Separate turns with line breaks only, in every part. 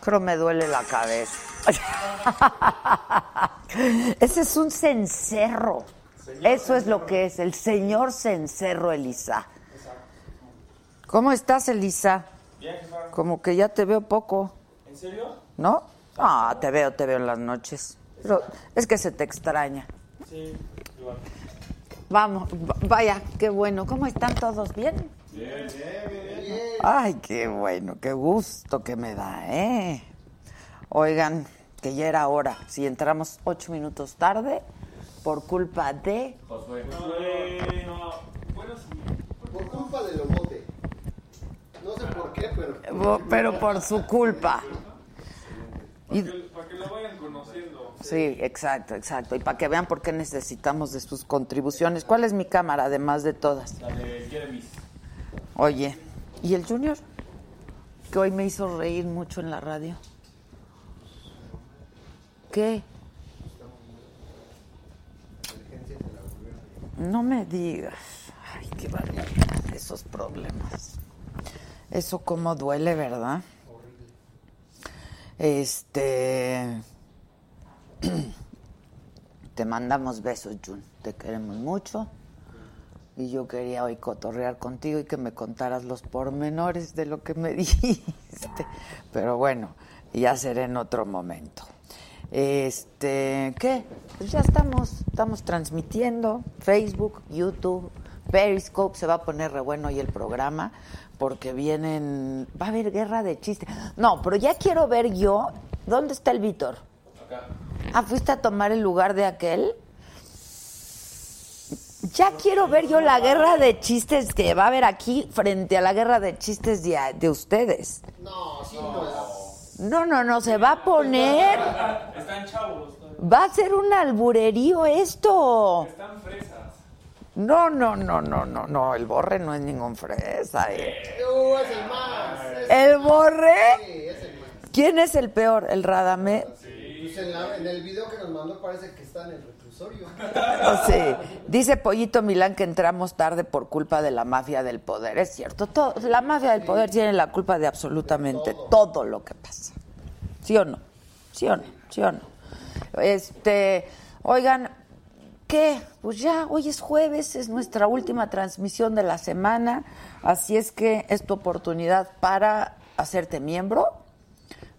Creo me duele la cabeza. Ese es un cencerro. Eso es lo que es, el señor cencerro Elisa. ¿Cómo estás, Elisa? Como que ya te veo poco. ¿En serio? ¿No? Ah, te veo, te veo en las noches. Pero es que se te extraña.
Sí, igual.
Vamos, va- vaya, qué bueno. ¿Cómo están todos? ¿Bien?
Bien, bien, bien.
Ay, qué bueno, qué gusto que me da, ¿eh? Oigan, que ya era hora. Si entramos ocho minutos tarde, por culpa de...
Josué. Bueno, sí.
Por culpa del omote. No sé por qué, pero.
bo- Pero por su culpa. Y-
Para que lo vayan conociendo.
sí, exacto, exacto. Y para que vean por qué necesitamos de sus contribuciones. ¿Cuál es mi cámara, además de todas?
La de Jeremy's.
Oye, ¿y el Junior? Que hoy me hizo reír mucho en la radio. ¿Qué? No me digas. Ay, qué barbaridad, esos problemas. Eso como duele, ¿verdad? Este. Te mandamos besos, Jun. Te queremos mucho. Y yo quería hoy cotorrear contigo y que me contaras los pormenores de lo que me dijiste. Pero bueno, ya será en otro momento. Este, ¿qué? Pues ya estamos, estamos transmitiendo Facebook, YouTube, Periscope, se va a poner re bueno hoy el programa porque vienen, va a haber guerra de chistes. No, pero ya quiero ver yo, ¿dónde está el Víctor? Ah, fuiste a tomar el lugar de aquel. Ya quiero ver yo la guerra de chistes que va a haber aquí frente a la guerra de chistes de, a- de ustedes.
No, sí, no.
No, no, no, se va a poner.
Están chavos.
Va a ser un alburerío esto.
Están fresas.
No, no, no, no, no, no. El borre no es ningún fresa. eh.
Tú uh, es el más. Es,
¿El borre?
sí, es el más.
¿Quién es el peor? ¿El Radamé?
Pues en, la- en el video que nos mandó parece que está en el reclusorio.
No sé. Dice Pollito Milán que entramos tarde por culpa de la mafia del poder. Es cierto, todo- la mafia del poder tiene la culpa de absolutamente todo. lo que pasa. ¿Sí o no? ¿Sí o no? ¿Sí o no? Este, oigan, ¿qué? Pues ya, hoy es jueves, es nuestra última transmisión de la semana, así es que es tu oportunidad para hacerte miembro.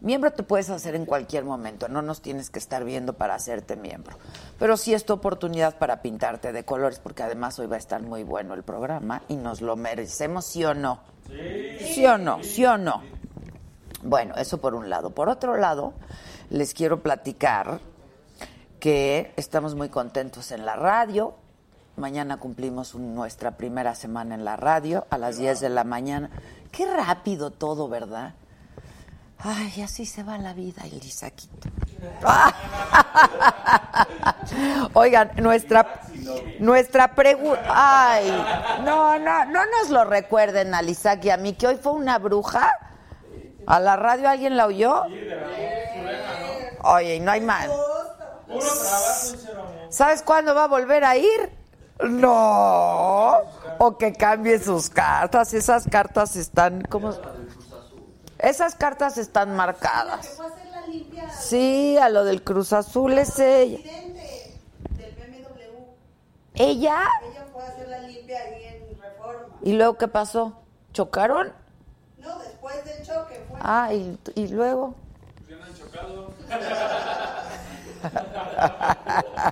Miembro te puedes hacer en cualquier momento, no nos tienes que estar viendo para hacerte miembro. Pero sí es tu oportunidad para pintarte de colores, porque además hoy va a estar muy bueno el programa y nos lo merecemos, ¿sí o no? Sí, o no, sí o no. Bueno, eso por un lado. Por otro lado, les quiero platicar que estamos muy contentos en la radio. Mañana cumplimos un- nuestra primera semana en la radio a las 10 de la mañana. Qué rápido todo, ¿verdad? Ay, así se va la vida, Elisaquito. Oigan, nuestra Nuestra pregunta. Ay, no, no, no nos lo recuerden a Isaac y a mí, que hoy fue una bruja. ¿A la radio alguien la oyó? Oye, y no hay más. ¿Sabes cuándo va a volver a ir? No. O que cambie sus cartas. Esas cartas están. ¿Cómo? Esas cartas están marcadas. Sí, a lo del Cruz Azul es ella. ¿Ella?
Ella fue a hacer la limpia ahí en Reforma.
¿Y luego qué pasó? ¿Chocaron?
No, después del choque fue.
Ah, y, y luego.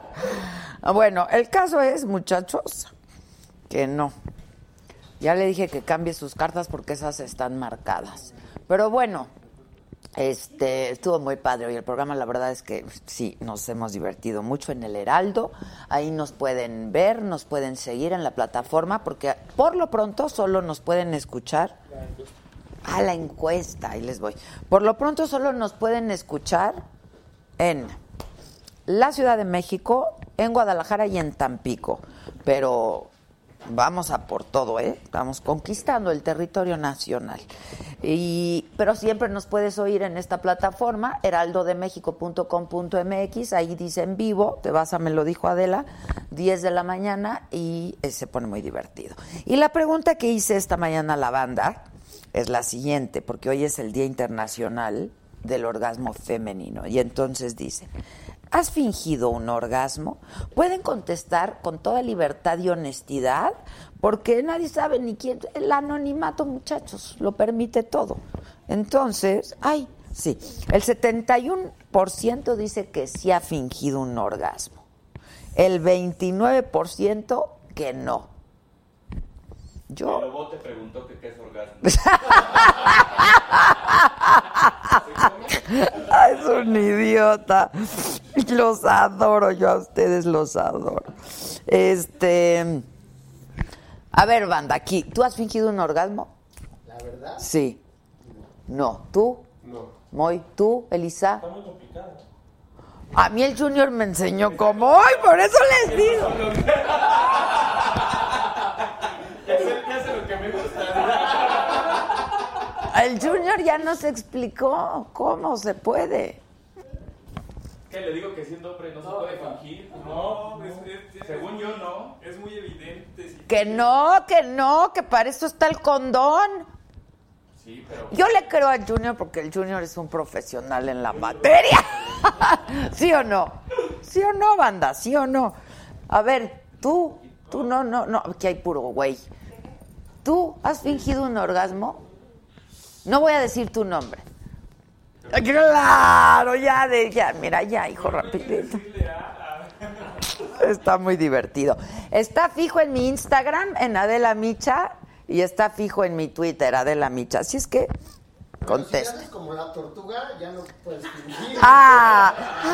bueno, el caso es, muchachos, que no. Ya le dije que cambie sus cartas porque esas están marcadas. Pero bueno, este estuvo muy padre hoy el programa. La verdad es que sí, nos hemos divertido mucho en el Heraldo. Ahí nos pueden ver, nos pueden seguir en la plataforma porque por lo pronto solo nos pueden escuchar. A la encuesta, ahí les voy. Por lo pronto solo nos pueden escuchar en la Ciudad de México, en Guadalajara y en Tampico. Pero vamos a por todo, ¿eh? Estamos conquistando el territorio nacional. Y, pero siempre nos puedes oír en esta plataforma, heraldodemexico.com.mx, ahí dice en vivo, te vas a, me lo dijo Adela, 10 de la mañana y eh, se pone muy divertido. Y la pregunta que hice esta mañana a la banda es la siguiente, porque hoy es el Día Internacional del Orgasmo Femenino. Y entonces dice, ¿has fingido un orgasmo? Pueden contestar con toda libertad y honestidad, porque nadie sabe ni quién. El anonimato, muchachos, lo permite todo. Entonces, ay, sí, el 71% dice que sí ha fingido un orgasmo. El 29% que no. Yo...
Lobo te preguntó que qué es orgasmo.
Ah, Es un idiota. Los adoro, yo a ustedes los adoro. Este. A ver, banda, aquí. ¿Tú has fingido un orgasmo?
La verdad,
Sí. No. ¿Tú?
no.
Moy, ¿tú, Elisa? A mí el Junior me enseñó cómo. ¡Ay, por eso les digo!
Ya sé, ya sé lo que me gusta.
El Junior ya nos explicó cómo se puede.
¿Qué le digo que siendo hombre no se puede fingir?
No, es, es- es- según yo no. Es muy evidente. sí.
Que no, que no, que para eso está el condón.
Sí, pero
Yo le creo a Junior porque el Junior es un profesional en la materia. ¿Sí o no? ¿Sí o no, banda? ¿Sí o no? A ver, tú, tú no, no, no, aquí hay puro güey. ¿Tú has fingido un orgasmo? No voy a decir tu nombre. Ay, Claro, ya, de, ya, mira, ya, hijo, rapidito. Está muy divertido. Está fijo en mi Instagram, en Adela Micha, y está fijo en mi Twitter, Adela Micha. Así es que
Pero si
contesta.
haces como la tortuga, ya no puedes fingir.
Ah,
Si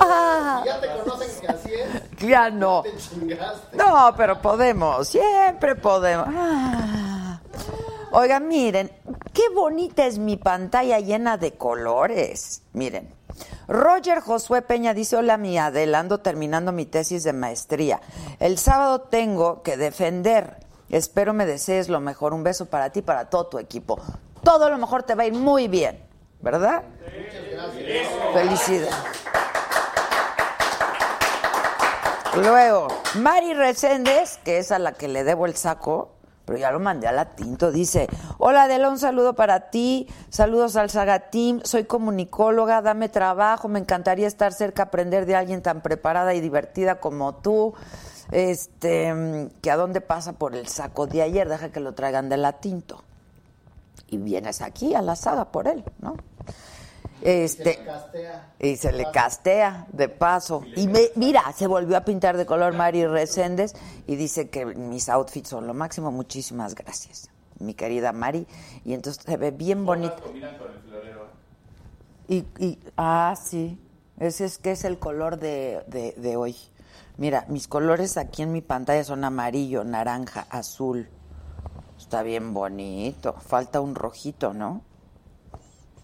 Ah. Ya te conocen que así es.
ya no.
Te chingaste.
No, pero podemos, siempre podemos. Ah. Oigan, miren, qué bonita es mi pantalla llena de colores. Miren, Roger Josué Peña dice, hola mi adelando terminando mi tesis de maestría. El sábado tengo que defender. Espero me desees lo mejor. Un beso para ti, y para todo tu equipo. Todo lo mejor te va a ir muy bien, ¿verdad? Felicidades. Luego, Mari Reséndez, que es a la que le debo el saco, pero ya lo mandé a la tinto, dice, hola Adela, un saludo para ti, saludos al Saga Team, soy comunicóloga, dame trabajo, me encantaría estar cerca, aprender de alguien tan preparada y divertida como tú, este, mm, que a dónde pasa por el saco de ayer, deja que lo traigan de la tinto. Y vienes aquí a la saga por él, ¿no? Este,
Castea.
y se le castea de paso. Y me- mira, se volvió a pintar de color Mari Reséndez y dice que mis outfits son lo máximo. Muchísimas gracias, mi querida Mari. Y entonces se ve bien bonito.
combinan con el florero. ¿eh?
Y, y- ah, sí. Ese es que es el color de, de- de hoy. Mira, mis colores aquí en mi pantalla son amarillo, naranja, azul. Está bien bonito. Falta un rojito, ¿no?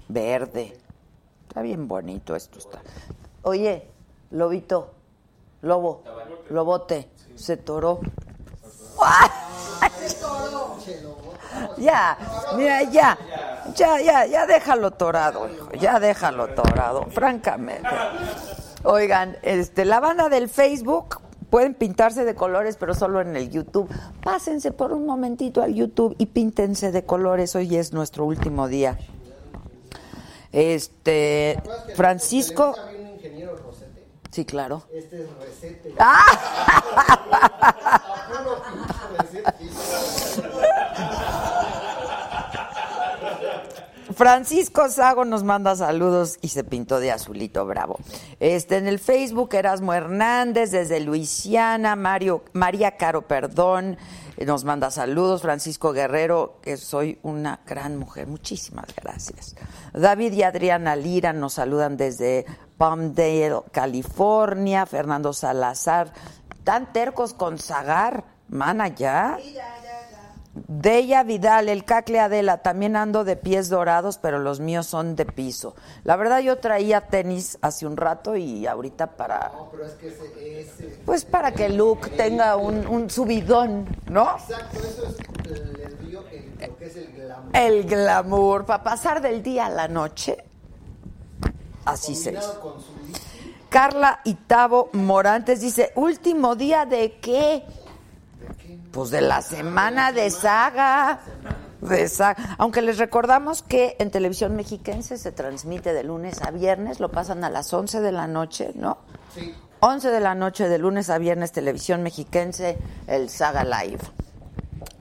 Verde. Está bien bonito esto. Está. Oye, Lobito, Lobo. Lobote. Se toró. Ya, mira, ya. Ya, ya, ya déjalo torado, hijo. Ya déjalo torado, francamente. Oigan, este, la banda del Facebook pueden pintarse de colores, pero solo en el YouTube. Pásense por un momentito al YouTube y píntense de colores. Hoy es nuestro último día. Este, Francisco.
Había un ingeniero Rosete.
Sí, claro.
Este es Resete.
¡Ah!
A puro pinche Resete.
Francisco Sago nos manda saludos y se pintó de azulito bravo. Este en el Facebook Erasmo Hernández desde Luisiana, Mario María Caro Perdón eh, nos manda saludos, Francisco Guerrero, que soy una gran mujer. Muchísimas gracias. David y Adriana Lira nos saludan desde Palmdale, California, Fernando Salazar, tan tercos con Zagar, mana ya. Della Vidal, el cacle Adela, también ando de pies dorados, pero los míos son de piso. La verdad yo traía tenis hace un rato y ahorita para,
No, pero es que ese, ese.
pues para que Luke tenga un, un subidón, ¿no?
Exacto, eso es. eh, Les digo que lo que es el glamour.
El glamour, para pasar del día a la noche. Así se
Combinado
hizo.
con su liqui
Carla Itabo Morantes dice, último día de qué? Pues de la semana de saga. De saga. Aunque les recordamos que en televisión mexiquense se transmite de lunes a viernes, lo pasan a las 11 de la noche, ¿no?
Sí.
11 de la noche de lunes a viernes, televisión mexiquense, el Saga Live.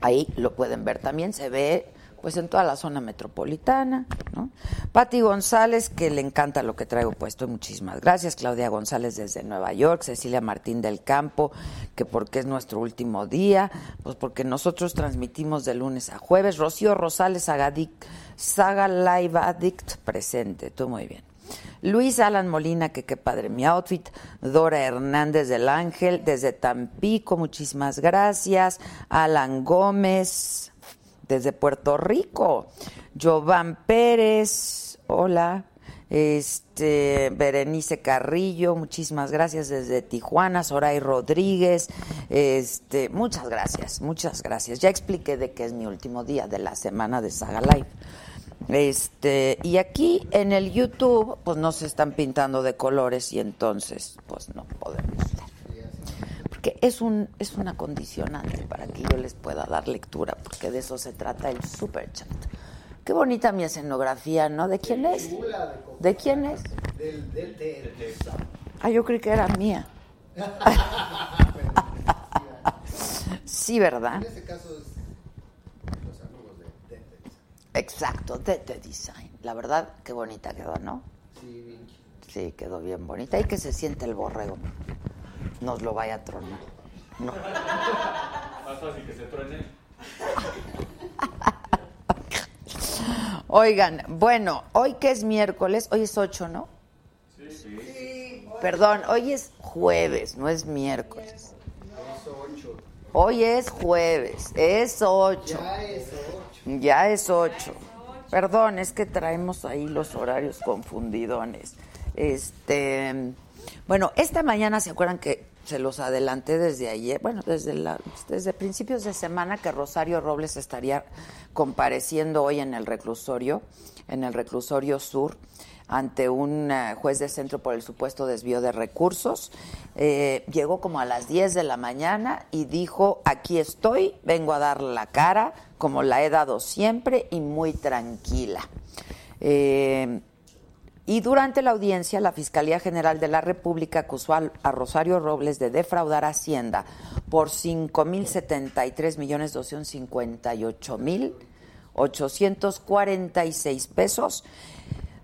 Ahí lo pueden ver también, se ve pues en toda la zona metropolitana, ¿no? Patti González, que le encanta lo que traigo puesto, y muchísimas gracias. Claudia González desde Nueva York, Cecilia Martín del Campo, que porque es nuestro último día, pues porque nosotros transmitimos de lunes a jueves. Rocío Rosales, Saga, Addict- Saga Live Addict presente, tú muy bien. Luis Alan Molina, que qué padre mi outfit. Dora Hernández del Ángel, desde Tampico, muchísimas gracias. Alan Gómez, desde Puerto Rico. Jovan Pérez, hola. Este, Berenice Carrillo, muchísimas gracias desde Tijuana, Soray Rodríguez, este, muchas gracias, muchas gracias. Ya expliqué de que es mi último día de la semana de Saga Live. Este, y aquí en el YouTube, pues no se están pintando de colores y entonces, pues no podemos leer. Porque es un, es una condicionante para que yo les pueda dar lectura, porque de eso se trata el super chat. Qué bonita mi escenografía, ¿no? ¿De quién es? ¿De quién es?
Del, del, del.
Ah, yo creí que era mía. Sí, ¿verdad?
En este caso es. Los amigos de. de, de-
Exacto, de, de design. La verdad, qué bonita quedó, ¿no?
sí, bien chido.
Sí, quedó bien bonita. Y que se siente el borrego. Nos lo vaya a tronar.
Ah.
Más fácil que se truene.
Oigan, bueno, hoy que es miércoles, hoy es 8, ¿no? Perdón, hoy es jueves, no es miércoles. Hoy es jueves, es 8.
Ya es ocho.
Ya es 8. Perdón, es que traemos ahí los horarios confundidones. Este, bueno, esta mañana se acuerdan que se los adelanté desde ayer, bueno, desde la, desde principios de semana que Rosario Robles estaría compareciendo hoy en el reclusorio, en el reclusorio sur ante un eh, juez de centro por el supuesto desvío de recursos. Eh, llegó como a las 10 de la mañana y dijo, aquí estoy, vengo a dar la cara, como la he dado siempre y muy tranquila. Eh, y durante la audiencia, la Fiscalía General de la República acusó al- a Rosario Robles de defraudar a Hacienda por 5.073 millones 258 mil 846 pesos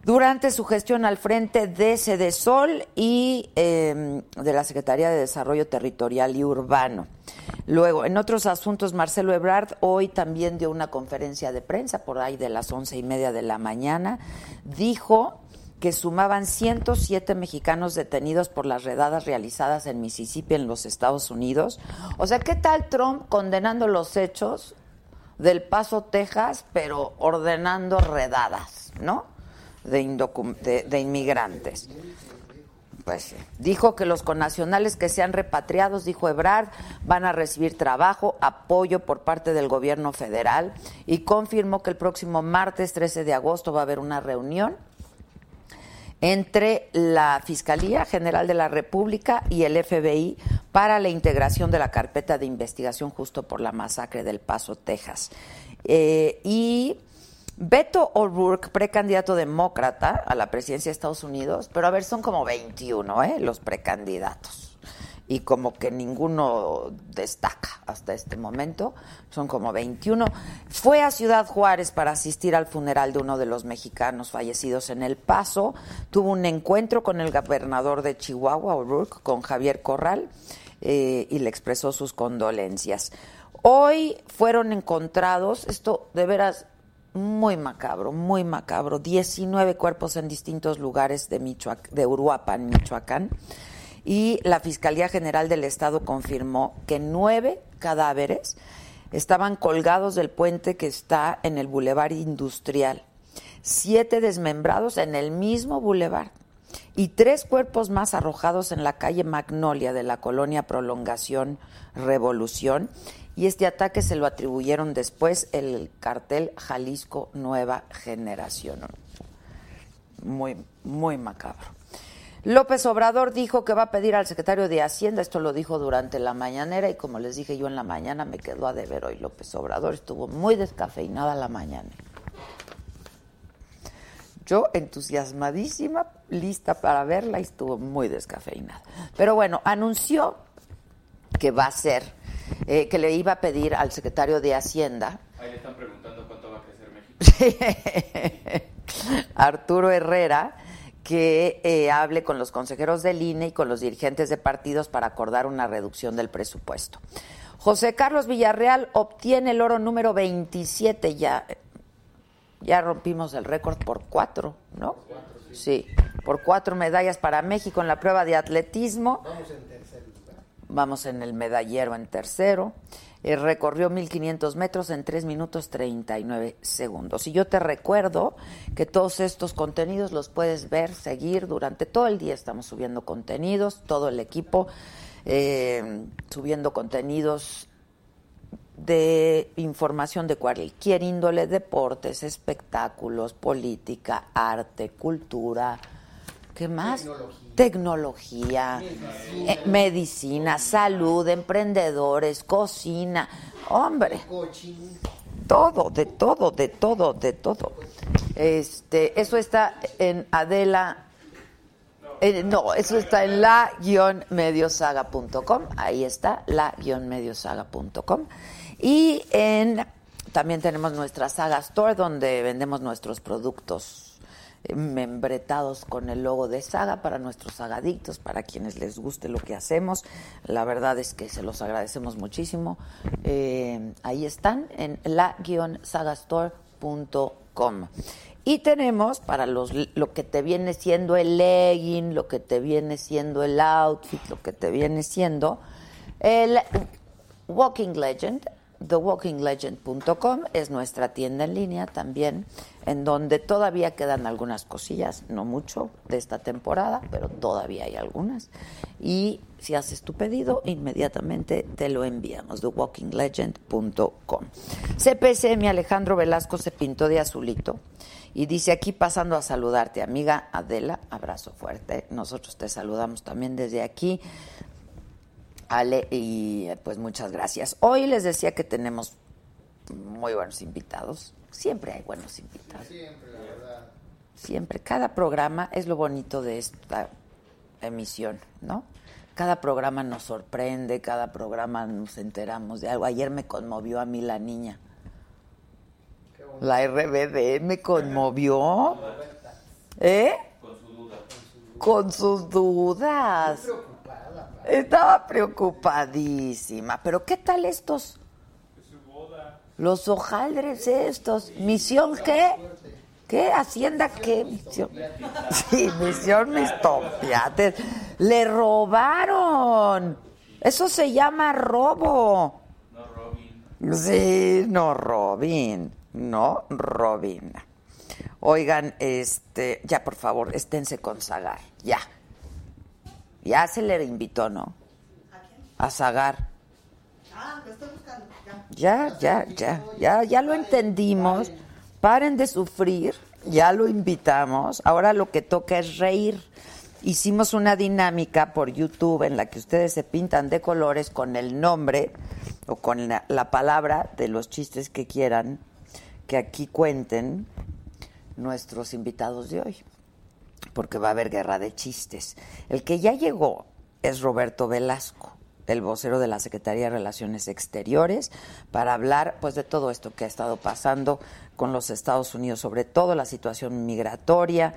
durante su gestión al frente de Sol y eh, de la Secretaría de Desarrollo Territorial y Urbano. Luego, en otros asuntos, Marcelo Ebrard hoy también dio una conferencia de prensa por ahí de las once y media de la mañana. Dijo que sumaban 107 mexicanos detenidos por las redadas realizadas en Mississippi, en los Estados Unidos. O sea, ¿qué tal Trump condenando los hechos del Paso, Texas, pero ordenando redadas, ¿no? De, indocum- de, de inmigrantes. Pues sí. dijo que los connacionales que sean repatriados, dijo Ebrard, van a recibir trabajo, apoyo por parte del gobierno federal y confirmó que el próximo martes 13 de agosto va a haber una reunión entre la Fiscalía General de la República y el FBI para la integración de la carpeta de investigación justo por la masacre del Paso, Texas. Eh, y Beto O'Rourke, precandidato demócrata a la presidencia de Estados Unidos, pero a ver, son como 21 ¿eh? los precandidatos. Y como que ninguno destaca hasta este momento, son como 21. Fue a Ciudad Juárez para asistir al funeral de uno de los mexicanos fallecidos en El Paso. Tuvo un encuentro con el gobernador de Chihuahua, O'Rourke, con Javier Corral, eh, y le expresó sus condolencias. Hoy fueron encontrados, esto de veras muy macabro, muy macabro. 19 cuerpos en distintos lugares de, Michoac de Uruapan, Michoacán. Y la Fiscalía General del Estado confirmó que nueve cadáveres estaban colgados del puente que está en el Boulevard Industrial. Siete desmembrados en el mismo bulevar y tres cuerpos más arrojados en la calle Magnolia de la colonia Prolongación Revolución. Y este ataque se lo atribuyeron después el cartel Jalisco Nueva Generación. Muy, muy macabro. López Obrador dijo que va a pedir al secretario de Hacienda, esto lo dijo durante la mañanera y como les dije yo en la mañana me quedó a deber hoy López Obrador, estuvo muy descafeinada la mañana. Yo entusiasmadísima, lista para verla y estuvo muy descafeinada. Pero bueno, anunció que va a ser, eh, que le iba a pedir al secretario de Hacienda,
Ahí le están preguntando cuánto va a crecer México.
Arturo Herrera, que eh, hable con los consejeros del INE y con los dirigentes de partidos para acordar una reducción del presupuesto. José Carlos Villarreal obtiene el oro número 27 ya. Ya rompimos el récord por cuatro, ¿no? sí. por cuatro medallas para México en la prueba de atletismo. Vamos en el medallero en tercero. Eh, recorrió 1500 metros en 3 minutos 39 segundos. Y yo te recuerdo que todos estos contenidos los puedes ver, seguir durante todo el día. Estamos subiendo contenidos, todo el equipo eh, subiendo contenidos de información de cualquier índole, deportes, espectáculos, política, arte, cultura, ¿qué más? Tecnología, eh, medicina, salud, emprendedores, cocina, hombre, todo, de todo, de todo, de todo. Este, eso está en Adela eh, no, eso está en la-mediosaga.com. Ahí está, la-mediosaga.com. Y en, también tenemos nuestra Saga Store, donde vendemos nuestros productos eh, membretados con el logo de Saga para nuestros sagadictos, para quienes les guste lo que hacemos. La verdad es que se los agradecemos muchísimo. Eh, ahí están en la-sagastore.com. Y tenemos para los lo que te viene siendo el legging, lo que te viene siendo el outfit, lo que te viene siendo el Walking Legend, thewalkinglegend.com es nuestra tienda en línea también, en donde todavía quedan algunas cosillas, no mucho de esta temporada, pero todavía hay algunas. Y si haces tu pedido, inmediatamente te lo enviamos, thewalkinglegend.com. CPC, mi Alejandro Velasco se pintó de azulito. Y dice aquí pasando a saludarte, amiga Adela, abrazo fuerte. Nosotros te saludamos también desde aquí. Ale, y eh, pues muchas gracias. Hoy les decía que tenemos muy buenos invitados. Siempre hay buenos invitados. Siempre, Cada programa es lo bonito de esta emisión, ¿no? Cada programa nos sorprende, cada programa nos enteramos de algo. Ayer me conmovió a mí la niña. La RBD me conmovió. ¿Eh? Con sus dudas. Estaba preocupadísima. Pero ¿qué tal estos? Los hojaldres estos. ¿Misión qué? ¿Qué? ¿Hacienda qué? Misión. Sí, misión mis tompiates. Le robaron. Eso se llama robo. Sí, no, Robin. No, Robin. Oigan, este, ya por favor, esténse con Sagar. Ya. Ya se le invitó, ¿no?
¿A quién?
A Zagar.
Ah, lo estoy buscando. Ya.
Ya, ya, ya, ya, ya lo entendimos. Paren de sufrir. Ya lo invitamos. Ahora lo que toca es reír. Hicimos una dinámica por YouTube en la que ustedes se pintan de colores con el nombre o con la, la palabra de los chistes que quieran que aquí cuenten nuestros invitados de hoy porque va a haber guerra de chistes. El que ya llegó es Roberto Velasco, el vocero de la Secretaría de Relaciones Exteriores, para hablar pues de todo esto que ha estado pasando con los Estados Unidos, sobre todo la situación migratoria,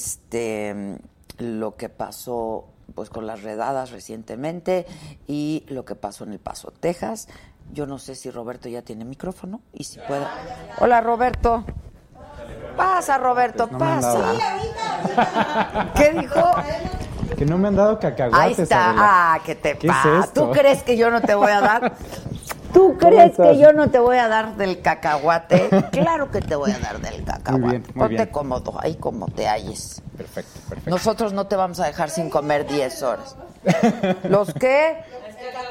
este lo que pasó pues con las redadas recientemente y lo que pasó en El Paso, Texas. Yo no sé si Roberto ya tiene micrófono y si puede. Hola Roberto. Pasa Roberto,
No me han dado.
pasa.
Sí,
¿Qué dijo?
Que no me han dado cacahuates.
Ahí está.
Adela.
Ah, que te
¿Qué es
pasa.
esto?
¿Tú crees que yo no te voy a dar? ¿Tú crees que
estás?
yo no te voy a dar del cacahuate? Claro que te voy a dar del cacahuate.
Muy bien, muy
Ponte
bien.
cómodo, ahí como te halles.
Perfecto, perfecto.
Nosotros no te vamos a dejar sin comer 10 horas. ¿Los qué?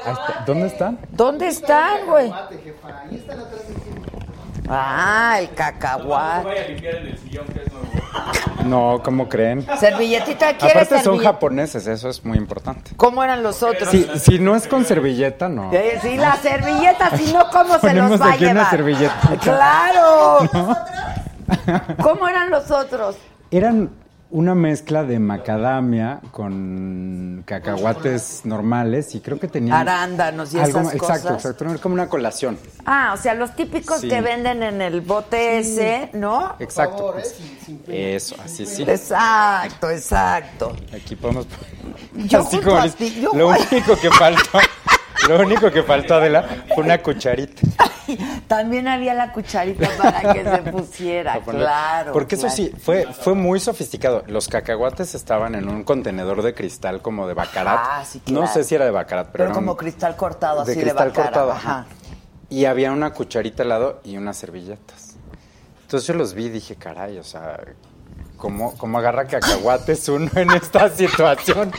Ahí está. ¿Dónde están?
¿Dónde están, güey?
Mate, jefa. Ahí están atrás de ti.
Ah, el
No
cacahuate.
vaya a limpiar en el sillón que es nuevo.
No, ¿cómo creen?
Servilletita, ¿quieres
Aparte son
servilletita?
japoneses, eso es muy importante.
¿Cómo eran los otros?
Si, si no es con servilleta, no.
Eh, sí, la servilleta, si no, ¿cómo se
Ponemos
los va a
aquí una
llevar? Ah,
servilletita.
¡Claro! ¿Cómo eran los otros?
Eran una mezcla de macadamia con cacahuates normales y creo que tenían...
Arándanos y esas
Exacto,
cosas.
exacto. Era como una colación.
Ah, o sea, los típicos
Sí.
que venden en el bote ese, ¿no?
Exacto.
favor, ¿eh? Sin- sin pena.
Eso, así sí.
Exacto, exacto.
Aquí podemos.
Yo junto a
les-
ti, yo
lo
voy.
único que faltó, lo único que faltó Adela fue una cucharita.
También había la cucharita para que se pusiera,
para poner-
claro.
Porque
claro.
eso sí fue fue muy sofisticado. Los cacahuates estaban en un contenedor de cristal como de bacarat.
Ah, sí,
No
claro.
sé si era de bacarat, pero,
Pero
era un-
como cristal cortado, así de
cristal
Baccarat,
cortado.
ajá.
Y había una cucharita al lado y unas servilletas. Entonces yo los vi y dije, caray, o sea, ¿cómo, cómo agarra cacahuates uno en esta situación?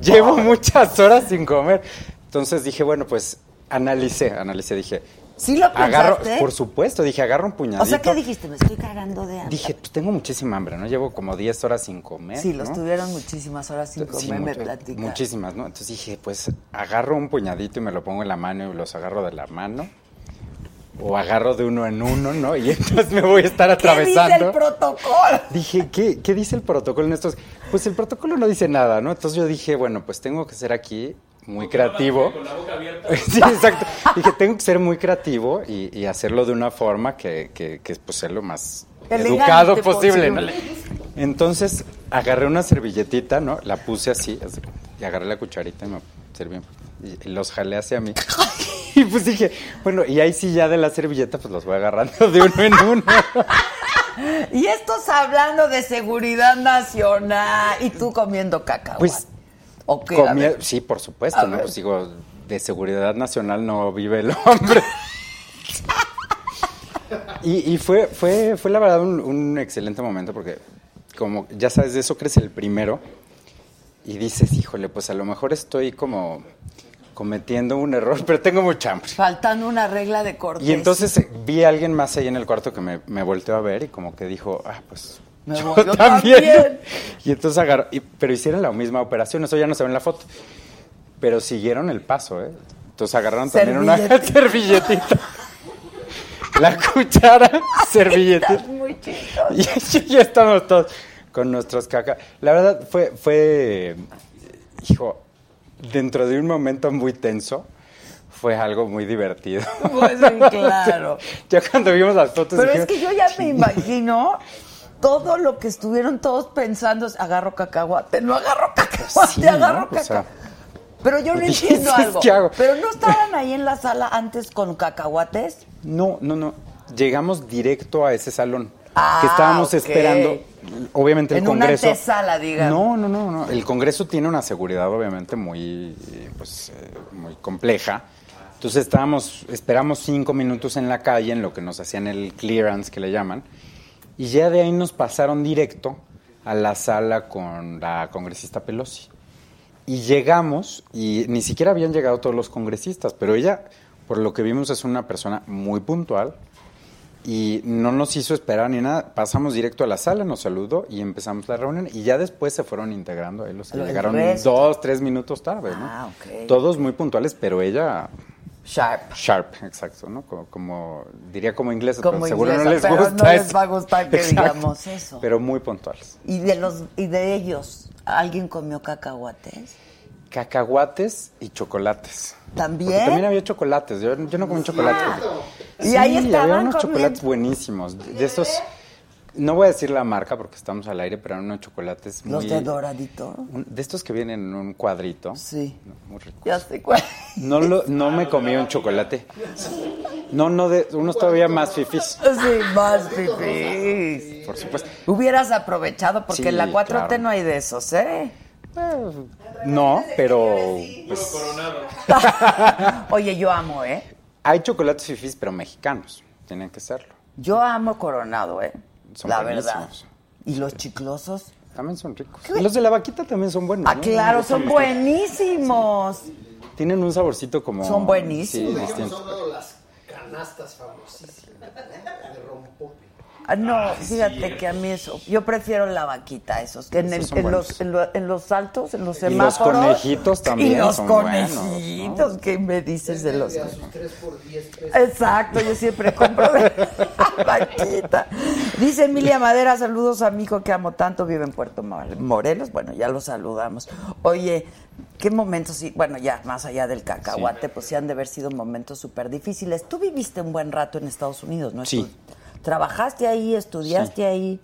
Llevo muchas horas sin comer. Entonces dije, bueno, pues analicé, analicé, dije,
¿Sí lo
agarro,
pensaste?
por supuesto, dije, agarro un puñadito.
O sea, ¿qué dijiste? Me estoy cagando de hambre.
Dije, pues tengo muchísima hambre, ¿no? Llevo como 10 horas sin comer.
sí, los
¿no?
tuvieron muchísimas horas sin comer,
Sí,
me
mucho-
platican.
Muchísimas, ¿no? Entonces dije, pues agarro un puñadito y me lo pongo en la mano y los agarro de la mano. O agarro de uno en uno, ¿no? Y entonces me voy a estar
¿Qué dice el
atravesando.
protocolo?
Dije, ¿qué, ¿qué dice el protocolo en estos? Pues el protocolo no dice nada, ¿no? Entonces yo dije, bueno, pues tengo que ser aquí muy creativo.
Con la boca abierta.
Sí, exacto. Dije, tengo que ser muy creativo y, y hacerlo de una forma que, que, que pues, sea lo más
Elegante
educado posible. ¿no?
posible.
Entonces, agarré una servilletita, ¿no? La puse así, así, y agarré la cucharita y me serví. Y los jalé hacia mí. Y pues dije, bueno, y ahí sí ya de la servilleta, pues los voy agarrando de uno en uno.
Y estos hablando de seguridad nacional y tú comiendo cacahuate.
Pues,
¿O qué? A
Comía-
ver.
sí, por
A
supuesto, ¿no?
ver.
Pues digo, de seguridad nacional no vive el hombre. y y fue, fue, fue la verdad un, un excelente momento porque, como ya sabes, de eso crees el primero y dices, híjole, pues a lo mejor estoy como cometiendo un error, pero tengo mucha hambre.
Faltando una regla de cortes.
Y entonces eh, vi a alguien más ahí en el cuarto que me, me volteó a ver y como que dijo, ah, pues
Me
yo
voy, yo
también.
también.
Y entonces agarró, y- pero hicieron la misma operación, eso ya no se ve en la foto. Pero siguieron el paso, ¿eh? Entonces agarraron también una
Servilletita.
servilletita. La cuchara, servilletita.
Estás muy chistoso.
Y ya estamos todos con nuestros caca. La verdad fue, fue, hijo, dentro de un momento muy tenso, fue algo muy divertido.
Pues sí, claro.
ya cuando vimos las fotos...
Pero es
dijimos,
que yo ya me imagino todo lo que estuvieron todos pensando es agarro cacahuate, no agarro cacahuate,
Sí,
agarro
¿no? O sea,
cacahuate. pero yo no
dices,
entiendo algo.
¿qué hago?
Pero no estaban ahí en la sala antes con cacahuates.
No, no, no. Llegamos directo a ese salón
Ah,
que estábamos
ok.
esperando. Obviamente el
En una
Congreso.
antesala, digamos.
No, no, no, no. El Congreso tiene una seguridad obviamente muy, eh, pues, eh, muy compleja. Entonces estábamos, esperamos cinco minutos en la calle en lo que nos hacían el clearance que le llaman, y ya de ahí nos pasaron directo a la sala con la congresista Pelosi. Y llegamos, y ni siquiera habían llegado todos los congresistas, pero ella, por lo que vimos, es una persona muy puntual y no nos hizo esperar ni nada. Pasamos directo a la sala, nos saludó y empezamos la reunión. Y ya después se fueron integrando ahí los que
Lo del
llegaron
resto.
dos, tres minutos tarde, ¿no?
Ah, ok.
Todos muy puntuales, pero ella
Sharp.
sharp, exacto, ¿no? Como, como- diría como inglés,
Como
pero seguro
inglesa,
no les
pero
gusta.
no les
eso.
va a gustar que
Exacto.
digamos eso.
Pero muy puntuales.
Y de los y de ellos, ¿alguien comió cacahuates?
Cacahuates y chocolates.
¿También?
Porque también había chocolates. Yo, yo no comí chocolate.
Y ahí estaban
había unos
comiendo.
chocolates buenísimos. De estos, no voy a decir la marca porque estamos al aire, pero eran unos chocolates muy...
Los de doradito.
un- de estos que vienen en un cuadrito.
Sí.
No, Muy rico.
Ya sé cuál.
No, lo- no me comí un chocolate. No, no, de, unos todavía más fifis.
Sí, más pipis.
Por supuesto.
Hubieras aprovechado porque
Sí,
en la 4T
claro.
no hay de esos, ¿eh?
No, pero pues,
Oye, yo amo, ¿eh?
hay chocolates fifís, pero mexicanos. Tienen que serlo.
Yo amo Coronado, ¿eh?
Son
la verdad.
buenísimos.
Y los chiclosos.
También son ricos. Y Los de la vaquita también son buenos.
Ah,
¿no?
claro, son
Son distintos.
buenísimos.
Tienen un saborcito como.
Son buenísimos.
Sí,
Nos han
distinto.
dado las canastas famosísimas ¿no? de rompope.
Ah, no, fíjate que a mí eso. Yo prefiero la vaquita, esos. En, el-
eh. Esos son
en los,
buenos.
en, lo- en los saltos, en los
los
semáforos.
conejitos también
Y los
son buenos,
conejitos, ¿qué me dices de los
A sus 3 por 10 pesos.
Exacto, yo siempre compro de vaquita. Dice Emilia Madera, saludos a mi hijo que amo tanto, vive en Puerto Mor- Morelos. Bueno, ya lo saludamos. Oye, ¿qué momentos? sí- Bueno, ya, más allá del cacahuate, pues sí han de haber sido momentos súper difíciles. Tú viviste un buen rato en Estados Unidos, ¿no?
Sí.
Estu- Trabajaste ahí, estudiaste ahí.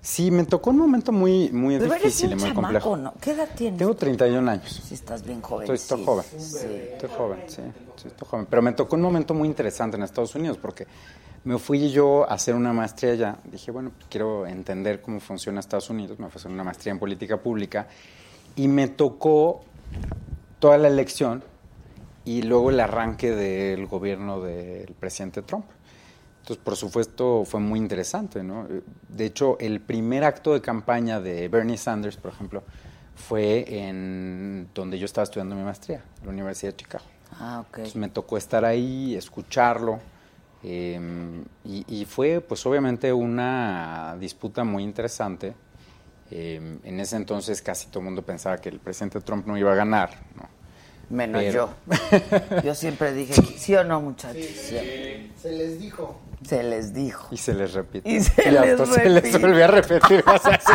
Sí, me tocó un momento muy, muy
Pero eres un
difícil y muy
chamaco,
complejo.
¿no? ¿Qué edad tienes?
Tengo 31 años.
Sí, estás bien joven.
Estoy, estoy joven. Estoy joven, sí. sí, Estoy joven. Pero me tocó un momento muy interesante en Estados Unidos porque me fui yo a hacer una maestría allá. Dije, bueno, pues, quiero entender cómo funciona Estados Unidos. Me fui a hacer una maestría en política pública y me tocó toda la elección y luego el arranque del gobierno del presidente Trump. Entonces, por supuesto, fue muy interesante, ¿no? Eh, De hecho, el primer acto de campaña de Bernie Sanders, por ejemplo, fue en donde yo estaba estudiando mi maestría, en la Universidad de Chicago.
Ah, ok.
Entonces, Pues me tocó estar ahí, escucharlo, eh, y, y fue, pues, obviamente una disputa muy interesante. Eh, en ese entonces casi todo el mundo pensaba que el presidente Trump no iba a ganar, ¿no?
Menos
Pero-
yo. Yo siempre dije, que- ¿sí o no, muchachos? Siempre.
Se les dijo.
Se les dijo.
Y se les repite.
Y se les
hasta se les
repite.
volvió a repetir. o sea, sí.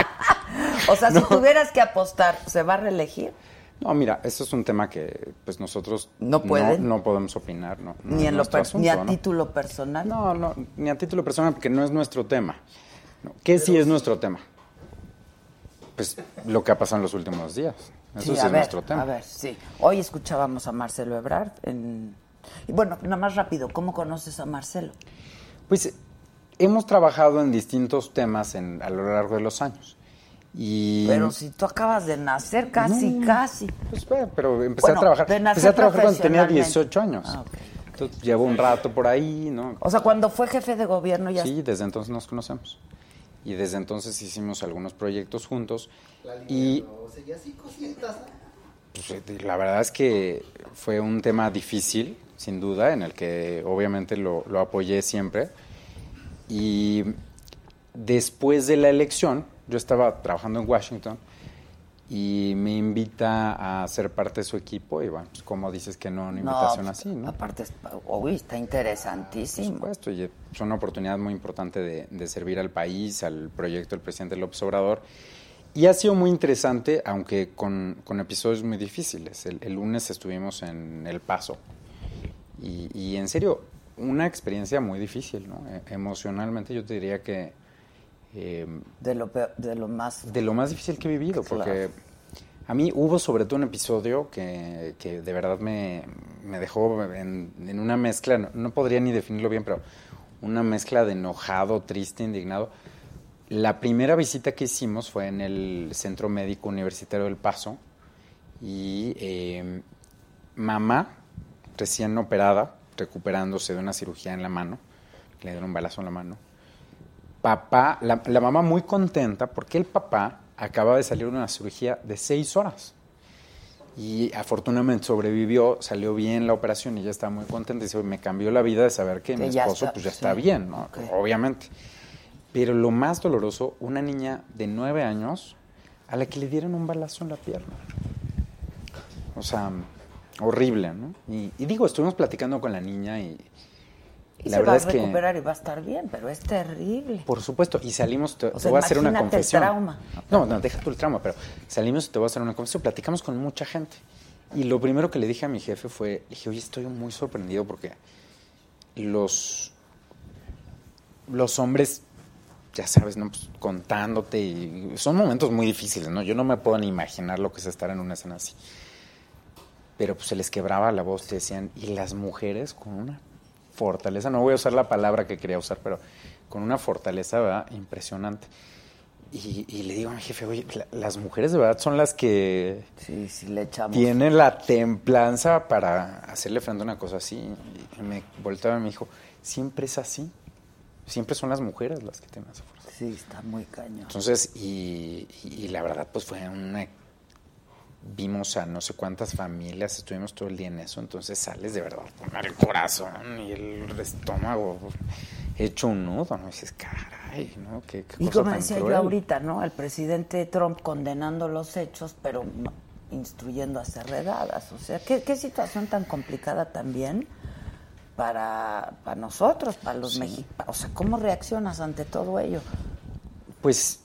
O sea, si tuvieras que apostar, ¿se va a reelegir?
No, mira, esto es un tema que pues nosotros
No pueden.
no, podemos opinar, no. no
ni,
es
en lo
nuestro
per- ni a
asunto, ¿no?
título personal.
No, no, ni a título personal, porque no es nuestro tema. No, ¿Qué sí es nuestro tema? Pues lo que ha pasado en los últimos días. Eso sí,
a ver,
es nuestro tema.
A ver, sí. Hoy escuchábamos a Marcelo Ebrard. En... Y bueno, nada más rápido, ¿cómo conoces a Marcelo?
Pues hemos trabajado en distintos temas en- a lo largo de los años. Y
Pero si tú acabas de nacer, casi, casi.
Pues, bueno, pero empecé
Bueno,
a trabajar.
de
Empecé
nacer
a trabajar cuando tenía
profesionalmente.
18 años.
Ah, ok, ok.
Entonces llevo un rato por ahí, ¿no?
O sea, cuando fue jefe de gobierno ya...
Sí, desde entonces nos conocemos. Y desde entonces hicimos algunos proyectos juntos. Y
O sea, ya sí cositas. ¿no?
pues, eh, la verdad es que fue un tema difícil, sin duda, en el que obviamente lo, lo apoyé siempre. Y después de la elección, yo estaba trabajando en Washington y me invita a ser parte de su equipo. Y bueno, pues, ¿cómo dices que no a una invitación
pues,
así, no?
Aparte, es- uy, está
Por
interesantísimo.
supuesto, y es una oportunidad muy importante de, de servir al país, al proyecto del presidente López Obrador. Y ha sido muy interesante, aunque con, con episodios muy difíciles. El, el lunes estuvimos en El Paso. Y, y en serio, una experiencia muy difícil, ¿no? E- emocionalmente yo te diría que eh,
De lo, peor- de lo más...
de lo más difícil que he vivido,
Claro.
porque a mí hubo sobre todo un episodio que, que de verdad me, me dejó en, en una mezcla, no, no podría ni definirlo bien, pero una mezcla de enojado, triste, indignado. La primera visita que hicimos fue en el Centro Médico Universitario del Paso y eh, mamá recién operada, recuperándose de una cirugía en la mano, le dieron un balazo en la mano papá, la, la mamá muy contenta porque el papá acaba de salir de una cirugía de seis horas. Y afortunadamente sobrevivió, salió bien la operación y ya estaba muy contenta. Y dice, "Oye, me cambió la vida de saber que,
Que
mi
ya
esposo
está-
pues ya
sí.
está bien, ¿no?
Ok.
Obviamente. Pero lo más doloroso, una niña de nueve años a la que le dieron un balazo en la pierna. O sea, horrible, ¿no? Y, y digo, estuvimos platicando con la niña y,
Y
la
se va
verdad
a
es que...
recuperar y va a estar bien, pero es terrible.
Por supuesto, y salimos, te,
O sea,
te voy a hacer una
imagínate el
confesión.
trauma.
No, no, deja tú el trauma, pero salimos y te voy a hacer una confesión. Platicamos con mucha gente. Y lo primero que le dije a mi jefe fue, le dije, oye, estoy muy sorprendido porque los, los hombres, ya sabes, ¿no? Pues, contándote, y son momentos muy difíciles, ¿no? Yo no me puedo ni imaginar lo que es estar en una escena así. Pero pues se les quebraba la voz, te decían, y las mujeres con una fortaleza, no voy a usar la palabra que quería usar, pero con una fortaleza ¿verdad? impresionante. Y, y le digo a mi jefe, oye, la- las mujeres de verdad son las que
Sí, sí, le echamos.
tienen la templanza para hacerle frente a una cosa así. Y me volteaba y me dijo, siempre es así, siempre son las mujeres las que tienen esa fuerza.
Sí, está muy cañón.
Entonces, y, y- y la verdad, pues fue una... Vimos a no sé cuántas familias, estuvimos todo el día en eso, entonces sales de verdad con el corazón y el estómago hecho un nudo, ¿no? Y dices, caray, ¿no? ¿Qué, qué
Y
cosa
como
tan
decía
cruel".
yo ahorita, ¿no? Al presidente Trump condenando los hechos, pero no- instruyendo a hacer redadas. O sea, qué, qué situación tan complicada también para, para nosotros, para los mexicanos. O sea, ¿cómo reaccionas ante todo ello?
Pues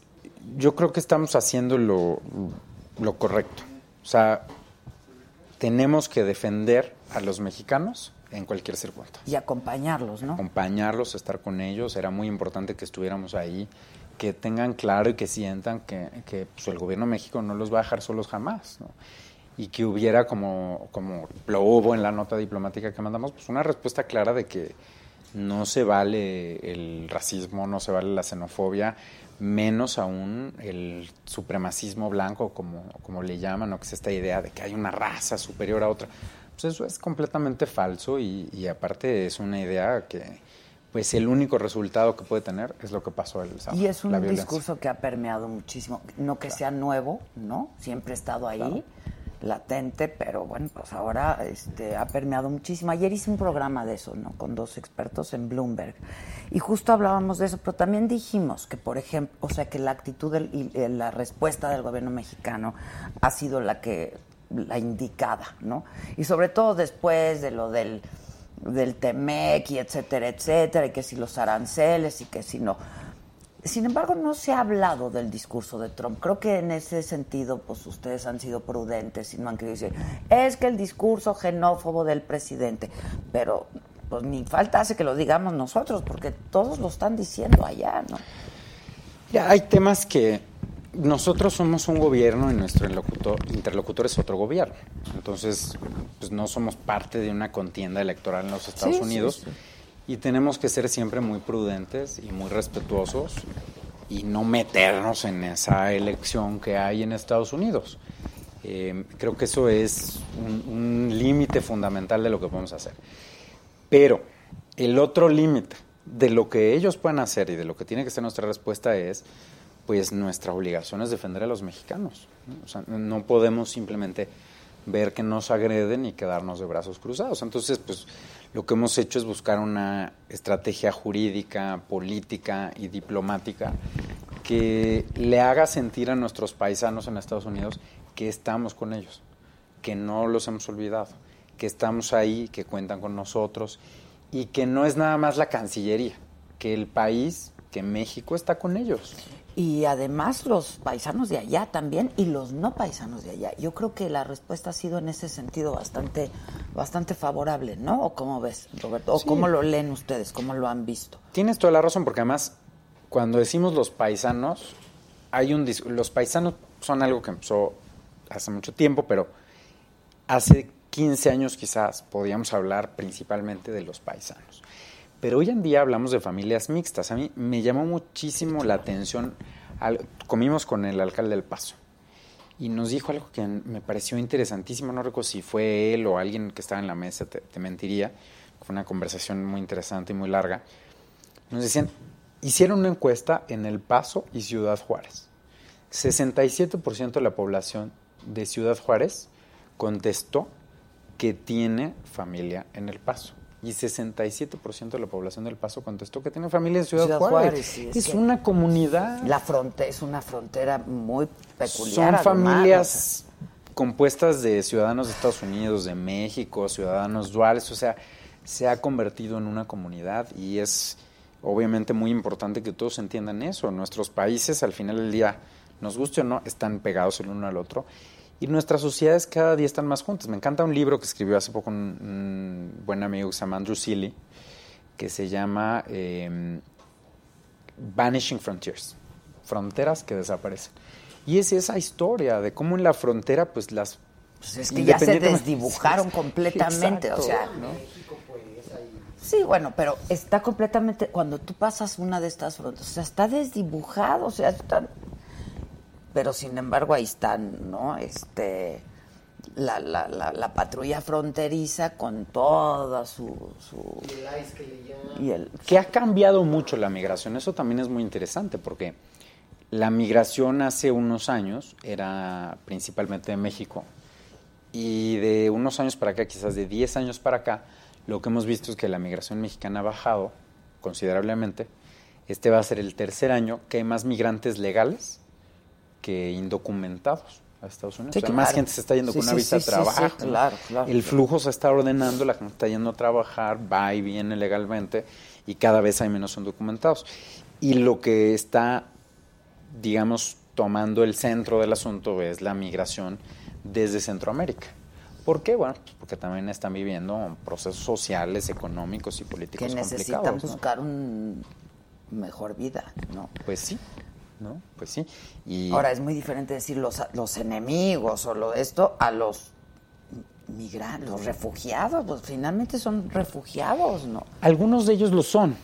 yo creo que estamos haciendo lo, lo correcto. O sea, tenemos que defender a los mexicanos en cualquier circunstancia.
Y acompañarlos, ¿no?
acompañarlos, estar con ellos. Era muy importante que estuviéramos ahí, que tengan claro y que sientan que, que, pues, el gobierno de México no los va a dejar solos jamás. ¿no? Y que hubiera, como, como lo hubo en la nota diplomática que mandamos, pues una respuesta clara de que no se vale el racismo, no se vale la xenofobia, menos aún el supremacismo blanco, como, como le llaman, o que es esta idea de que hay una raza superior a otra. Pues eso es completamente falso y, y aparte es una idea que, pues el único resultado que puede tener es lo que pasó el sábado.
Y es
la
un
violencia.
discurso que ha permeado muchísimo, no que sea nuevo, ¿no? Siempre ha estado ahí, latente, pero bueno, pues ahora este, ha permeado muchísimo. Ayer hice un programa de eso, ¿no? Con dos expertos en Bloomberg. Y justo hablábamos de eso, pero también dijimos que, por ejemplo, o sea, que la actitud del- y eh, la respuesta del gobierno mexicano ha sido la que la indicada, ¿no? Y sobre todo después de lo del del Temec y etcétera, etcétera, y que si los aranceles y que si no. Sin embargo, no se ha hablado del discurso de Trump. Creo que en ese sentido, pues ustedes han sido prudentes y no han querido decir, es que el discurso genófobo del presidente. Pero, pues ni falta hace que lo digamos nosotros, porque todos lo están diciendo allá, ¿no?
Ya, hay temas que nosotros somos un gobierno y nuestro interlocutor, interlocutor es otro gobierno. Entonces, pues no somos parte de una contienda electoral en los Estados
Sí, sí,
Unidos
sí.
y tenemos que ser siempre muy prudentes y muy respetuosos y no meternos en esa elección que hay en Estados Unidos. Eh, creo que eso es un- un límite fundamental de lo que podemos hacer. Pero el otro límite de lo que ellos puedan hacer y de lo que tiene que ser nuestra respuesta es, pues nuestra obligación es defender a los mexicanos. ¿no? O sea, no podemos simplemente ver que nos agreden y quedarnos de brazos cruzados. Entonces, pues lo que hemos hecho es buscar una estrategia jurídica, política y diplomática que le haga sentir a nuestros paisanos en Estados Unidos que estamos con ellos que no los hemos olvidado, que estamos ahí, que cuentan con nosotros y que no es nada más la Cancillería, que el país, que México está con ellos.
Y además los paisanos de allá también y los no paisanos de allá. Yo creo que la respuesta ha sido en ese sentido bastante, bastante favorable, ¿no? ¿O cómo ves, Roberto? ¿O
Sí.
cómo lo leen ustedes? ¿Cómo lo han visto?
Tienes toda la razón, porque además, cuando decimos los paisanos, hay un dis- los paisanos son algo que empezó hace mucho tiempo, pero hace 15 años quizás podíamos hablar principalmente de los paisanos. Pero hoy en día hablamos de familias mixtas. A mí me llamó muchísimo la atención. al- comimos con el alcalde del Paso y nos dijo algo que me pareció interesantísimo. No recuerdo si fue él o alguien que estaba en la mesa, te, te mentiría. Fue una conversación muy interesante y muy larga. Nos decían, hicieron una encuesta en El Paso y Ciudad Juárez. 67% de la población de Ciudad Juárez contestó que tiene familia en El Paso. Y 67% de la población del Paso contestó que tiene familia en Ciudad,
Ciudad
Juárez.
Juárez, sí, es
es
que-
una comunidad.
La frontera es una frontera muy peculiar.
Son
además, o sea.
familias compuestas de ciudadanos de Estados Unidos, de México, ciudadanos duales, o sea, se ha convertido en una comunidad y es obviamente muy importante que todos entiendan eso. Nuestros países, al final del día, nos guste o no, están pegados el uno al otro y nuestras sociedades cada día están más juntas. Me encanta un libro que escribió hace poco un, un buen amigo que se llama Andrew Seeley, que se llama eh, Vanishing Frontiers, fronteras que desaparecen. Y es esa historia de cómo en la frontera, pues las...
Pues es que ya se
independientemente-
desdibujaron completamente,
Exacto,
o sea.
¿no?
Sí, bueno, pero está completamente. Cuando tú pasas una de estas fronteras, o sea, está desdibujado, o sea, están. Pero sin embargo, ahí están, ¿no? Este. La, la, la, la patrulla fronteriza con toda su. su- y el.
que ha cambiado mucho la migración. Eso también es muy interesante porque la migración hace unos años era principalmente de México y de unos años para acá, quizás de 10 años para acá, lo que hemos visto es que la migración mexicana ha bajado considerablemente. Este va a ser el tercer año que hay más migrantes legales que indocumentados a Estados Unidos.
Sí,
o sea,
claro.
más gente se está yendo
Sí,
con una
sí,
visa
sí, sí,
de
sí,
trabajo.
claro, claro.
El flujo se está ordenando, la gente está yendo a trabajar, va y viene legalmente y cada vez hay menos indocumentados. Y lo que está, digamos, tomando el centro del asunto es la migración desde Centroamérica. ¿Por qué? Bueno, pues porque también están viviendo procesos sociales, económicos y
que
políticos
necesitan
complicados. ¿no?
buscar un mejor vida, ¿no?
Pues sí, ¿no? Pues sí. Y
Ahora es muy diferente decir los, los enemigos o lo esto a los migrantes, los refugiados, pues finalmente son refugiados, ¿no?
Algunos de ellos lo son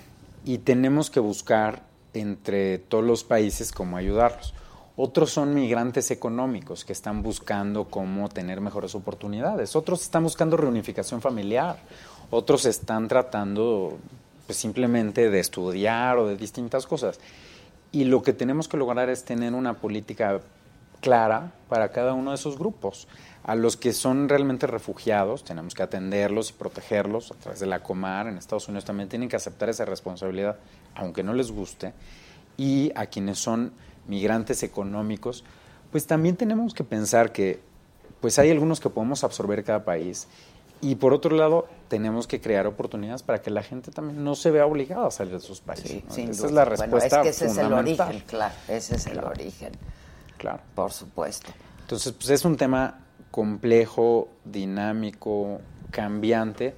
y tenemos que buscar entre todos los países cómo ayudarlos. Otros son migrantes económicos que están buscando cómo tener mejores oportunidades. Otros están buscando reunificación familiar. Otros están tratando pues, simplemente de estudiar o de distintas cosas. Y lo que tenemos que lograr es tener una política clara para cada uno de esos grupos. A los que son realmente refugiados, tenemos que atenderlos y protegerlos a través de la Comar. En Estados Unidos también tienen que aceptar esa responsabilidad, aunque no les guste. Y a quienes son migrantes económicos, pues también tenemos que pensar que pues hay algunos que podemos absorber cada país. Y por otro lado, tenemos que crear oportunidades para que la gente también no se vea obligada a salir de sus países. ¿no?
Sin duda.
Esa es la
Bueno,
respuesta
es que ese es el
fundamental.
origen, claro, ese es el origen,
Claro.
por supuesto.
Entonces, pues es un tema complejo, dinámico, cambiante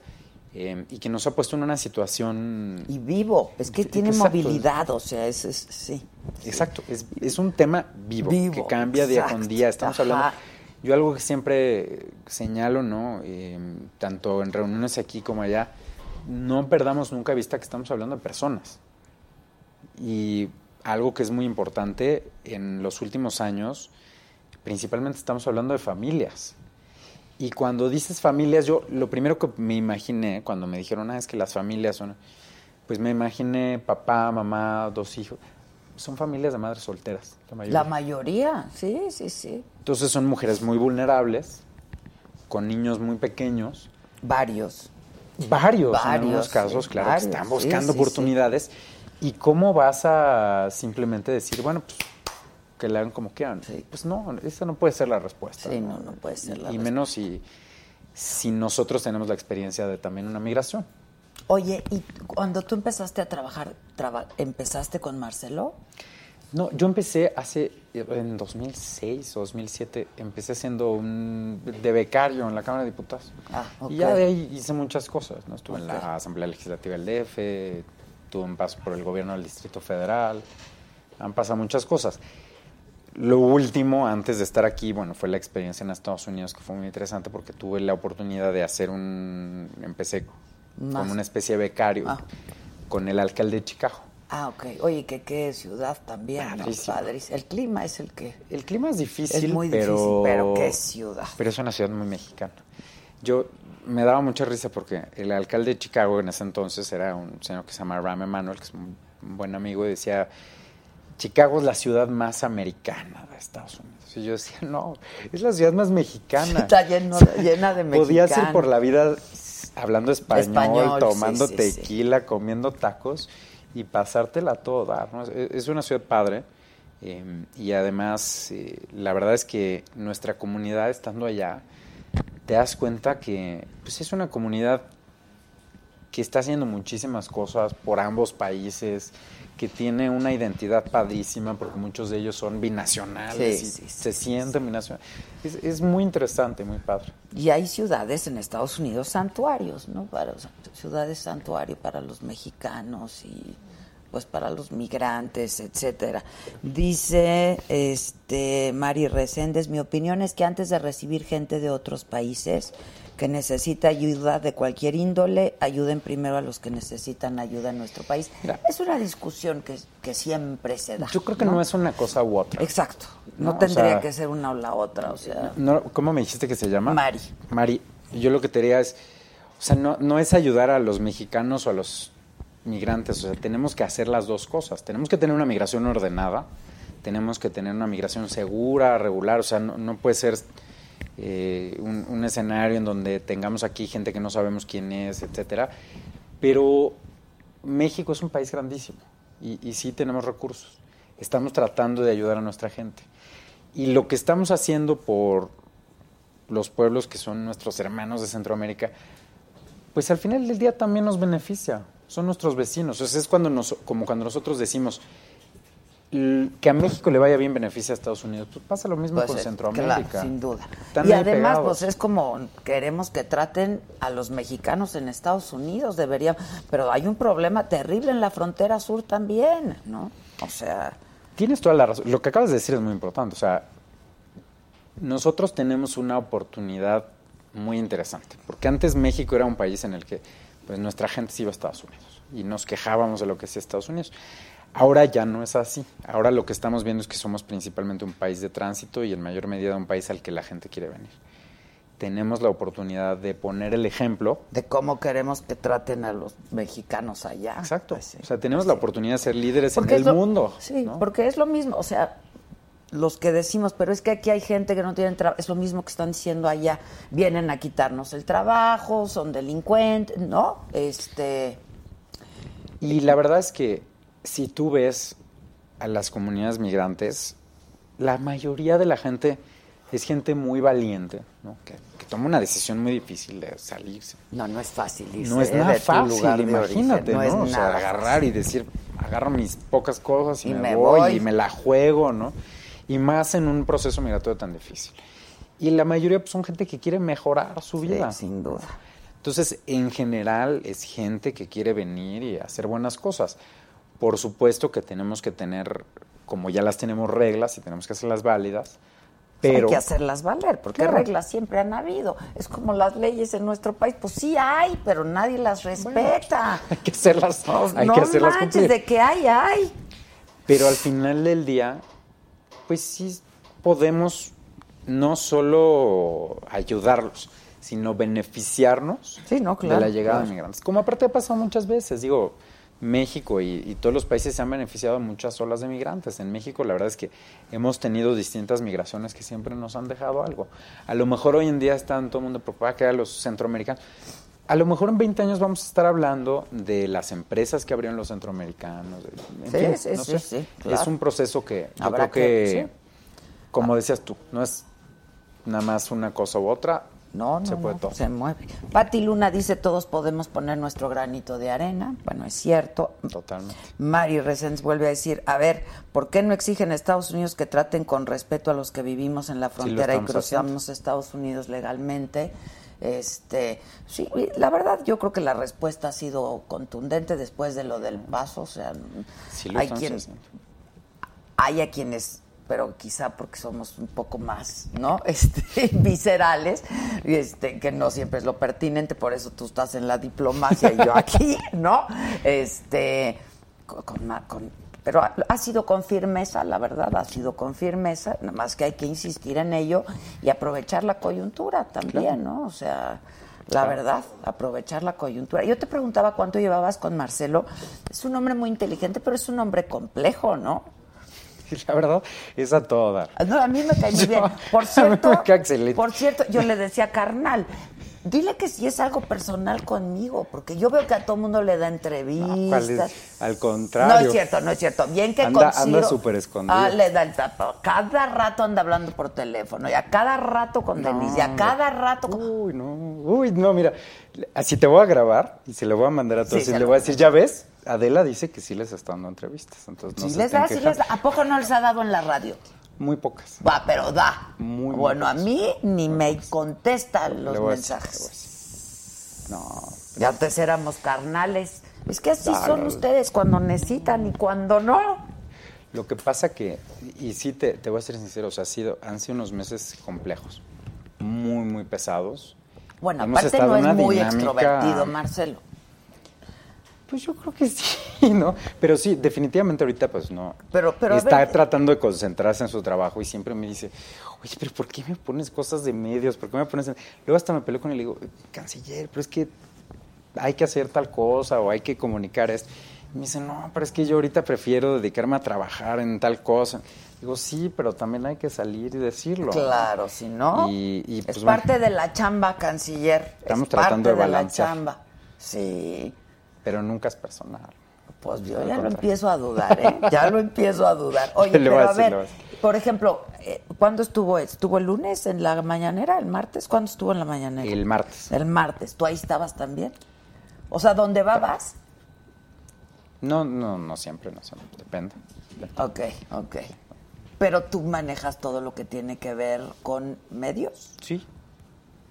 eh, y que nos ha puesto en una situación.
Y vivo, es que
Sí,
tiene
exacto.
movilidad, o sea, es, es- sí.
Exacto, es, es un tema vivo,
Vivo,
que cambia día
exacto,
con día. Estamos
ajá.
hablando. Yo algo que siempre señalo, ¿no? Eh, tanto en reuniones aquí como allá, no perdamos nunca de vista que estamos hablando de personas. Y algo que es muy importante, en los últimos años, principalmente estamos hablando de familias. Y cuando dices familias, yo lo primero que me imaginé cuando me dijeron, ah, es que las familias son, pues me imaginé papá, mamá, dos hijos. Son familias de madres solteras, la mayoría.
La mayoría, sí, sí, sí.
Entonces son mujeres muy vulnerables, con niños muy pequeños,
Varios.
varios, en
Varios,
algunos casos,
sí,
claro,
varios,
que están
sí,
buscando
sí,
oportunidades. ¿Y cómo vas a simplemente decir, bueno, pues que la hagan como quieran?
Sí.
Pues no, esa no puede ser la respuesta.
Sí, no, no puede ser la
Y
respuesta.
menos si, si nosotros tenemos la experiencia de también una migración.
Oye, ¿y cuando tú empezaste a trabajar, traba- empezaste con Marcelo?
No, yo empecé hace, en 2006 o 2007, empecé siendo un, de becario en la Cámara de Diputados.
Ah, ok.
Y ya de ahí hice muchas cosas, ¿no? Estuve en la Asamblea Legislativa del DF, tuve un paso por el gobierno del Distrito Federal, han pasado muchas cosas. Lo último, antes de estar aquí, bueno, fue la experiencia en Estados Unidos, que fue muy interesante porque tuve la oportunidad de hacer un, empecé
Más.
como una especie de becario
Ah.
con el alcalde de Chicago.
Ah, ok. Oye, que qué ciudad también, ¿no?
Padrísimo.
Padres. El clima es el que...
El clima es difícil,
Es muy
pero,
difícil, pero qué ciudad.
Pero es una ciudad muy mexicana. Yo me daba mucha risa porque el alcalde de Chicago en ese entonces era un señor que se llama Rahm Emanuel, que es un un buen amigo, y decía, Chicago es la ciudad más americana de Estados Unidos. Y yo decía, no, es la ciudad más mexicana.
Está lleno de- llena de
Podías ir
mexicanos.
por la vida hablando español,
Español, sí,
tomando
sí, sí.
tequila, comiendo tacos y pasártela a todo dar, ¿no? Es- Es una ciudad padre. eh, y además, eh, la verdad es que nuestra comunidad estando allá, te das cuenta que pues, es una comunidad que está haciendo muchísimas cosas por ambos países, que tiene una identidad padrísima, porque muchos de ellos son binacionales
Sí,
y
sí, sí,
se sienten binacionales. Es, es muy interesante, muy padre.
Y hay ciudades en Estados Unidos santuarios, ¿no? Para, ciudades santuario para los mexicanos y pues para los migrantes, etcétera. Dice este Mari Reséndez, mi opinión es que antes de recibir gente de otros países que necesita ayuda de cualquier índole, ayuden primero a los que necesitan ayuda en nuestro país.
Mira.
Es una discusión que, que siempre se da.
Yo creo que no, es una cosa u otra.
Exacto. No,
No, o
tendría
sea-
que ser una o la otra, o sea...
No, ¿Cómo me dijiste que se llama?
Mari.
Mari, yo lo que te diría es, o sea, no, no es ayudar a los mexicanos o a los migrantes, o sea, tenemos que hacer las dos cosas. Tenemos que tener una migración ordenada, tenemos que tener una migración segura, regular, o sea, no, no puede ser eh, un, un escenario en donde tengamos aquí gente que no sabemos quién es, etcétera. Pero México es un país grandísimo y, y sí tenemos recursos. Estamos tratando de ayudar a nuestra gente. Y lo que estamos haciendo por los pueblos que son nuestros hermanos de Centroamérica, pues al final del día también nos beneficia. Son nuestros vecinos. O sea, es cuando nos, como cuando nosotros decimos "L- que a México le vaya bien beneficia a Estados Unidos. Pues pasa lo mismo
Pues,
con
eh,
Centroamérica.
claro, sin duda.
Están
y
ahí
además,
pegados.
pues es como queremos que traten a los mexicanos en Estados Unidos, debería, pero hay un problema terrible en la frontera sur también, ¿no? O sea,
Tienes toda la razón. Lo que acabas de decir es muy importante. O sea, nosotros tenemos una oportunidad muy interesante. Porque antes México era un país en el que pues, nuestra gente se iba a Estados Unidos y nos quejábamos de lo que hacía Estados Unidos. Ahora ya no es así. Ahora lo que estamos viendo es que somos principalmente un país de tránsito y en mayor medida un país al que la gente quiere venir. Tenemos la oportunidad de poner el ejemplo
de cómo queremos que traten a los mexicanos allá.
Exacto.
Pues, sí.
O sea, tenemos la oportunidad de ser líderes
Porque
en
es
el
lo-
mundo.
Sí,
¿no?
porque es lo mismo, o sea, los que decimos, pero es que aquí hay gente que no tiene trabajo, es lo mismo que están diciendo allá, vienen a quitarnos el trabajo, son delincuentes, ¿no? Este,
Y la verdad es que si tú ves a las comunidades migrantes, la mayoría de la gente es gente muy valiente, ¿no? que, que toma una decisión muy difícil de salirse.
no, no es fácil irse,
No es
¿eh?
nada
de tu
fácil,
lugar de
imagínate,
origen,
¿no?
es
o sea,
nada
agarrar y decir, agarro mis pocas cosas y, me, voy, y me la juego, ¿no? Y más en un proceso migratorio tan difícil. Y la mayoría pues, son gente que quiere mejorar su
fácil.
vida.
Sí, sin duda.
Entonces, en general es gente que quiere venir y hacer buenas cosas. Por supuesto que tenemos que tener, como ya las tenemos reglas y tenemos que hacerlas válidas, pero
hay que hacerlas valer, porque
Claro.
reglas siempre han habido. Es como las leyes en nuestro país, pues sí hay, pero nadie las respeta.
hay que hacerlas,
Pues,
hay
no
que hacerlas
manches,
cumplir.
de que hay, hay.
Pero al final del día, pues sí podemos no solo ayudarlos, sino beneficiarnos
Sí, no,
de
claro,
la llegada
claro.
de migrantes. Como aparte ha pasado muchas veces, digo, México y, y todos los países se han beneficiado de muchas olas de migrantes. En México la verdad es que hemos tenido distintas migraciones que siempre nos han dejado algo. A lo mejor hoy en día están todo el mundo preocupado que a los centroamericanos. A lo mejor en 20 años vamos a estar hablando de las empresas que abrieron los centroamericanos. En
Sí,
fin,
sí,
no
sí,
sé.
sí, claro.
Es un proceso que yo
Habrá
creo que,
que- Ah.
como decías tú, no es nada más una cosa u otra.
No, no,
se
no,
puede todo.
se mueve. Pati Luna dice, todos podemos poner nuestro granito de arena. Bueno, es cierto.
Totalmente.
Mari Resens vuelve a decir, a ver, ¿por qué no exigen a Estados Unidos que traten con respeto a los que vivimos en la frontera y
estamos
cruzamos Estados Unidos legalmente? Este, sí, la verdad yo creo que la respuesta ha sido contundente después de lo del paso, o sea,
Sí lo
hay
estamos
quien
haciendo.
hay a quienes, pero quizá porque somos un poco más, ¿no? Este, viscerales, y este, que no siempre es lo pertinente, por eso tú estás en la diplomacia y yo aquí, ¿no? Este, con- con ma- con- pero ha, ha sido con firmeza, la verdad, ha sido con firmeza, nada más que hay que insistir en ello y aprovechar la coyuntura también, ¿no? O sea, la verdad, aprovechar la coyuntura. Yo te preguntaba cuánto llevabas con Marcelo. Es un hombre muy inteligente, pero es un hombre complejo, ¿no?
la verdad, es a todo dar.
No, a mí me cae muy
Yo-
bien.
a
Por
mí
cierto,
me cae excelente.
por cierto, yo le decía, carnal, dile que si es algo personal conmigo, porque yo veo que a todo mundo le da entrevistas.
No, ¿cuál es? Al contrario.
No es cierto, no es cierto. Bien que
Anda-
con Ciro-
anda súper escondido.
Ah, le da el tapón. Cada rato anda hablando por teléfono, y a cada rato con Denise, y a cada rato con...
Uy, no, uy, no, mira, así te voy a grabar y se lo voy a mandar a todos
Sí, se
y le
lo
voy a decir, ya ves, Adela dice que sí les está dando entrevistas, entonces no
Sí
se
les
estén
da, sí les
quejando.
da. ¿A poco no les ha dado en la radio?
Muy pocas.
Va, pero da.
Muy, muy
bueno, a
pocas.
mí ni me contestan
Le
los
voy a decir,
mensajes.
le voy a decir. No,
Y antes éramos carnales. Es que así
Ah,
son
no.
ustedes cuando necesitan y cuando no.
Lo que pasa que, y sí te, te voy a ser sincero, o sea, ha sido, han sido unos meses complejos, muy, muy pesados.
Bueno,
Hemos
aparte
estado
no
en
es
una
muy
dinámica-
extrovertido, Marcelo.
Pues yo creo que sí, ¿no? Pero sí, definitivamente ahorita pues no.
Pero- pero a
Está
ver-
tratando de concentrarse en su trabajo y siempre me dice, oye, pero ¿por qué me pones cosas de medios? ¿Por qué me pones...? en-?" Luego hasta me peleo con él y le digo, canciller, pero es que hay que hacer tal cosa o hay que comunicar esto. Y me dice, no, pero es que yo ahorita prefiero dedicarme a trabajar en tal cosa. Digo, sí, pero también hay que salir y decirlo.
Claro, si no.
Y- y, pues,
es
bueno.
parte de la chamba, canciller.
Estamos
es parte
tratando de
la
balancear.
chamba. Sí.
Pero nunca es personal.
Pues yo
Al
ya lo
contrario.
empiezo a dudar, ¿eh? Ya lo empiezo a dudar. Oye,
Le
pero
voy a
a
decir, le voy
ver,
a decir.
por ejemplo, eh, ¿cuándo estuvo? ¿Estuvo el lunes en la mañanera? ¿El martes? ¿Cuándo estuvo en la mañanera?
El martes.
El martes. ¿Tú ahí estabas también? O sea, ¿dónde va, vas?
No, no, no siempre, no siempre, depende.
Ok, ok. Pero tú manejas todo lo que tiene que ver con medios,
Sí,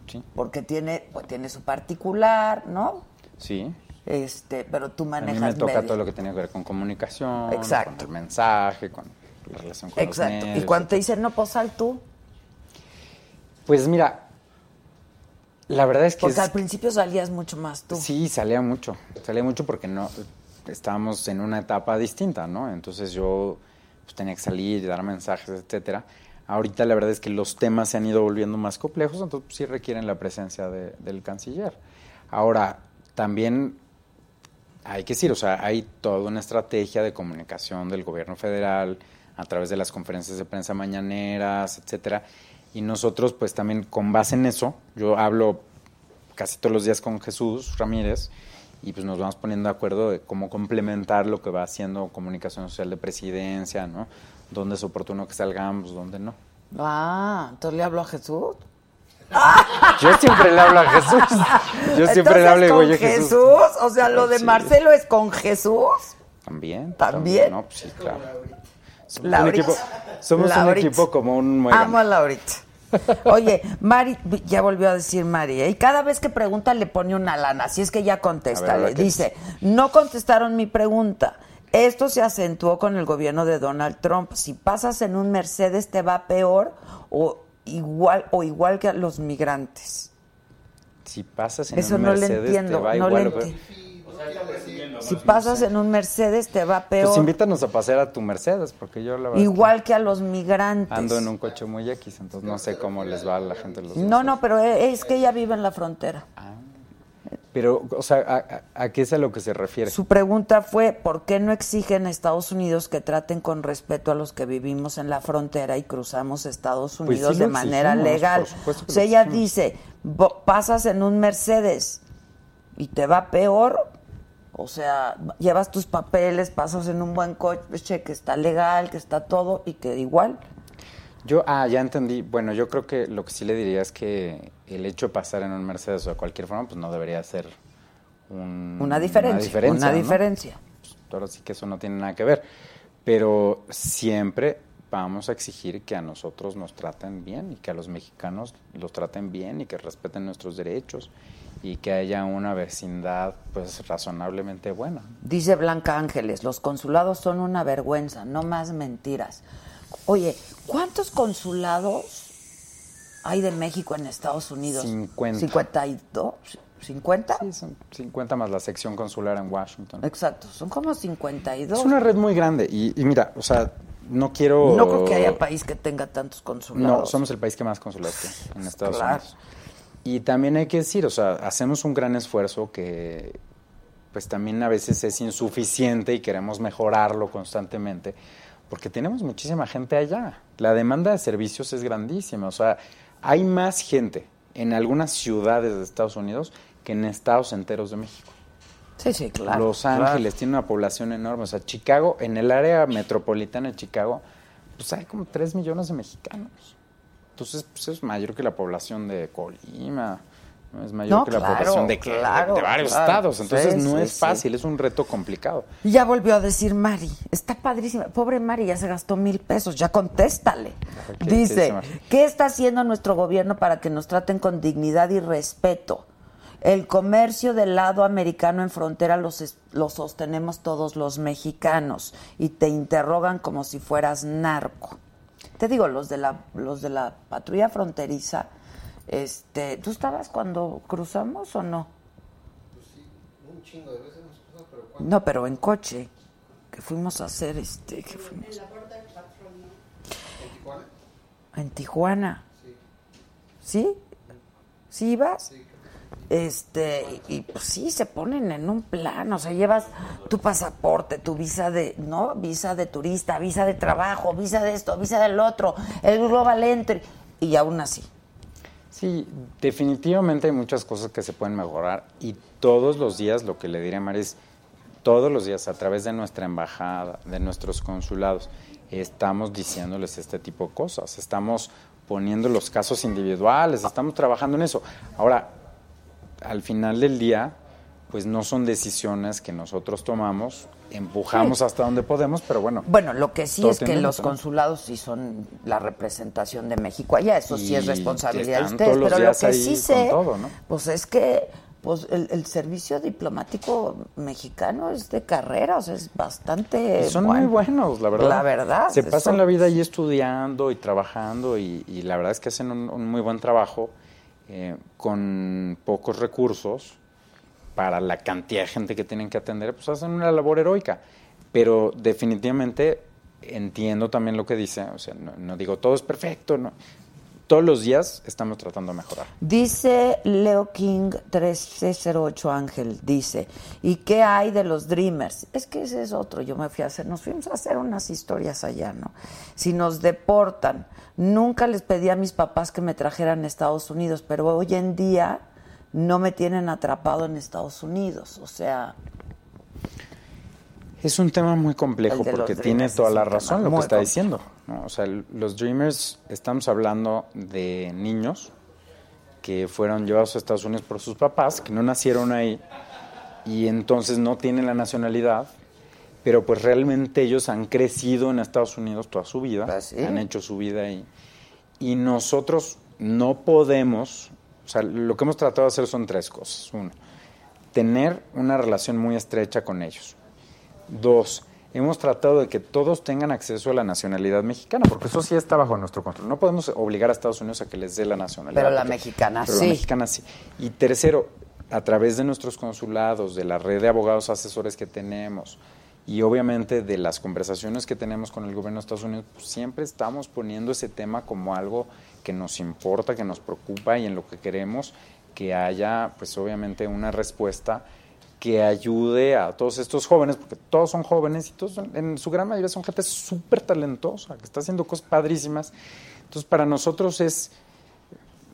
sí,
porque tiene, pues, tiene su particular, ¿no?
sí.
Este, pero tú
A mí
manejas
me toca
medios.
todo lo que tiene que ver con comunicación,
Exacto.
con el mensaje, con la relación con los
Exacto.
medios.
y cuando te dicen, no, pues sal tú.
Pues mira, la verdad es que
Porque
es-
al principio salías mucho más tú.
sí salía mucho, salía mucho porque no estábamos en una etapa distinta, ¿no? Entonces yo pues, tenía que salir, dar mensajes, etcétera. Ahorita la verdad es que los temas se han ido volviendo más complejos, entonces pues, sí requieren la presencia de- del canciller. Ahora también hay que decir, o sea, hay toda una estrategia de comunicación del gobierno federal a través de las conferencias de prensa mañaneras, etcétera. Y nosotros, pues también con base en eso, yo hablo casi todos los días con Jesús Ramírez y pues nos vamos poniendo de acuerdo de cómo complementar lo que va haciendo comunicación social de presidencia, ¿no? Dónde es oportuno que salgamos, dónde no.
Ah, entonces le hablo a Jesús.
Yo siempre le hablo a Jesús. Yo siempre
Entonces,
le hablo y digo,
con
"Oye,
Jesús. O sea, lo de
Sí.
Marcelo es con Jesús.
También.
¿También?
No, pues sí, claro. Somos un
Laurita.
equipo- somos un
Laurita.
equipo como un muegan.
Amo a Laurita. Oye, Mari, ya volvió a decir Mari, ¿eh? y cada vez que pregunta le pone una lana, así es que ya contesta,
A ver,
le
ahora qué
dice, no contestaron mi pregunta. Esto se acentuó con el gobierno de Donald Trump. Si pasas en un Mercedes te va peor o igual o igual que a los migrantes.
Si pasas en
Eso
un
no le
Mercedes,
entiendo,
te va
no
igual.
le
o peor.
entiendo. Si pasas en un Mercedes te va peor
Pues invítanos a pasear a tu Mercedes, porque yo la verdad
igual que a los migrantes.
ando en un coche muy X, entonces no sé cómo les va a la gente. de Los
No,
Mercedes.
no, pero e, es que ella vive en la frontera.
Ah, Pero, o sea, ¿a, a- a qué es a lo que se refiere?
Su pregunta fue, ¿por qué no exigen a Estados Unidos que traten con respeto a los que vivimos en la frontera y cruzamos Estados
Pues sí
Unidos de
lo
manera
exigimos,
legal?
por supuesto que
O sea,
lo
ella
exigimos.
dice, "Bo- pasas en un Mercedes y te va peor. O sea, llevas tus papeles, pasas en un buen coche que está legal, que está todo y que igual.
Yo, ah, ya entendí. Bueno, yo creo que lo que sí le diría es que el hecho de pasar en un Mercedes o de cualquier forma, pues no debería ser un-
Una diferencia. Una diferencia.
Mm, ¿no? pues, ahora sí que eso no tiene nada que ver. Pero siempre vamos a exigir que a nosotros nos traten bien y que a los mexicanos los traten bien y que respeten nuestros derechos y que haya una vecindad pues razonablemente buena.
Dice Blanca Ángeles, los consulados son una vergüenza, no más mentiras. Oye, ¿cuántos consulados hay de México en Estados Unidos?
Cincuenta.
52, 50?
Sí, son 50 más la sección consular en Washington.
Exacto, son como 52.
Es una red muy grande y, y mira, o sea, no quiero...
No creo que haya país que tenga tantos consulados.
No, somos el país que más consulados tiene en Estados
Pues, Claro.
Unidos. Y también hay que decir, o sea, hacemos un gran esfuerzo que pues también a veces es insuficiente y queremos mejorarlo constantemente. Porque tenemos muchísima gente allá. La demanda de servicios es grandísima. O sea, hay más gente en algunas ciudades de Estados Unidos que en estados enteros de México.
Sí, sí, claro.
Los Ángeles tiene una población enorme. O sea, Chicago, en el área metropolitana de Chicago, pues hay como 3 millones de mexicanos. Entonces, pues es mayor que la población de Colima, ¿no? es mayor
No,
que la
claro,
población de, que- de-
claro,
de varios
claro.
estados. Entonces,
Sí,
no
sí,
es
sí.
fácil, es un reto complicado.
Y ya volvió a decir Mari, está padrísima. Pobre Mari, ya se gastó mil pesos, ya contéstale.
Ok, ¿qué
Dice,
dice Mari?
¿qué está haciendo nuestro gobierno para que nos traten con dignidad y respeto? El comercio del lado americano en frontera los es- lo sostenemos todos los mexicanos y te interrogan como si fueras narco. Te digo, los de la, los de la patrulla fronteriza, este, ¿tú estabas cuando cruzamos o no?
Un chingo de veces nos pasa, pero ¿cuánto?
No, pero en coche. Que fuimos a hacer este. Que fuimos.
¿En Tijuana?
En Tijuana. ¿Sí? ¿Sí ibas? Este, y y, pues sí, se ponen en un plan. O sea, llevas tu pasaporte, tu visa de. ¿No? Visa de turista, visa de trabajo, visa de esto, visa del otro, el Global Entry. Y aún así.
Sí, definitivamente hay muchas cosas que se pueden mejorar y todos los días, lo que le diré a Mari es, todos los días a través de nuestra embajada, de nuestros consulados, estamos diciéndoles este tipo de cosas, estamos poniendo los casos individuales, estamos trabajando en eso. Ahora, al final del día, pues no son decisiones que nosotros tomamos, empujamos
Sí.
hasta donde podemos, pero bueno.
Bueno, lo que sí
Todo
es que
tiene
los
razón.
consulados sí son la representación de México allá, eso sí es
Y
responsabilidad de
están
ustedes,
todos los
pero lo
días
que
ahí
sí
con
sé,
todo, ¿no?
pues es que pues el, el servicio diplomático mexicano es de carrera, o sea, es bastante
Y son
Eh, bueno.
muy buenos, la verdad.
La verdad.
Se
eso-
pasan la vida ahí estudiando y trabajando y, y la verdad es que hacen un, un muy buen trabajo eh, con pocos recursos para la cantidad de gente que tienen que atender, pues hacen una labor heroica. Pero definitivamente entiendo también lo que dice, o sea, no, no digo todo es perfecto, no. Todos los días estamos tratando de mejorar.
Dice Leo King 1308 Ángel, dice, ¿y qué hay de los Dreamers? Es que ese es otro, yo me fui a hacer, nos fuimos a hacer unas historias allá, ¿no? Si nos deportan, nunca les pedí a mis papás que me trajeran a Estados Unidos, pero hoy en día no me tienen atrapado en Estados Unidos, o sea,
Es un tema muy complejo
El de los
porque
Dreamers
tiene
es
toda
un
la
tema
razón lo
muy
que está
complejo.
diciendo. ¿no? O sea, l- los Dreamers, estamos hablando de niños que fueron llevados a Estados Unidos por sus papás, que no nacieron ahí y entonces no tienen la nacionalidad, pero pues realmente ellos han crecido en Estados Unidos toda su vida,
Pues sí.
han hecho su vida ahí. Y nosotros no podemos, o sea, lo que hemos tratado de hacer son tres cosas. Uno, tener una relación muy estrecha con ellos. Dos, hemos tratado de que todos tengan acceso a la nacionalidad mexicana, porque eso sí está bajo nuestro control. No podemos obligar a Estados Unidos a que les dé la nacionalidad.
Pero la
porque-
mexicana
pero
sí.
La mexicana sí. Y tercero, a través de nuestros consulados, de la red de abogados asesores que tenemos y obviamente de las conversaciones que tenemos con el gobierno de Estados Unidos, pues, siempre estamos poniendo ese tema como algo que nos importa, que nos preocupa y en lo que queremos que haya, pues obviamente, una respuesta que ayude a todos estos jóvenes, porque todos son jóvenes y todos son- en su gran mayoría son gente súper talentosa, que está haciendo cosas padrísimas. Entonces, para nosotros es,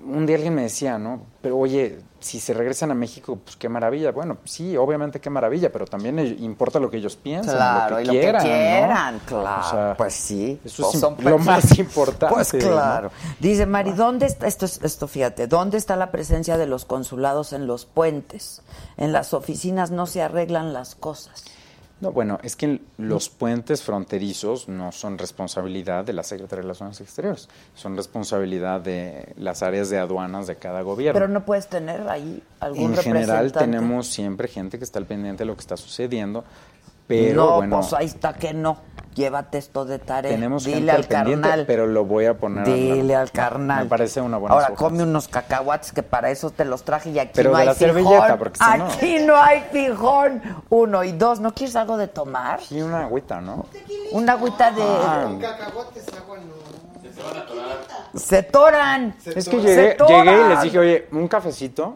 un día alguien me decía, ¿no? Pero oye, si se regresan a México, pues qué maravilla. Bueno, sí, obviamente qué maravilla, pero también e- importa lo que ellos piensan,
Claro,
lo que
y
quieran.
lo que
¿no?
quieran, claro.
O sea,
pues sí.
Eso
pues
es
son
im- lo
personas.
más importante.
Pues claro.
¿no?
Dice Mari, ¿dónde está esto? es- Esto, fíjate, ¿dónde está la presencia de los consulados en los puentes? En las oficinas no se arreglan las cosas.
No, bueno, es que los puentes fronterizos no son responsabilidad de la Secretaría de Relaciones Exteriores, son responsabilidad de las áreas de aduanas de cada gobierno.
Pero no puedes tener ahí algún
en general
representante.
tenemos siempre gente que está al pendiente de lo que está sucediendo, pero
no,
bueno,
pues ahí está que no. Llévate esto de tarea.
tenemos
Este, Dile
gente
al,
al pendiente,
carnal.
pero lo voy a poner. a hablar.
Dile al
Me-
carnal.
Me parece una buena
Ahora
sugerencia.
come unos cacahuates que para eso te los traje y aquí
Pero
no
de
hay
la
fijón.
servilleta, porque si no-
Aquí no hay fijón. Uno y dos, ¿no quieres algo de tomar?
Y una agüita, ¿no?
Una agüita de
Ah.
Con cacahuates, agua no.
se toran.
Es
Se
que llegué,
toran.
llegué y les dije, oye, un cafecito.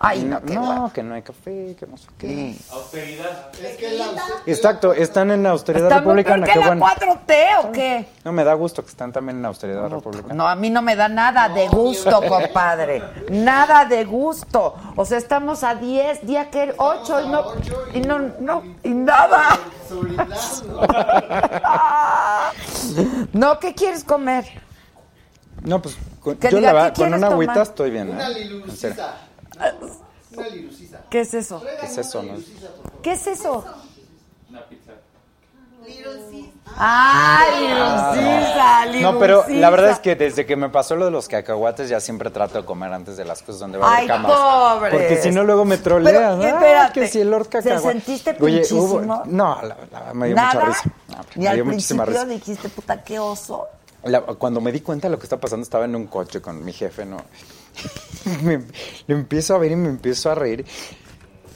Ay, no, qué
no
guapo.
que no hay café, que no sé qué.
Austeridad.
Es que la
Exacto, están en la austeridad
¿Está muy peor
republicana,
que
qué
la
bueno.
4T o qué?
No, me da gusto que están también en la austeridad republicana.
No, a mí no me da nada de gusto, compadre. Nada de gusto. O sea, estamos a 10, día que 8 y no y no no y nada. No, ¿qué quieres comer?
No, pues con-
Que
yo
diga,
la verdad,
¿qué
con
quieres
una agüita
tomar?
estoy bien. ¿eh?
Una
En serio.
lilucisa. Una lilucisa.
¿Qué es eso?
¿Qué es eso, no?
¿Qué es eso?
Una pizza.
Little sis.
Ay, Lucisa,
Ah, No, pero la verdad es que desde que me pasó lo de los cacahuates ya siempre trato de comer antes de las cosas donde va a haber
Ay,
cámaras.
pobres.
Porque si no luego me
Pero,
trolean. Ah,
espérate,
que si el Lord
¿se
cacahuate.
sentiste
Oye, hubo-
pinchísimo?
No, la, la- me dio mucha
Nada.
risa. No,
Ni
me
al
dio muchísima
principio
risa.
dijiste, puta, qué oso.
La- cuando me di cuenta de lo que estaba pasando, estaba en un coche con mi jefe, ¿no? me, le empiezo a ver y me empiezo a reír.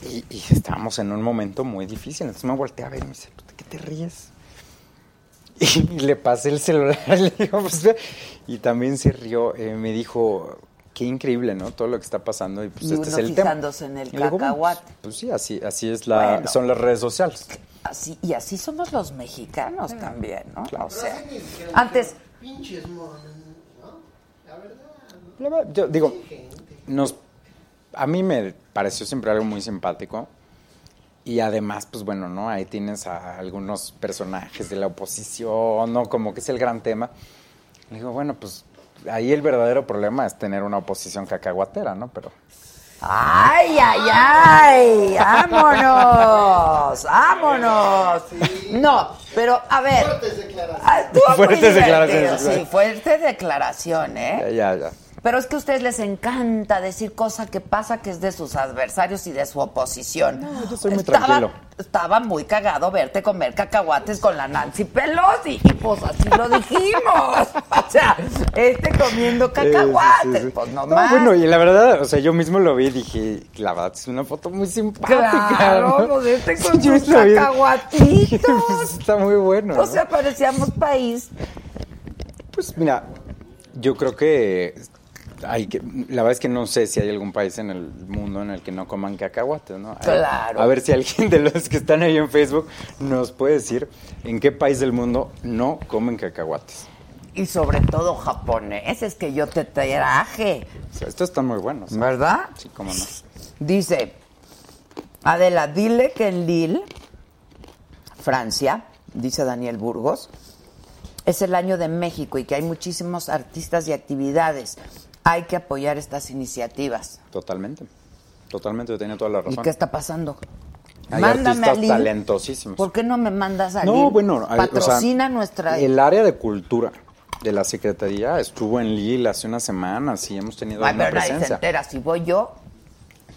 Y, y estábamos en un momento muy difícil. Entonces me volteé a ver y me dice, "¿Puta, ¿qué te ríes? Y, le pasé el celular y le digo, "Pues ve". Y también se rió. eh, me dijo, qué increíble, ¿no? Todo lo que está pasando. Y pues
Y
este
uno
es el tema.
fijándose en el
Y le digo, "Bueno, pues,
cacahuate".
pues sí, así, así es la,
Bueno.
son las redes sociales.
Así, y así somos los mexicanos también, ¿no? O sea,
Ni siquiera
antes,
dijeron, Pinches monos, ¿no? La verdad, ¿no?
La verdad, Yo digo,
Gente.
nos a mí me pareció siempre algo muy simpático y además pues bueno no ahí tienes a algunos personajes de la oposición no como que es el gran tema le digo bueno pues ahí el verdadero problema es tener una oposición cacahuatera no pero
¡Ay, ay, ay! ¡Vámonos! ¡Vámonos! No, pero a ver.
Fuertes declaraciones.
ah, estuvo muy
Fuertes
divertido,
declaraciones,
Sí,
claro.
fuerte declaración,
ya
¿eh?
ya, ya.
Pero es que a ustedes les encanta decir cosa que pasa que es de sus adversarios y de su oposición.
yo soy muy
Estaba-
tranquilo.
Estaba muy cagado verte comer cacahuates con la Nancy Pelosi. Y pues así lo dijimos. O sea, este comiendo cacahuates.
Sí, sí, sí.
Pues
No,
no, más.
bueno y la verdad o sea yo mismo lo vi y dije la verdad es una foto muy simpática
Claro,
¿no?
pues este con
Yo
sus
lo vi. Pues,
cacahuatitos.
está muy bueno
O
¿no?
sea, parecíamos país.
Pues mira, yo creo que hay que la verdad es que no sé si hay algún país en el mundo en el que no coman cacahuates, ¿no? A-
Claro.
A ver si alguien de los que están ahí en Facebook nos puede decir en qué país del mundo no comen cacahuates.
Y sobre todo japoneses que yo te traje.
O sea, estos están muy buenos. ¿eh?
¿Verdad?
Sí, cómo no.
Dice, Adela, dile que en Lille, Francia, dice Daniel Burgos, es el año de México y que hay muchísimos artistas y actividades. Hay que apoyar estas iniciativas.
Totalmente. Totalmente, yo tenía toda la razón.
¿Y qué está pasando?
Hay
Mándame
artistas
a Lille.
talentosísimos.
¿Por qué no me mandas a Lille?
No, bueno, a- o sea,
patrocina nuestra
El área de cultura de la Secretaría estuvo en Lille hace unas semanas y hemos tenido
Ay,
una
pero nadie se
presencia.
entera. Si voy yo,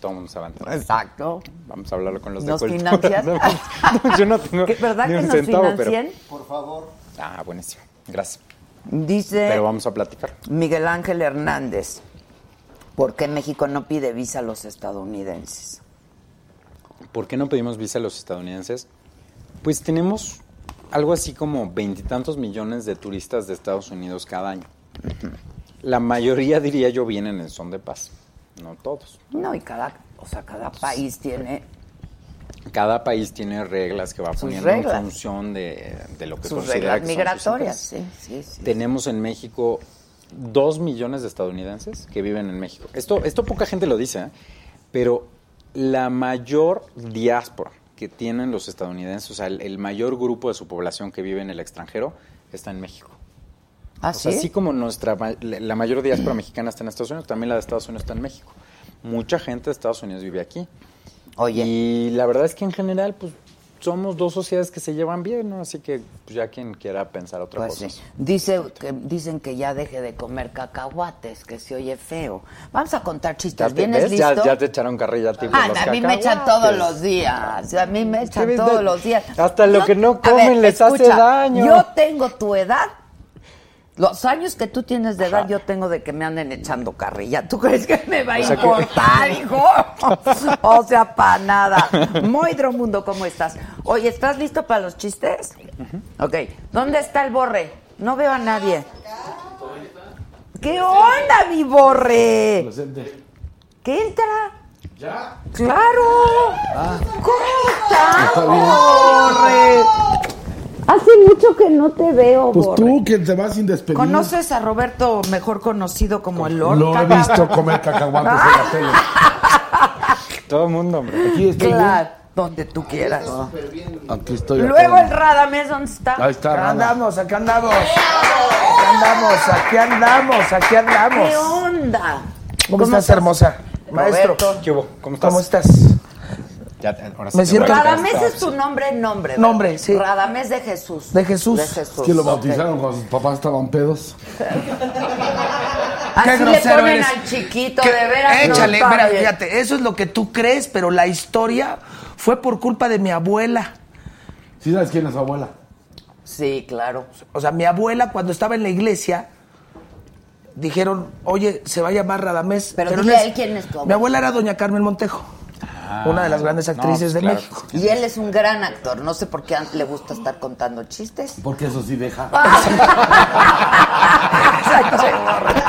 Todo el mundo se aventó. Ah,
exacto.
Vamos a hablarlo con los
Pues, ¿Nos
de cultura.
financias?
No, yo no tengo
¿Qué- ¿Verdad
ni
que
un
nos
centavo,
financien?
Por favor.
pero ah, buenísimo. Gracias.
Dice
Pero vamos a platicar.
Miguel Ángel Hernández. ¿Por qué México no pide visa a los estadounidenses?
¿Por qué no pedimos visa a los estadounidenses? Pues tenemos algo así como veintitantos millones de turistas de Estados Unidos cada año. La mayoría, diría yo, vienen en son de paz. No todos.
No, y cada, o sea, cada país tiene
Cada país tiene reglas que va poniendo
reglas.
en función de, de lo que
sus
considera
reglas
que son sus
migratorias.
intereses.
Sí, sí, sí.
Tenemos en México dos millones de estadounidenses que viven en México. Esto, esto poca gente lo dice, ¿eh? pero la mayor diáspora que tienen los estadounidenses, o sea, el, el mayor grupo de su población que vive en el extranjero, está en México.
¿Ah,
O sea,
sí? Mm.
así como nuestra, ma- la la mayor diáspora mexicana está en Estados Unidos, también la de Estados Unidos está en México. Mucha gente de Estados Unidos vive aquí.
Oye,
Y la verdad es que en general, pues, somos dos sociedades que se llevan bien, ¿no? Así que pues, ya quien quiera pensar otra
pues
cosa.
sí. Dice que, dicen que ya deje de comer cacahuates, que se oye feo. Vamos a contar
Ya
chistes.
te,
¿Vienes
ves,
listo?
ya, ya te echaron carrilla a ti por
Ah,
los
a mí me echan
cacahuates.
todos los días. A mí me echan
ves,
todos
de-
los días.
hasta lo que no
a
comen les hace daño.
Yo tengo tu edad. Los años que tú tienes de edad, yo tengo de que me anden echando carrilla. ¿Tú crees que me va a
sea que-
importar, hijo? o sea, para nada. Moidro Mundo, ¿cómo estás? Oye, ¿estás listo para los chistes? Ok. ¿Dónde está el borre? No veo a nadie. ¿Qué onda, mi borre? ¿Qué entra? ¡Claro!
Ah.
¡Corre!
Hace mucho que no te veo,
Pues
Borre.
tú que te vas sin despedir.
¿Conoces a Roberto, mejor conocido como el Lord?
Lo he visto comer cacahuates en la tele.
Todo el mundo, hombre.
Aquí estoy.
Claro, donde tú quieras.
bien. Ah. Aquí estoy.
Luego el
acá.
Radamés, ¿dónde está?
Ahí está.
Acá
Rana.
andamos, acá andamos. Acá andamos, aquí andamos, aquí andamos.
¿Qué onda?
¿Cómo, estás, hermosa? Maestro,
Roberto.
¿Qué hubo? ¿Cómo estás?
¿cómo estás?
Ya, ahora
Me
te
siento-
voy a
Radamés
contestar,
es tu nombre en nombre. ¿verdad?
Nombre, sí.
Radamés de Jesús.
De Jesús.
De Jesús.
Que lo
ok.
bautizaron cuando sus papás estaban pedos.
Qué
Así le
grosero
ponen
eres.
al chiquito,
Que-
de veras.
Échale,
no, está
mira,
bien.
fíjate, eso es lo que tú crees, pero la historia fue por culpa de mi abuela.
¿Sí sabes quién es su abuela?
Sí, claro.
O sea, mi abuela cuando estaba en la iglesia dijeron, oye, se va a llamar Radamés.
Pero
no
dile a
es-
él quién es tu abuela.
Mi abuela era doña Carmen Montejo, una de las grandes
Ah, no,
actrices
pues
de
claro.
México.
Y él es un gran actor. No sé por qué le gusta estar contando chistes.
Porque eso sí deja.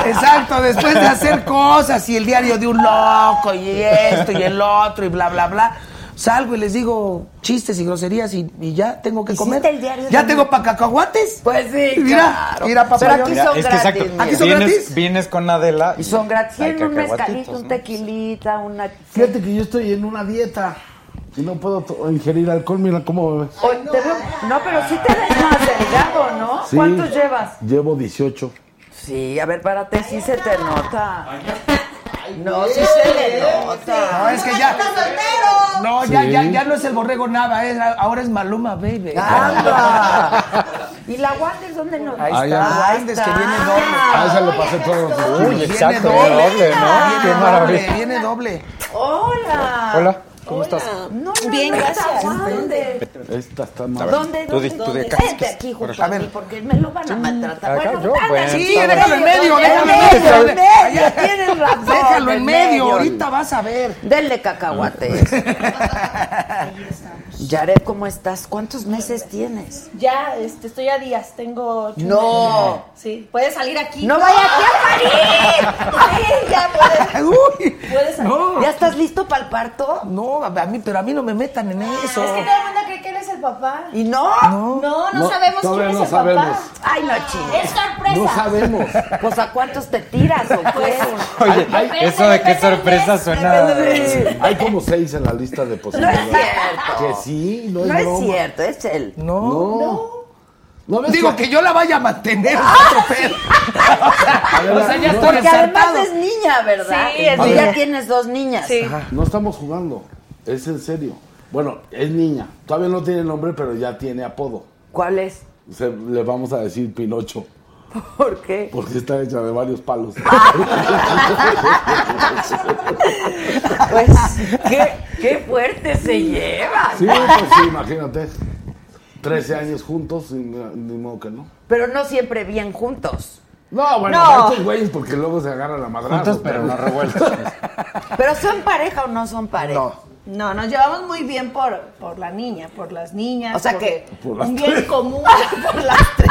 Exacto, después de hacer cosas y el diario de un loco y esto y el otro y bla, bla, bla. Salgo y les digo chistes y groserías y, y ya tengo que
Hiciste
comer.
el diario
ya
de
tengo
un-
para cacahuates.
Pues sí,
Mira,
claro.
mira, papá.
Pero aquí
Mira,
son
es que
gratis,
exacto,
mira.
Aquí son gratis.
vienes, vienes con Adela
Y son gratis.
hay
Tienen un
cacahuatitos,
mezcalito, un
¿no?
tequilita, una.
Fíjate que yo estoy en una dieta y no puedo to- ingerir alcohol. Mira cómo bebes.
Oye, te veo- No, pero sí te ves más delgado, ¿no?
Sí.
¿Cuántos llevas?
Llevo 18.
Sí, a ver, párate, sí se te nota. No, sí se le nota.
No, es que ya. No, Oh, ya, ya, ya no es el borrego nada, es- ahora es Maluma, baby.
¡Anda! ¿Y la Wander dónde nos
Ahí
Ahí
está,
está.
Andes, que viene doble.
A esa le pasé todos los
Uy,
estudios.
exacto,
doble.
doble, ¿no? Qué
Viene doble,
maravilla.
viene doble.
¡Hola!
Hola, ¿cómo estás?
No, no, Bien, gracias. ¿Dónde?
Esta está
A
mal.
ver,
¿Dónde?
Tú, di-
¿Dónde?
tú di
¿Dónde?
acá.
Vente aquí junto a mí, porque me lo van a maltratar.
Acá
Bueno,
yo,
anda,
bueno, pues,
sí,
pues, Sí,
está
déjalo en medio,
en
déjalo en
medio,
medio.
en medio, tienes razón.
Déjalo en medio, ahorita vas a ver.
Denle cacahuates. Yaret, ¿cómo estás? ¿Cuántos meses tienes?
Ya, este, estoy a días, tengo ocho
No.
meses. Sí, puedes salir aquí. pues,
¡No vaya aquí a parir! Sí, ya puedes.
Uy,
Puedes salir.
no,
¿Ya estás listo para el parto?
no, a mí, pero a mí no me metan en eso.
Es que todo el mundo cree que eres el papá.
¿Y no?
No.
No, no,
No,
sabemos quién
todavía
es
no
el
sabemos.
papá.
Ay, no, chingues.
Es sorpresa.
No sabemos.
Pues a cuántos te tiras o qué?
Oye,
Depende,
eso de qué
depende del
sorpresa
mes,
suena.
Hay como seis en la lista de
Pues,
No es
posibilidades. Que
cierto.
sí, no es
No es
broma.
cierto, es él.
No.
No. No ves Ah,
Digo que yo la vaya a mantener. otro pedo.
Adela,
O sea, ya
no,
estoy-
Porque además
Ensartado.
es niña, ¿verdad?
Sí, es
Tú ya
niña.
tienes dos niñas.
Sí.
no estamos jugando. Es en serio. Bueno, es niña. Todavía no tiene nombre, pero ya tiene apodo.
¿Cuál es?
Se- le vamos a decir Pinocho,
¿Por qué?
porque está hecha de varios palos.
Pues, qué, qué fuerte se lleva.
Sí, pues sí, imagínate. 13 años juntos, y ni ni modo que no.
Pero no siempre bien juntos.
No, bueno,
No.
para estos güeyes porque luego se agarran la madrada.
Juntos, pero no revueltos.
Pero son pareja o no son pareja.
No, nos llevamos muy bien por, por la niña, por las niñas.
O sea
por-
que-
Por las
un bien
tres.
común, por las tres.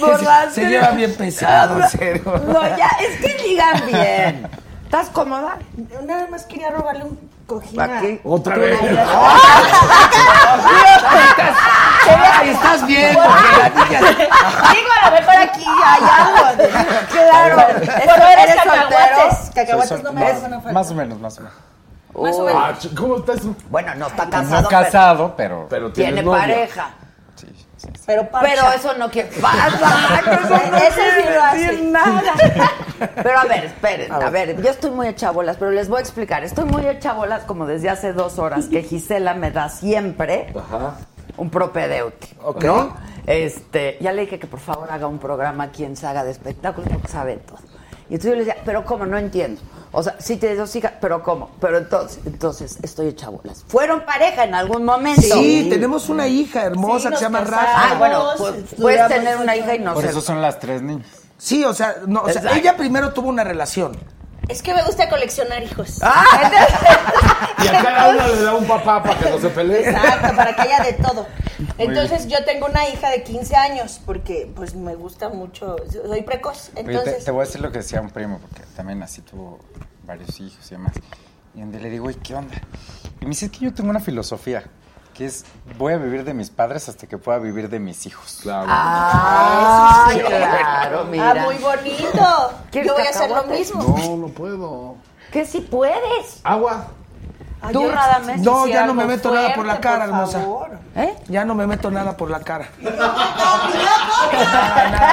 Por las
Se
tres.
lleva bien pesado, en serio.
No, ya, es que digan bien. ¿Estás cómoda?
Nada más quería robarle un cojín. a-
Aquí.
Otra vez.
Ay, estás bien, porque la niña.
Digo, a lo mejor aquí hay algo.
Claro,
Por
eso
ver
eres
cacahuates.
soltero.
Cacahuates no me hacen
más,
falta.
más o menos, más
Más
o menos.
o menos.
Ah, ch- ¿Cómo está eso?
Bueno, no está casado.
No
pero-
casado, pero.
Pero tiene,
Tiene
novia.
pareja.
sí, sí, sí.
Pero parcha.
Pero eso no quiere. ¡Pasa!
eso no
Ese
quiere
sí lo hace.
decir nada.
Pero a ver, esperen, a ver, yo estoy muy hecha bolas, pero les voy a explicar. Estoy muy hecha bolas como desde hace dos horas que Gisela me da siempre un propedéutico.
Ok.
¿no? Este, ya le dije que por favor haga un programa aquí en Saga de Espectáculos porque sabe todo. Y entonces yo le decía, pero ¿cómo? No entiendo. O sea, sí tienes dos hijas, pero ¿cómo? Pero entonces, entonces estoy hecha bolas. ¿Fueron pareja en algún momento?
Sí, tenemos una hija hermosa
Sí,
que se llama
nos
Rafa.
casamos.
Ah, bueno, pues, puedes
Duramos
tener una
ocho
hija y no
Por
ser
eso son las tres niñas.
Sí, o sea, no, o sea,
Exacto.
ella primero tuvo una relación.
Es que me gusta coleccionar hijos.
Y a cada una le da un papá para que no se pelee.
Exacto, para que haya de todo. Entonces yo tengo una hija de 15 años porque pues me gusta mucho, soy precoz.
Oye, te,
Entonces,
te voy a decir lo que decía un primo, porque también así tuvo varios hijos y demás. Y donde le digo, "Oye, ¿qué onda? Y me dice, es que yo tengo una filosofía, que es, voy a vivir de mis padres hasta que pueda vivir de mis hijos. Claro.
Ah, claro, mira.
Ah, muy bonito.
¿Quieres
Yo voy a hacer lo
cacahuate?
mismo.
No, no puedo.
Que si puedes.
Agua.
Ay,
Tú-
yo nada más
no,
decía
ya no me
algo
meto nada por la
fuerte,
cara,
por
hermosa.
favor.
¿Eh?
Ya no me meto nada por la cara.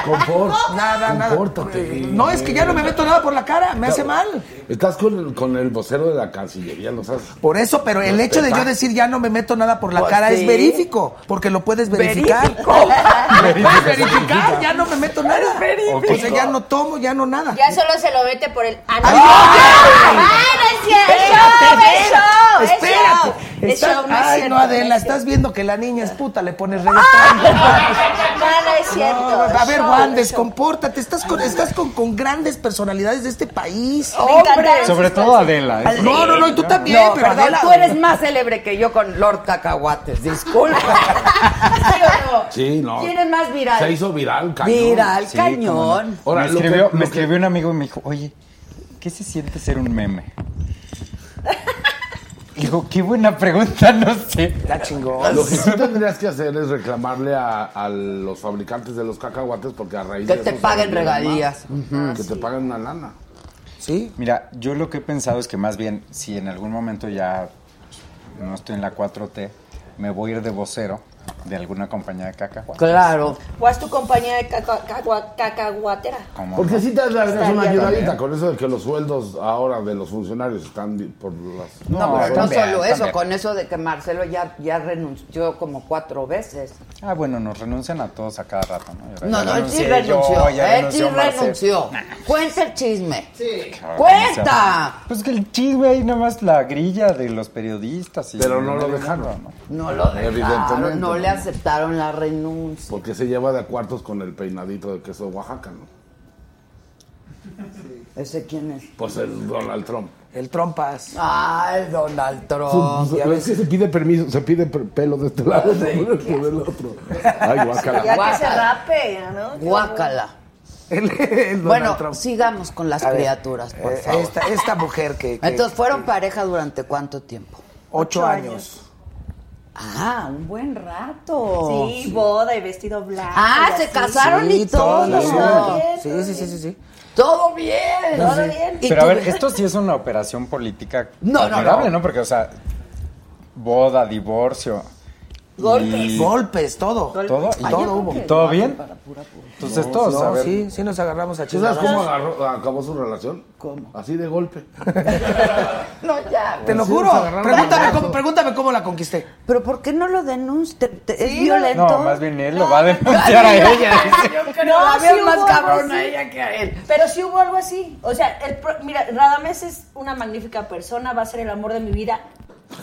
Confort.
Nada, nada.
Compórtate.
No, es que ya no me meto nada por la cara, me hace mal.
Estás con el, con el vocero de la Cancillería, ¿no sabes?
Por eso, pero el hecho de yo decir ya no me meto nada por la
Pues
cara
sí.
es verífico, porque lo puedes verificar.
Verífico.
Lo puedes verificar, ya no me meto nada. O sea, ya no tomo, ya no nada.
Ya solo se lo vete por el ano.
¡Ay,
¡Ay,
no!
no es cierto!
Espérate,
¡Es show! ¡Es show! ¡Es show!
espérate.
¡Es
Estás-
show! es
Ay,
cierto,
no, Adela,
es
estás
cierto.
viendo que la niña es puta, le pones reggaetón.
No, no es cierto.
No, a
es
ver,
show,
Juan,
es show.
descompórtate. Estás con, estás con, con grandes personalidades de este país.
Me encantaron
Sobre
Pues
sus
todo Adela. ¿eh?
No, no, no, y tú también,
No,
pero
perdón,
Adela-
tú eres más célebre que yo con Lord Cacahuates, disculpa.
cosas. ¿Sí o no?
Sí, no.
¿Quién es más viral?
Se hizo viral, cañón.
Viral,
Sí, cómo
cañón.
no.
Ahora,
me
lo que-
escribió,
lo
me
que-
escribió un amigo y me dijo, oye, ¿qué se siente ser un meme? Y digo, qué buena pregunta, no sé.
Está chingón.
Lo que sí tendrías que hacer es reclamarle a, a los fabricantes de los cacahuates porque a raíz
Que
de
te
eso
paguen
se vendieron
regalías.
más. que te paguen una lana.
Sí.
Mira, yo lo que he pensado es que más bien, si en algún momento ya no estoy en la 4T, me voy a ir de vocero de alguna compañía de cacahuates.
Claro.
¿O es tu compañía de caca- cacua- cacahuatera?
Como
Porque
no.
sí te das
Estaría
una ayudadita
bien.
con eso de que los sueldos ahora de los funcionarios están di- por las...
No, pero no
también,
solo eso,
también.
con eso de que Marcelo ya, ya renunció como cuatro veces.
Ah, bueno, nos renuncian a todos a cada rato, ¿no? Ya
No, no, él sí
renuncié
renunció.
yo, ya
Él sí
Marcel.
renunció. Cuenta el chisme.
Sí.
Claro,
Ah,
¡Cuenta!
Pues que el chisme ahí nada más la grilla de los periodistas. y-
Pero no lo
del
dejaron.
mundo, ¿no?
No lo
Evidentemente.
dejaron, no le aceptaron la renuncia.
Porque se lleva de a cuartos con el peinadito de queso Oaxaca, ¿no?
¿Ese quién es?
Pues el Donald Trump.
El trompas.
Ay, Donald
Ah,
Trump.
Su- su- es que se pide permiso, se pide per- pelo de este lado, por por el otro. Ay,
Ya
guácala.
que se
Guácala.
rape, ¿no?
Guácala.
El, el Donald
Bueno,
Trump.
sigamos con las
A ver,
criaturas, por
eh,
favor.
Esta, esta mujer que. que-
Entonces, ¿fueron pareja durante cuánto tiempo?
ocho años.
Ah, un buen rato.
Sí, boda y vestido blanco.
Ah,
y
se
así.
casaron y todo.
toda la
¿no?
vida.
Bien,
Sí,
todo
sí, sí, sí, sí.
Todo bien.
Todo bien.
¿Y
Pero a
tú-
ver, esto sí es una operación política
No, no,
admirable,
no.
Porque, o sea, boda, divorcio.
Golpes.
y
Golpes, todo.
Todo, y
Ah, yo
todo
creo
hubo.
que-
¿Todo bien? Entonces, todos, a
No,
ver.
sí, sí nos agarramos a
¿Tú sabes
chismes.
cómo agarró- acabó su relación? ¿Cómo? Así de golpe.
No, ya.
Te lo
Sí nos
juro.
agarraron
Pregúntame
a
cómo,
besos.
pregúntame cómo la conquisté.
Pero ¿por qué no lo denuncia? ¿Es violento?
No, más bien él lo va a denunciar a ella.
No,
Ah, la
sí
veo
hubo
más
algo
cabrona ¿eh?
así.
ella que a él.
Pero sí hubo algo así. O sea, el pro- mira, Radamés es una magnífica persona, va a ser el amor de mi vida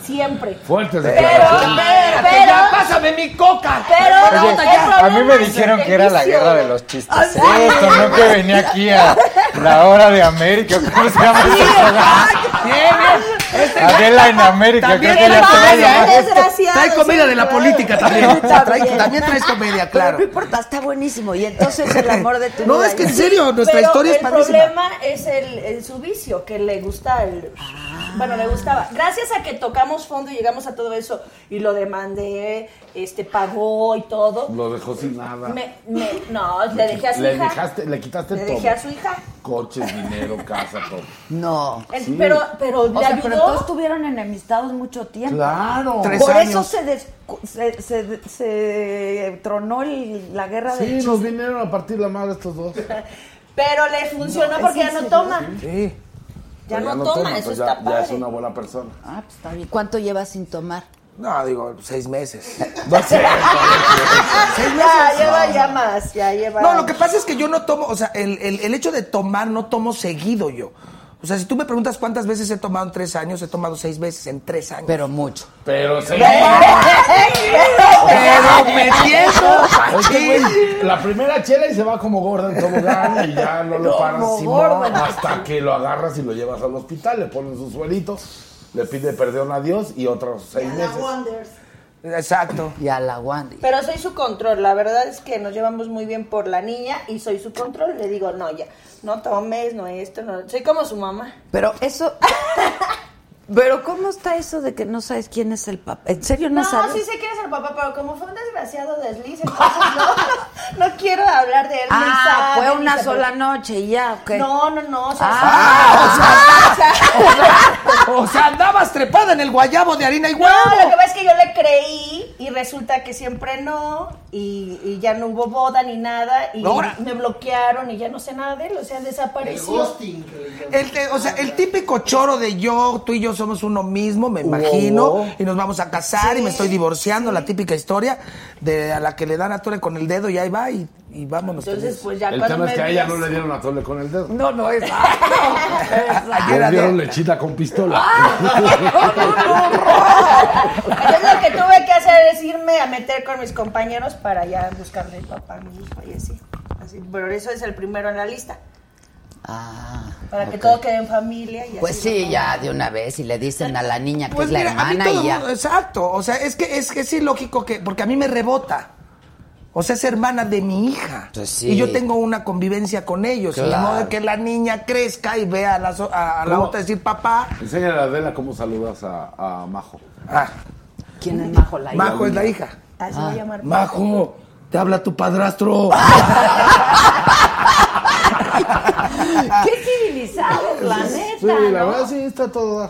siempre.
Fuertes
Pero, pero,
Espérate, ya, pásame mi coca.
pero,
Oye,
el problema
a mí me
es
dijeron
el
que era la
vicio.
guerra de los chistes.
Ah, sí.
Esto no que venía aquí a la hora de América. ¿Cómo se llama ese programa?
Bien, bien.
Adela en América.
También
Creo
Qué
que ya se va a
padre,
¿eh?
llamar.
desgraciado,
Trae comedia
sí,
de la
claro.
política también. Trae-
También.
También traes comedia,
Pero no
claro.
importa, está buenísimo. Y entonces el amor de tu
No,
vida
es que
ya-
en serio, nuestra
Pero
historia es
el
padrísima.
problema es el, el- su vicio, que le gusta el... Bueno, le gustaba. Gracias a que tocamos fondo y llegamos a todo eso, y lo demandé, este, pagó y todo.
Lo dejó sin nada.
Me, me- no, le dejé a su
le
hija.
dejaste- le quitaste
Le
todo.
dejé a su hija.
Coches, dinero, casa, todo.
No.
El-
Sí.
Pero, pero le
O sea,
ayudó.
pero todos estuvieron enemistados mucho tiempo.
Claro.
Tres
Por
años.
eso se, descu- se, se- se tronó el- la guerra de
Sí, nos vinieron a partir la madre estos dos. Ya,
Pero le funcionó
No,
porque
¿es
ya
en
no
serio?
toma.
Sí.
Ya, no, toma, eso
pues
está
ya, ya
padre.
es una buena persona.
Ah, pues está bien. ¿Cuánto llevas sin tomar?
No, digo, seis meses.
Pues Ya, lleva ya más, ya lleva.
No, lo que pasa es que yo no tomo, o sea, el, el- el hecho de tomar no tomo seguido yo. O sea, si tú me preguntas cuántas veces he tomado en tres años, he tomado seis veces en tres años.
Pero mucho.
Pero sí.
Pero me siento.
Oye, güey, la primera chela y se va como gorda en tobogán y ya no lo paras
Como
Simón,
gorda.
hasta que lo agarras y lo llevas al hospital, le ponen su suelito, le pide perdón a Dios y otros seis meses.
Exacto.
Y a la Wandy.
Pero soy su control, la verdad es que nos llevamos muy bien por la niña y soy su control. Le digo, no, ya, no tomes, no esto, no. Soy como su mamá.
Pero eso. Pero ¿cómo está eso de que no sabes quién es el papá? ¿En serio no,
No,
sabes?
sí sé que eres el papá, pero como fue un desgraciado desliz, entonces no, no quiero hablar de él. ni
Ah,
sabe,
fue
ni
una
se-
sola noche y ya, ok.
No, no, no. o sea,
Ah, O sea, andabas trepada en el guayabo de harina y huevo.
No, lo que pasa es que yo le creí y resulta que siempre no y, y ya no hubo boda ni nada y
Ahora.
me bloquearon y ya no sé nada de él, o sea, desapareció.
El, te- o sea, el típico choro de yo, tú y yo somos uno mismo, me imagino, y nos vamos a casar y me estoy divorciando, la típica historia de a la que le dan a Tore con el dedo y ahí va y, y vámonos. felices.
Entonces, pues ya
El
cuando
tema
me
es que a ella
vi
no le dieron a Tole con el dedo.
No, no, es...
Le
era
dieron
de- ¡Ah!
lechita con pistola.
Entonces lo que tuve que hacer es irme a meter con mis compañeros para ya buscarle el papá a mi hijo y así. así. Pero eso es el primero en la lista.
Ah,
Para que
ok.
todo quede en familia y
Pues
así.
sí, ya de una vez y le dicen a la niña que
Pues
es la
mira, a mí
hermana
todo
y ya.
mundo- exacto, o sea, es que es que es ilógico que porque a mí me rebota. O sea, es hermana de mi hija.
Pues sí.
Y yo tengo una convivencia con ellos. Y de
Claro.
modo de que la niña crezca y vea a la, so- a, a la
¿Cómo?
otra decir papá.
Enséñale a Adela cómo saludas a, a Majo.
Ah,
¿Quién es Majo la hija?
Majo es la hija.
Así
Ah.
voy a llamar.
Majo, te habla tu padrastro.
¡Qué civilizados, la neta!
Sí, la verdad sí está todo. da.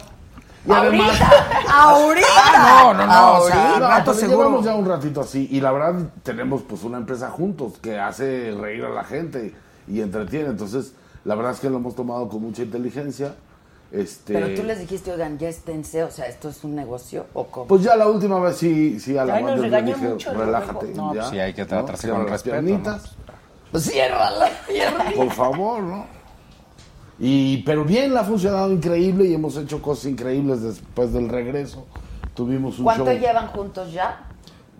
Y además,
¡Ahorita!
no, no, no. O sea, al
no,
rato
pero
seguro.
llevamos ya un ratito así y la verdad tenemos pues una empresa juntos que hace reír a la gente y entretiene. Entonces, la verdad es que lo hemos tomado con mucha inteligencia. Este,
Pero tú les dijiste, oigan, ya esténse, o sea, esto es un negocio o cómo.
Pues ya la última vez sí, sí a la
Ay, nos
banda le
regañó
dije,
mucho, luego.
relájate.
No,
ya,
pues sí, hay que
¿no?
tratarse
Cierra
con
las
respeto,
piernitas,
Pues, ¡Ciérrala!
Por favor, ¿no? Y, pero bien, la ha funcionado increíble y hemos hecho cosas increíbles después del regreso. Tuvimos un
¿Cuánto
show.
llevan juntos ya?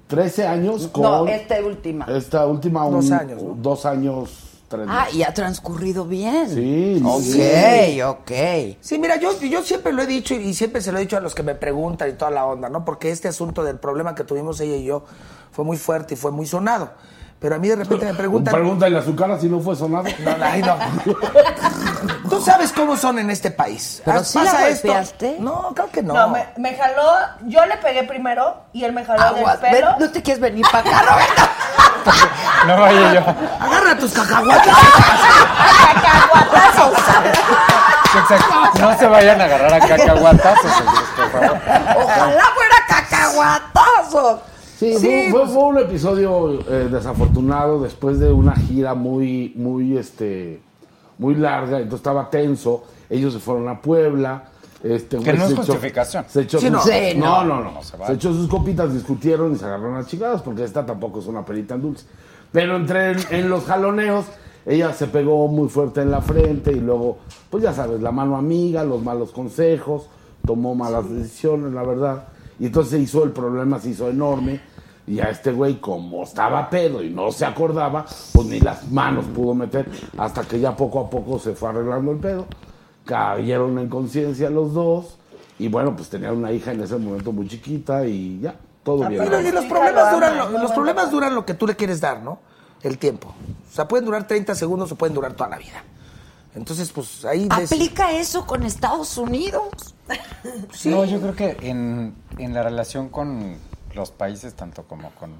13 años con
No, esta última.
esta última
Dos
un-
años, ¿no?
dos años, tres
Ah,
meses.
y ha transcurrido bien.
Sí,
Ok,
sí.
ok.
Sí, mira, yo, yo siempre lo he dicho y siempre se lo he dicho a los que me preguntan y toda la onda, ¿no? Porque este asunto del problema que tuvimos ella y yo fue muy fuerte y fue muy sonado. Pero a mí de repente me preguntan...
Pregúntale a su cara si no fue sonado.
No, no, ay, no. Tú sabes cómo son en este país.
Pero
Ah,
sí la golpeaste.
No, creo que no.
No, me, me jaló, yo le pegué primero y él me jaló
Aguas,
del pelo.
ven, no te quieres venir para acá, Roberto.
No vaya yo.
Agarra tus cacahuates.
Exacto. No se vayan a agarrar a cacahuatazos, señores, por favor.
Ojalá fuera cacahuatazo.
Sí, fue, fue- fue un episodio eh, desafortunado después de una gira muy, muy, este, muy larga. Entonces estaba tenso. Ellos se fueron a Puebla. Este,
Que no
se
es
echó-
justificación.
se echó
Sí,
sus-
no.
Sí,
no,
no.
no, no.
No se
se,
vale.
echó sus copitas, discutieron y se agarraron a chingadas porque esta tampoco es una perita en dulce. Pero entre en, en los jaloneos, ella se pegó muy fuerte en la frente y luego, pues ya sabes, la mano amiga, los malos consejos, tomó malas decisiones, la verdad. Y entonces se hizo el problema, se hizo enorme. Y a este güey, como estaba pedo y no se acordaba, pues ni las manos pudo meter hasta que ya poco a poco se fue arreglando el pedo. Cayeron en conciencia los dos. Y bueno, pues tenía una hija en ese momento muy chiquita y ya, todo
Ah,
bien.
Y los, y los
Sí,
problemas
lo
duran
ama,
lo,
no,
los
no,
problemas
no.
duran lo que tú le quieres dar, ¿no? El tiempo. O sea, pueden durar 30 segundos o pueden durar toda la vida. Entonces, pues ahí des-
Aplica eso con Estados Unidos.
No, yo creo que en, en la relación con los países, tanto como con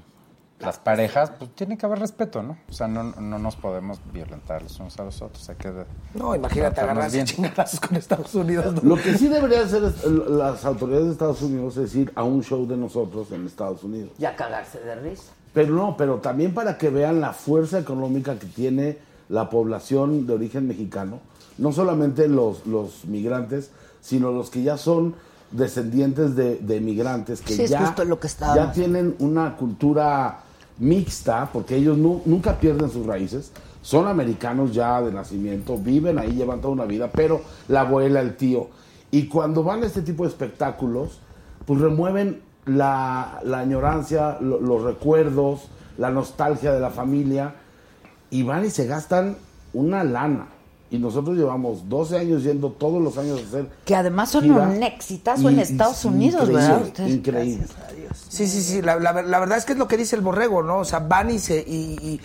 las parejas, pues tiene que haber respeto, ¿no? O sea, no, no nos podemos violentar los unos a los otros. Hay que de-
No, imagínate
tratarnos
agarrarse
bien.
chingadazos con Estados Unidos. ¿no?
Lo que sí debería hacer es- las autoridades de Estados Unidos es ir a un show de nosotros en Estados Unidos.
Ya cagarse de risa.
Pero no, pero también para que vean la fuerza económica que tiene la población de origen mexicano, no solamente los, los migrantes, sino los que ya son descendientes de, de migrantes, que
Sí, es
ya,
justo lo que estábamos.
ya tienen una cultura mixta, porque ellos nu- nunca pierden sus raíces, son americanos ya de nacimiento, viven ahí, llevan toda una vida, pero la abuela, el tío, y cuando van a este tipo de espectáculos, pues remueven la, la añorancia, lo- los recuerdos, la nostalgia de la familia, y van y se gastan una lana. Y nosotros llevamos 12 años yendo todos los años a hacer.
Que además son
gira
un exitazo en
y- y-
Estados Unidos,
increíble,
¿verdad? Ustedes-
Increíble.
Sí, sí, sí. La, la ver- la verdad es que es lo que dice el borrego, ¿no? O sea, van y, se, y, y-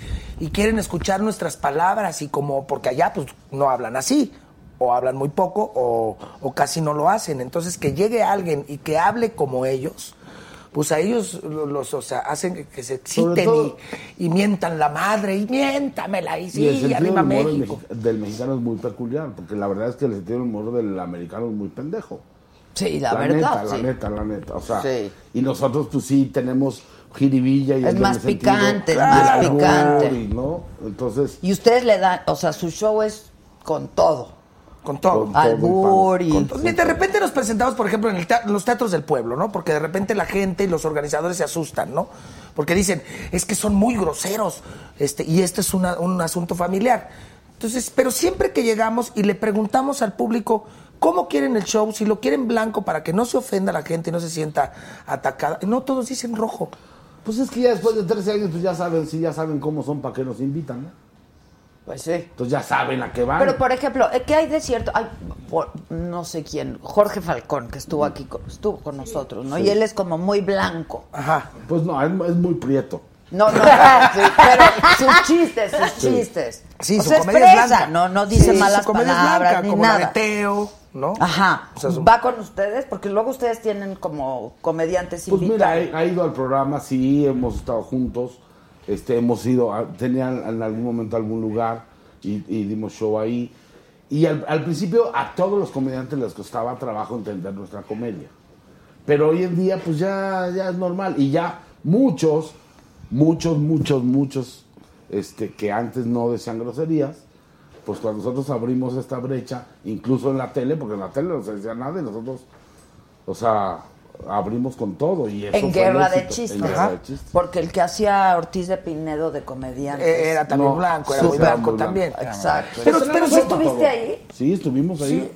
y quieren escuchar nuestras palabras y como, porque allá pues no hablan así, o hablan muy poco, o, o casi no lo hacen. Entonces, que llegue alguien y que hable como ellos, pues a ellos lo- los, o sea, hacen que se
Sobre
exciten
todo-
y, y mientan la madre, y miéntamela, y
y el
sí,
sentido
arriba
del humor del
México.
mexi- del mexicano es muy peculiar, porque la verdad es que el sentido del humor del americano es muy pendejo.
Sí, la verdad,
Neta,
sí.
La neta, la neta. O sea,
Sí.
y nosotros, pues sí, tenemos jiribilla y
Es
el
más
doble sentido.
picante, es más
Claro,
picante.
y ¿no? Entonces,
Y ustedes le dan, o sea, su show es con todo.
Con todo.
Con Albur y-
Con todo. Y de repente nos presentamos, por ejemplo, en el tea- los teatros del pueblo, ¿no? Porque de repente la gente y los organizadores se asustan, ¿no? Porque dicen, es que son muy groseros, este, y este es una- un asunto familiar. Entonces, pero siempre que llegamos y le preguntamos al público cómo quieren el show, si lo quieren blanco para que no se ofenda la gente y no se sienta atacada, no todos dicen rojo.
pues es que ya después de 13 años, pues ya saben, sí, ya saben cómo son, para qué nos invitan, ¿no?
Pues sí.
Entonces ya saben a qué van.
Pero, por ejemplo, eh, ¿qué hay de cierto? Hay, por- no sé quién, Jorge Falcón, que estuvo aquí, con- estuvo con nosotros, ¿no?
Sí.
Y él es como muy blanco.
Ajá.
Pues no, es, es muy prieto.
No, no, sí, pero sus chistes, sus
Sí.
chistes.
Sí,
o
su
sea, es
comedia es
fresa,
blanca.
no, no dice
Sí, su
malas
comedia es
palabras
blanca,
ni
como la
nada.
de
Teo, ¿no?
Ajá.
O sea, su-
Va con ustedes, porque luego ustedes tienen como comediantes
Pues mira,
invitados.
ha ha ido al programa, sí, hemos estado juntos, este, hemos ido, a- tenían en algún momento algún lugar y, y dimos show ahí. Y al, al principio a todos los comediantes les costaba trabajo entender nuestra comedia. Pero hoy en día pues ya, ya es normal. Y ya muchos, muchos, muchos, muchos este, que antes no decían groserías, pues cuando nosotros abrimos esta brecha, incluso en la tele, porque en la tele no se decía nada y nosotros, o sea, abrimos con todo. Y eso
en
fue el
guerra de
éxito,
chistes.
En guerra de chistes.
Porque el que hacía Ortiz de Pinedo de comediante.
Eh, era también No, blanco, era sí, muy era blanco muy también. blanco.
Exacto. Pero,
Pero- pero
pero
sí
¿sí estuviste
estaba-
ahí.
Sí, estuvimos ahí.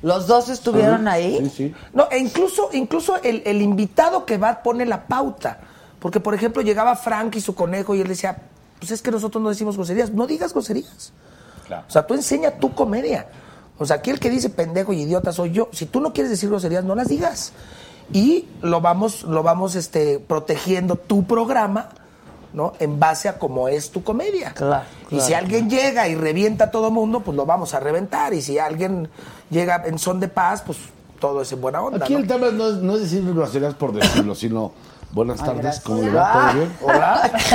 Los dos estuvieron ahí.
Sí, sí.
No, e incluso, incluso el, el invitado que va pone la pauta. Porque, por ejemplo, llegaba Frank y su conejo y él decía, pues es que nosotros no decimos groserías. No digas groserías. O sea, tú enseña tu comedia. O sea, aquí el que dice pendejo y idiota soy yo. Si tú no quieres decir groserías, no las digas. Y lo vamos, lo vamos este, protegiendo tu programa, ¿no? En base a cómo es tu comedia.
Claro,
Y si
claro.
alguien llega y revienta a todo mundo, pues lo vamos a reventar. Y si alguien llega en son de paz, pues todo es en buena onda.
Aquí
¿no?
el tema no es, no es decir groserías por decirlo, sino buenas
Ay,
tardes,
gracias.
¿cómo le va? ¿Todo
Hola.
bien?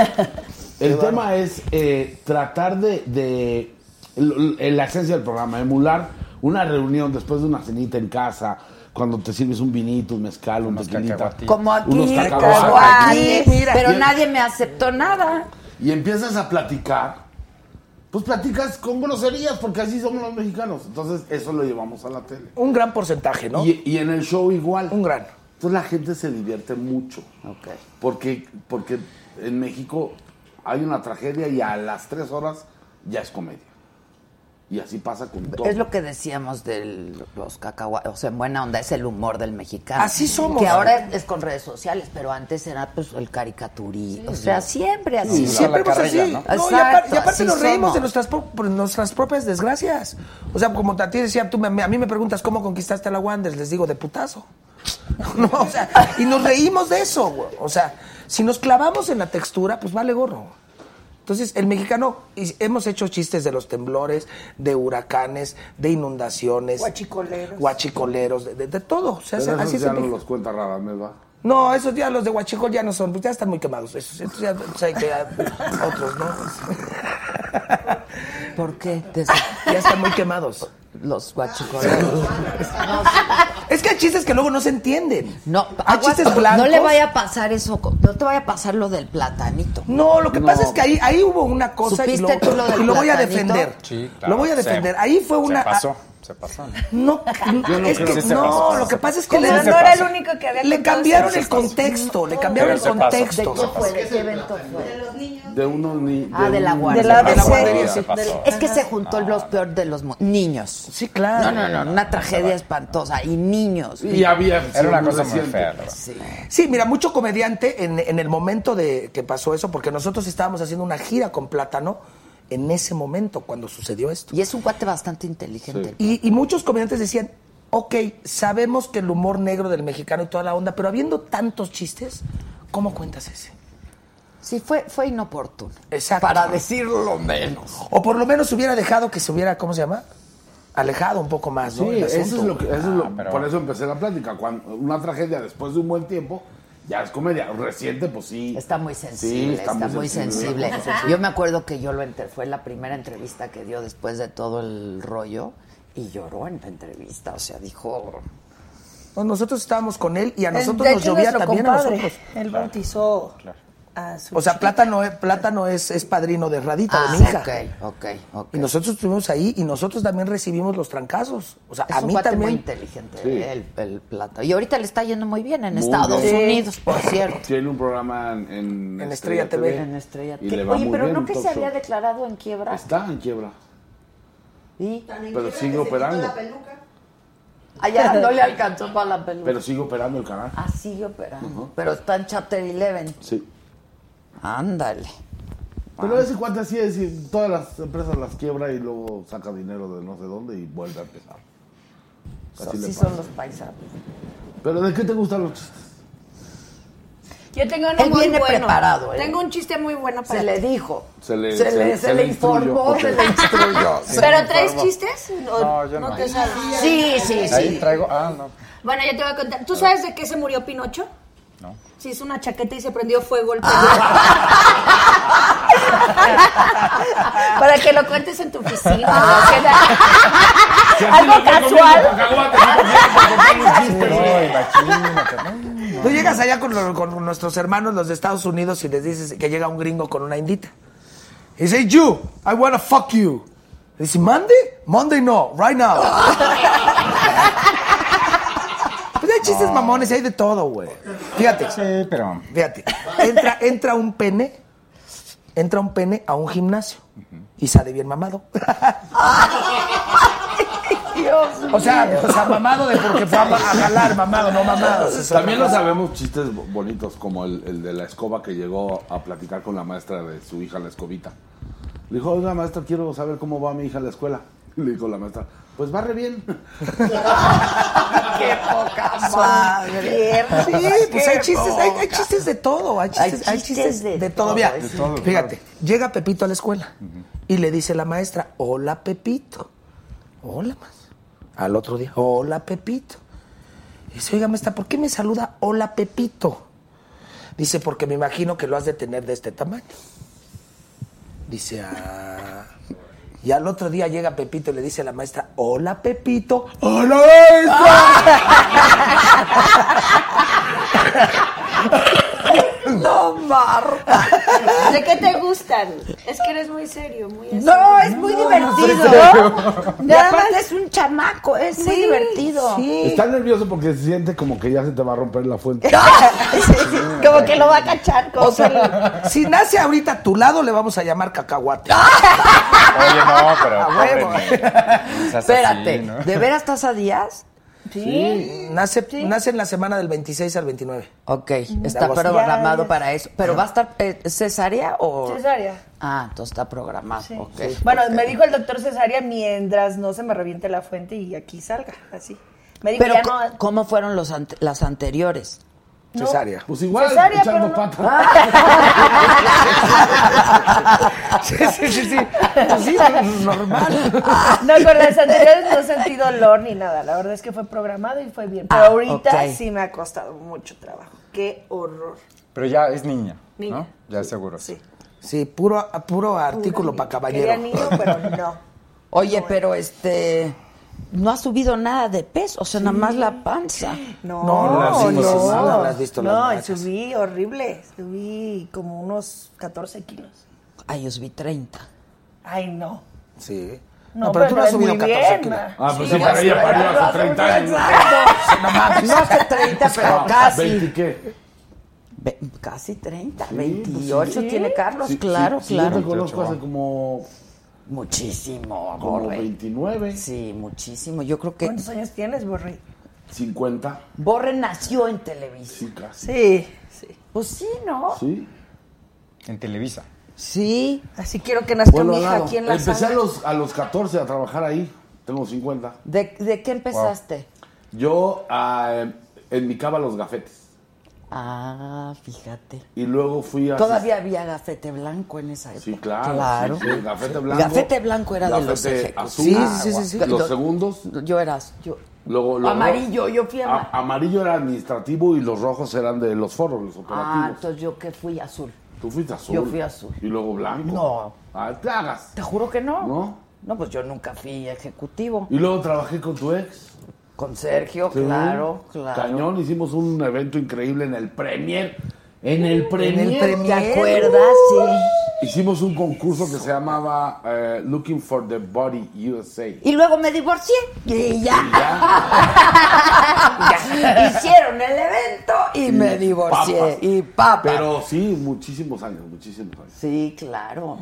El tema es eh, tratar de, de- l- l- la esencia del programa, emular una reunión después de una cenita en casa, cuando te sirves un vinito, un mezcal, un tequilita.
Como
unos
aquí,
cacahuates.
como aquí.
Ah, Mira.
Pero
Y-
nadie me aceptó nada.
y empiezas a platicar, pues platicas con groserías, porque así somos los mexicanos. Entonces, eso lo llevamos a la tele.
Un gran porcentaje, ¿no?
Y, y en el show igual.
Un gran.
Entonces, la gente se divierte mucho. Porque, porque en México hay una tragedia y a las tres horas ya es comedia. Y así pasa con todo.
Es lo que decíamos de los cacahuates, o sea, en buena onda es el humor del mexicano.
Así somos.
Que ahora es, es con redes sociales, pero antes era pues el caricaturí. O sea, siempre
Sí,
así.
siempre hemos así. No, y, apar- y aparte
así
nos reímos
somos.
de nuestras, pro- por nuestras propias desgracias. O sea, como a ti decía, tú me- a mí me preguntas cómo conquistaste a la Wanderers, les digo de putazo. No, o sea, y nos reímos de eso, güey. O sea, si nos clavamos en la textura, pues vale gorro. Entonces, el mexicano, y hemos hecho chistes de los temblores, de huracanes, de inundaciones,
Guachicoleros.
guachicoleros, de, de- de todo. O sea,
Pero
así
esos
es el
ya no
mexicano.
los cuenta rara, ¿me va?
No, esos ya los de Huachicol ya no son, pues ya están muy quemados. Esos, esos ya, o sea, que ya otros, ¿no?
¿Por qué?
Ya están muy quemados.
Los
guachicoleros. Es que hay chistes que luego no se entienden.
No,
hay
aguas-
chistes blancos.
No le vaya a pasar eso, co- no te vaya a pasar lo del platanito.
No, lo que pasa es que ahí, ahí hubo una cosa y lo,
¿Supiste tú lo del
y lo voy a
platanito?
defender.
Sí, claro,
Lo voy a
se-
defender. ahí fue una. Ah,
Se pasó, se pasó.
No,
Yo no
es
creo
que,
que se
no,
pasó.
lo que pasa es que
¿Cómo?
le,
No era el único
que había
le
contado
cambiaron
ese
el
chiste.
contexto, le cambiaron el
Se pasó.
contexto.
¿De qué fue? ¿De qué evento fue? De los niños.
De unos ni.
Ah, de la
un-
guardia.
guardería, sí.
Es que se juntó los peor de los mu- niños. Sí,
claro.
No, no, no, una tragedia espantosa. Y niños.
Era una cosa muy fea. la verdad.
Sí, mira, mucho comediante en, en el momento de que pasó eso, porque nosotros estábamos haciendo una gira con Plátano
en ese momento cuando sucedió esto.
Y es un cuate bastante inteligente.
Y, y muchos comediantes decían, ok, sabemos que el humor negro del mexicano y toda la onda, pero habiendo tantos chistes, ¿cómo cuentas ese?
Sí, fue, fue inoportuno.
Exacto.
Para decirlo menos.
O por lo menos hubiera dejado que se hubiera, ¿cómo se llama? Alejado un poco más,
Sí,
¿no? El
eso es
asunto.
lo que. Eso es lo-
Ah, pero-
Por eso empecé la plática. Cuando una tragedia después de un buen tiempo. Ya es comedia. Reciente, pues sí.
Está muy sensible,
Sí,
está, muy sensible.
Una cosa sensible.
Yo me acuerdo que yo lo enter fue la primera entrevista que dio después de todo el rollo y lloró en la entrevista, o sea, dijo,
No, nosotros estábamos con él y a nosotros
De
nos
hecho,
llovía
nuestro
también a
compadre,
nosotros.
Él bautizó a su
O sea,
chiquita.
Plátano, es- plátano es, es padrino de Radita,
Ah,
de mi hija.
ok, ok.
Y nosotros estuvimos ahí y nosotros también recibimos los trancazos. O sea,
Es
a
un
mí
cuate
también.
muy inteligente,
Sí.
el, el plata. Y ahorita le está yendo muy bien en
Muy
Estados
bien.
Unidos, por cierto.
Tiene un programa en, en,
En Estrella TV.
En Estrella
Y
Te-
le va
Oye,
muy
pero
bien
no
en
que
talk
se
show.
había declarado en quiebra.
Está en quiebra.
¿Y?
Pero sigue operando.
Allá no le alcanzó para la peluca.
Pero sigue operando el canal.
Ah, sigue operando. Pero está en Chatter Eleven.
Sí.
Ándale.
Pero ese cuate así es, y todas las empresas las quiebra y luego saca dinero de no sé dónde y vuelve a empezar.
So-
Así le
sí
pasa.
son los paisanos.
Pero ¿de qué te gustan los chistes?
Yo tengo uno
Él
muy
viene
bueno.
preparado, ¿eh?
Tengo un chiste muy bueno para
Se le
ti.
dijo.
Se le,
Se le- se le informó, se le instruyó.
¿Pero tres chistes? ¿O
No, yo no.
te sabes?
Sí, sí,
Ahí
sí.
traigo. Ah, no.
Bueno, yo te voy a contar. ¿Tú sabes de qué se murió Pinocho?
No.
Se hizo una chaqueta y se prendió fuego el pelo. Para que lo cuentes en tu oficina. ¿no? Que da- Algo casual.
No, imagínate.
Tú llegas allá con, lo- con nuestros hermanos, los de Estados Unidos, y les dices que llega un gringo con una indita. Y dice, you, I wanna fuck you. Y dice, Monday? Monday no, right now. pues hay chistes mamones, hay de todo, güey. Fíjate,
Sí, pero.
fíjate. Entra, entra un pene, entra un pene a un gimnasio. Y sale bien mamado. O sea, o sea, mamado de porque fue a, ma- a jalar, mamado, no mamado.
También lo sabemos chistes bo- bonitos, como el, el de la escoba que llegó a platicar con la maestra de su hija, la escobita. Le dijo, oiga, maestra, quiero saber cómo va mi hija a la escuela. Y le dijo la maestra, pues barre bien.
Qué poca madre.
Sí, pues hay chistes, hay, hay chistes de todo, hay chistes, hay chistes de, todo. Mira,
de
fíjate, llega Pepito a la escuela y le dice la maestra, hola Pepito, hola más. Al otro día, hola Pepito. Dice, oiga maestra, ¿por qué me saluda hola Pepito? Dice, porque me imagino que lo has de tener de este tamaño. Dice, ah. Y al otro día llega Pepito y le dice a la maestra, hola Pepito, hola maestra.
No, Mar.
¿De qué te gustan? Es que eres muy serio, muy así.
No, es muy divertido. Y
Nada
aparte
más.
es un chamaco, es muy
Sí,
divertido.
sí.
Está nervioso porque se siente como que ya se te va a romper la
Eh,
fuente.
Ah,
Como que lo va a cachar. como
O sea,
que-
el- si nace ahorita a tu lado, le vamos a llamar cacahuate.
Oye, no, pero.
A
pobre
huevo.
niño. Seas así,
Espérate,
¿no?
¿de veras estás a días?
Nace, nace en la semana del 26 al 29.
Ok, está
agosto.
programado
Ya, ya.
para eso. ¿Pero va a estar eh, cesárea o...?
Cesárea.
Ah, entonces está programado,
Sí.
ok.
Bueno, me dijo el doctor cesárea mientras no se me reviente la fuente y aquí salga, así. Me dijo,
Pero,
ya
¿cómo-
no,
¿cómo fueron los ante- las anteriores?
no.
Cesárea.
Pues igual,
Cesárea,
echando
pero no-
patas.
Ah,
Sí, sí, sí, sí. Pues sí, es normal.
No, con las anteriores no sentí dolor ni nada. La verdad es que fue programado y fue bien. Pero
Ah,
ahorita
ok.
sí me ha costado mucho trabajo. Qué horror.
Pero ya es niña.
Niña.
¿No? Ya seguro.
Sí.
Sí, puro, puro artículo para
Quería
caballero.
niño, pero no.
Oye, pero este... No ha subido nada de peso, o sea, nada más la panza.
No,
No, las
no.
visto, sí, nada, las visto, las
no, y
marcas.
subí horrible. Subí como unos 14 kilos.
Ay, os vi 30.
Ay, no.
Sí.
No, pero, no
has
es muy bien.
Ah, pues
Sí,
sí, para ella parió hace 30 años.
Exacto. No hace 30, pero casi.
20 qué.
Ve- Casi 30,
pues
28
sí.
tiene Carlos,
Sí,
claro,
sí, sí,
claro.
Yo te conozco hace como,
Muchísimo,
como
Borre.
29,
Sí, muchísimo. Yo creo que
¿Cuántos años tienes, Borri?
50,
Borre nació en Televisa.
sí, casi.
Sí, sí.
Pues sí, ¿no?
Sí.
En Televisa.
Sí.
Así quiero que nazca
Pueblo
mi
al
hija
lado.
aquí en la
Empecé a
sala.
los, a los 14 a trabajar ahí. Tengo 50.
¿De, de qué empezaste?
Yo ah, en mi cava los gafetes.
Ah, fíjate.
Y luego fui a...
Todavía había gafete blanco en esa época.
Sí, claro. sí, sí, gafete blanco.
Gafete blanco era de los
Gafete
ejecos.
azul.
Sí, sí, sí, sí.
Los
Yo-
segundos.
Yo eras. Yo.
Luego, luego-
Amarillo, yo fui ama-
A- amarillo era administrativo y los rojos eran de los foros, los
Ah,
operativos.
entonces yo que fui azul.
Tú fuiste azul.
Yo fui azul.
Y luego blanco.
No.
Ah, te hagas.
Te juro que no.
¿No?
No, pues yo nunca fui ejecutivo.
Y luego trabajé con tu ex.
Con Sergio,
Sí.
claro, claro.
Cañón, hicimos un evento increíble en el Premier. En el Premier.
¿Te acuerdas? Sí.
Hicimos un concurso que se llamaba eh, Looking for the Body USA.
Y luego me divorcié. Y ya. Hicieron el evento y me divorcié.
papas.
Y papa.
Pero sí, muchísimos años, muchísimos años.
Sí, claro.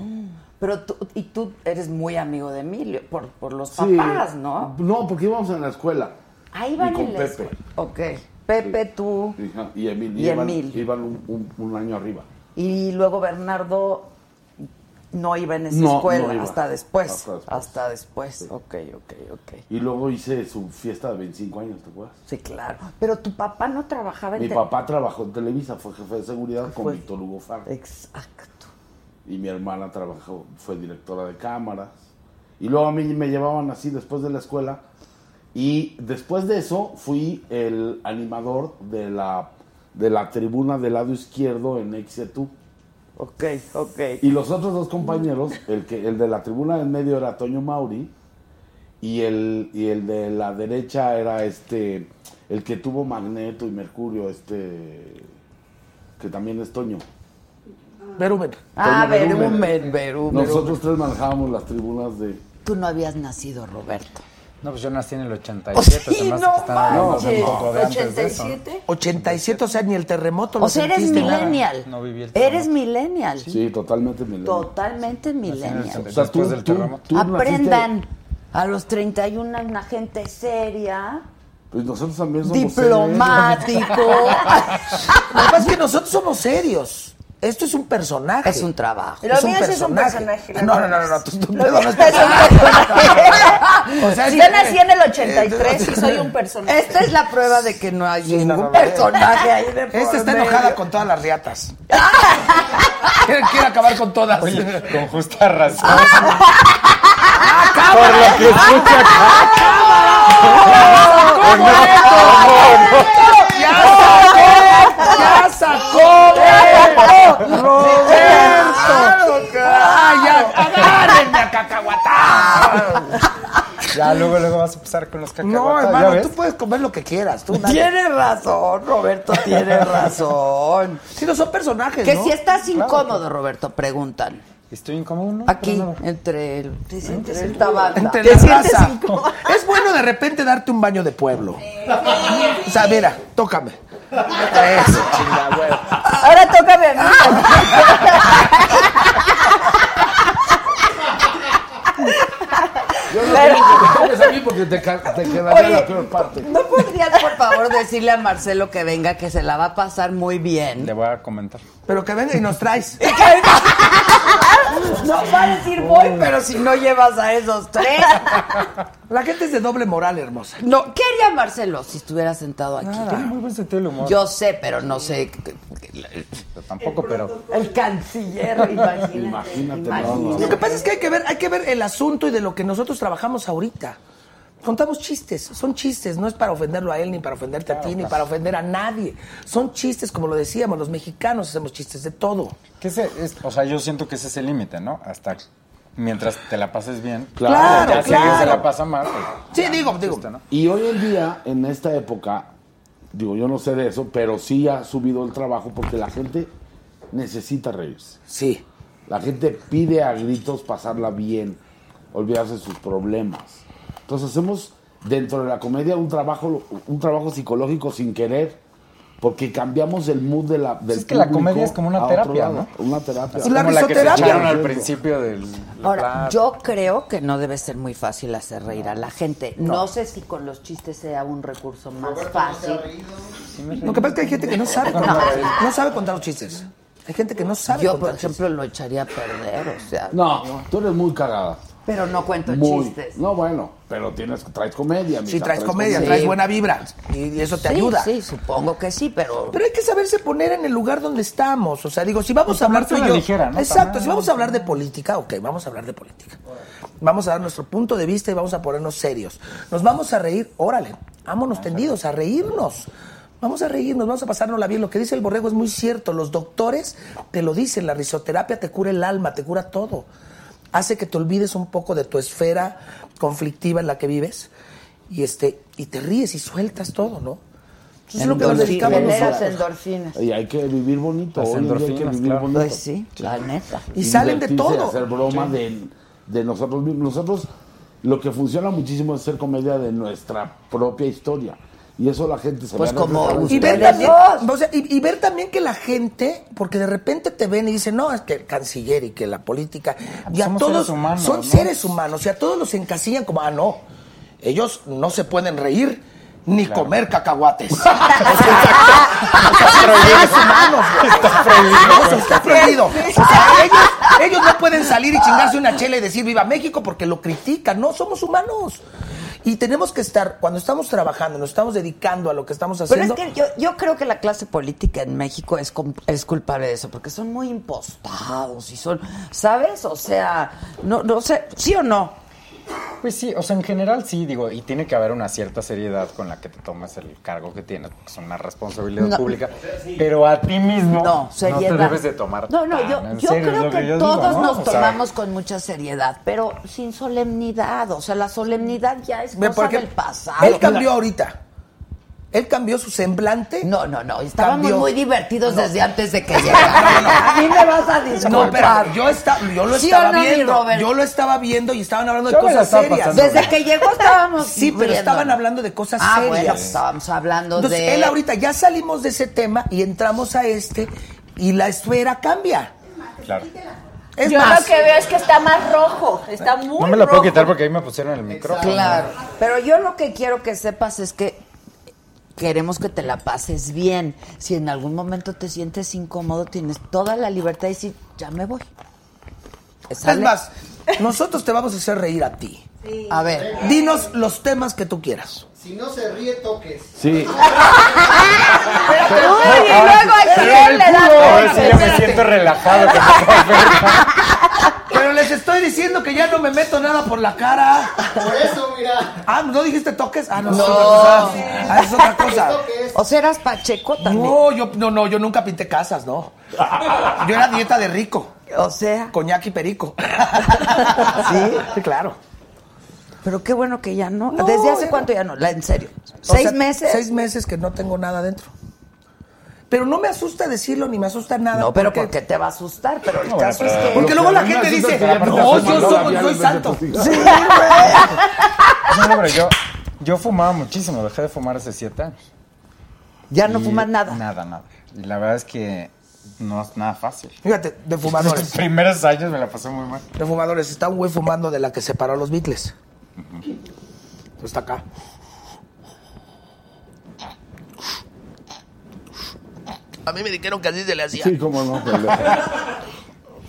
Pero tú, y tú eres muy amigo de Emilio, por, por los
Sí.
papás, ¿no?
No, porque íbamos en la escuela.
Ahí
y
van
con
en la
Pepe.
escuela. Ok. Pepe, tú.
Ajá, Y Emil.
Y
iban,
Emil.
iban un, un- un año arriba.
Y luego Bernardo no iba en esa
No, no
escuela
iba.
hasta después.
Hasta después.
Hasta después. Ok, ok, ok.
Y luego hice su fiesta de 25 años, ¿te acuerdas?
Sí, claro. Pero tu papá no trabajaba en
Mi
te-
papá trabajó en Televisa, fue jefe de seguridad con
Fue-
Víctor Hugo Farr.
Exacto.
Y mi hermana trabajó, fue directora de cámaras. Y luego a mí me llevaban así después de la escuela. Y después de eso fui el animador de la, de la tribuna del lado izquierdo en Exetú.
Ok, ok.
Y los otros dos compañeros, el, que, el de la tribuna del medio era Toño Mauri y el, y el de la derecha era este, el que tuvo Magneto y Mercurio, este, que también es Toño.
Verumen.
Ah,
Toño Berumen.
Berumen, Berumen.
Nosotros tres manejábamos las tribunas de...
Tú no habías nacido, Roberto.
No, pues yo nací en el 87.
Pues Sí,
se me hace
no
que están hablando de
manches.
un poco de antes de eso.
87.
87, o sea, ni el terremoto lo
O sea, eres
sentiste, nada.
millennial.
No viví el
Eres millennial.
Sí, totalmente milenial.
Totalmente
Nací
millennial.
en el
O sea,
73
tú-
después del
tú-
terremoto.
tú naciste-
Aprendan. A los 31 una gente seria,
Pues nosotros también somos...
diplomático.
Lo que pasa es que nosotros somos serios. Esto es un personaje.
es un trabajo.
Lo mío sí es un personaje, la
No, no, no,
verdad.
no, no, tú, tú-
Lo
no,
mío
no,
es un personaje.
O sea,
si
es-
yo nací en el 83 y soy un personaje.
Esta es la prueba de que no hay
no,
ningún
no, no.
personaje ahí de por
Esta está
medio.
enojada con todas las riatas. quiere, quiere acabar con todas.
Oye, con justa razón.
¡Ya sacó! ¡Roberto! ¡Roberto! ¡Ay, ya! ¡Agárrenme a cacahuatá!
Ya luego, luego vas a empezar con los cacahuates.
No,
¿ya
hermano,
ves?
tú puedes comer lo que quieras. Tú, dale.
Tiene razón, Roberto, tiene razón.
Sí, no son personajes,
Que
¿no?
si estás incómodo, Roberto, preguntan.
Estoy incómodo, ¿no?
Ah, Aquí,
Pero no.
entre el, entre esta banda.
Ah, Entre
¿Te
la
sientes
raza.
incómodo?
Es bueno de repente darte un baño de pueblo. O sea, mira, tócame. Eso, chinga, güey.
Ahora tócame a mí.
Yo no quiero que te toques a mí porque te, ca- te quedaría la peor parte.
¿No podrías, por favor, decirle a Marcelo que venga, que se la va a pasar muy bien?
Le voy a comentar.
Pero que venga y nos traes.
No va a decir voy, pero si no llevas a esos tres.
La gente es de doble moral, hermosa.
No, ¿qué haría Marcelo si estuviera sentado aquí?
Tiene muy buen sentido el humor.
Yo sé, pero no sé.
Yo tampoco, pero.
El canciller, imagínate.
Imagínate, no, no,
Lo que pasa es que hay que ver, hay que ver el asunto y de lo que nosotros trabajamos ahorita. Contamos chistes, son chistes, no es para ofenderlo a él, ni para ofenderte a ti, ni para ofender a nadie. Son chistes, como lo decíamos, los mexicanos hacemos chistes de todo.
¿Qué se- es- o sea, yo siento que ese es el límite, ¿no? Hasta mientras te la pases bien.
Claro,
ya si alguien se
claro.
la pasa mal. pues,
Sí,
ya,
digo,
no
digo.
existe, ¿no?
Y hoy en día, en esta época, digo, yo no sé de eso, pero sí ha subido el trabajo porque la gente necesita reírse.
Sí.
La gente pide a gritos pasarla bien, olvidarse de sus problemas. Entonces hacemos dentro de la comedia un trabajo, un trabajo psicológico sin querer, porque cambiamos el mood de la, del
es que la
público
comedia es como una
a otro
terapia,
lado. Una terapia.
la
Como la que se
risoterapia.
echaron al principio del. la
Ahora,
plática.
yo creo que no debe ser muy fácil hacer reír a la gente. No sé si con los chistes sea un recurso más fácil.
Lo que pasa es que hay gente que no sabe contar, no sabe contar los chistes.
Hay gente que no sabe.
Yo, por ejemplo, lo echaría a perder, o sea.
No, tú eres muy cagada.
Pero no cuento
Muy.
chistes.
No, bueno, pero tienes, traes comedia.
Si
mija,
traes comedia,
comedia.
traes buena vibra. Y eso te
Sí,
ayuda.
Sí, supongo que sí, pero.
Pero hay que saberse poner en el lugar donde estamos. O sea, digo, si vamos a hablar tú y
tomársela
yo.
ligera, ¿no?
Exacto,
También.
si vamos a hablar de política, ok, vamos a hablar de política. Vamos a dar nuestro punto de vista y vamos a ponernos serios. Nos vamos a reír, órale, vámonos tendidos, a reírnos. Vamos a reírnos, vamos a pasárnosla bien. Lo que dice el borrego es muy cierto. Los doctores te lo dicen, la risoterapia te cura el alma, te cura todo. Hace que te olvides un poco de tu esfera conflictiva en la que vives y este y te ríes y sueltas todo, ¿no? Eso es lo que nos
Endorfinas.
dedicamos
Generas
nosotros.
endorfinas.
Y hay que vivir bonito.
Las
hoy en día hay que
endorfinas,
vivir
claro.
bonito.
Pues sí, la neta.
Y salen de
Divertirse,
todo.
hacer bromas de, de nosotros mismos. Nosotros lo que funciona muchísimo es hacer comedia de nuestra propia historia. Y eso la gente se
Pues
ve
como
reflejada
Y
en su
ver,
Ustedes
también,
dos.
o sea, y- y ver también que la gente, porque de repente te ven y dicen, no, es que el canciller y que la política, y a
Somos
todos
seres humanos,
son
¿no?
seres humanos, y a todos los encasillan como, ah, no, ellos no se pueden reír ni comer cacahuates. O sea, seres humanos, güey. Eso está prohibido. O sea, ellos, ellos no pueden salir y chingarse una chela y decir viva México porque lo critican. No, somos humanos. Y tenemos que estar, cuando estamos trabajando, nos estamos dedicando a lo que estamos
Pero
haciendo.
es que yo, yo creo que la clase política en México es, com- es culpable de eso, porque son muy impostados y son, ¿sabes? O sea, no, no sé, ¿sí o no?
Pues sí, o sea, en general sí, digo, y tiene que haber una cierta seriedad con la que te tomas el cargo que tienes, porque es una responsabilidad
No.
pública, pero a ti mismo
No, seriedad.
no te debes de tomar.
No, no,
tan
yo,
en
yo
serio, es
creo
lo
que,
yo digo,
todos
¿no?
nos
O sea,
tomamos con mucha seriedad, pero sin solemnidad. O sea, la solemnidad ya es
Ve,
cosa
porque
del pasado.
Él cambió ahorita. Él cambió su semblante.
No, no, no. Estábamos
Cambió.
muy divertidos desde antes de que llegara. A mí me vas a
No, pero
disculpar.
yo, esta- yo lo
¿Sí
estaba
o no, mi
viendo.
Robert?
Yo lo estaba viendo y estaban hablando de
Yo me la
cosas
estaba
serias.
pasando
desde que llegó estábamos.
Sí, pero
riéndonos.
estaban hablando de cosas
Ah,
serias.
bueno, estábamos hablando
Entonces,
de.
él ahorita ya salimos de ese tema y entramos a este y la esfera cambia.
claro.
Es
Yo
más,
lo que veo es que está más rojo, está muy
No me lo puedo
rojo.
quitar porque ahí me pusieron el micrófono.
Claro. Pero yo lo que quiero que sepas es que queremos que te la pases bien. Si en algún momento te sientes incómodo, tienes toda la libertad de decir, ya me voy.
es
¿Sale?
más, nosotros te vamos a hacer reír a ti.
A ver.
Dinos los temas que tú quieras.
Si no se ríe, toques.
Sí,
Uy, y luego hay
Pero
que
el
le da
culo,
A
pena.
ver si yo me siento relajado. que me puedo ver.
Pero les estoy diciendo que ya no me meto nada por la cara.
Por eso, mira.
Ah, ¿no dijiste toques? Ah, no, es otra cosa. Ah, es otra cosa.
Esto que es.
O sea, eras Pacheco también.
No, yo, no, no, yo nunca pinté casas, no. Yo era dieta de rico,
O sea,
coñac y perico.
¿Sí?
Sí, claro.
pero qué bueno que ya no.
No,
¿Desde hace
ya
cuánto ya no? La, en serio.
O
¿Seis
sea,
meses?
Seis meses que no tengo nada dentro. Pero no me asusta decirlo ni me asusta nada.
No, pero
porque,
porque te va a asustar. Pero el
No,
caso
bueno,
es que.
pero-
porque luego la gente
Una
dice,
cita que aparte
no, yo
asoma los
soy,
labiales
soy
desde
santo.
tu-
No, pero yo, yo fumaba muchísimo, dejé de fumar hace siete años.
Ya no
Y-
fumas nada.
Nada, nada. Y la verdad es que no es nada fácil.
Fíjate, de
Los
fumadores.
primeros años me la pasé muy mal.
De fumadores. Está un güey fumando de la que separó a los Beatles. Está acá. A mí me dijeron que así se le hacía.
sí, cómo no. pendejo.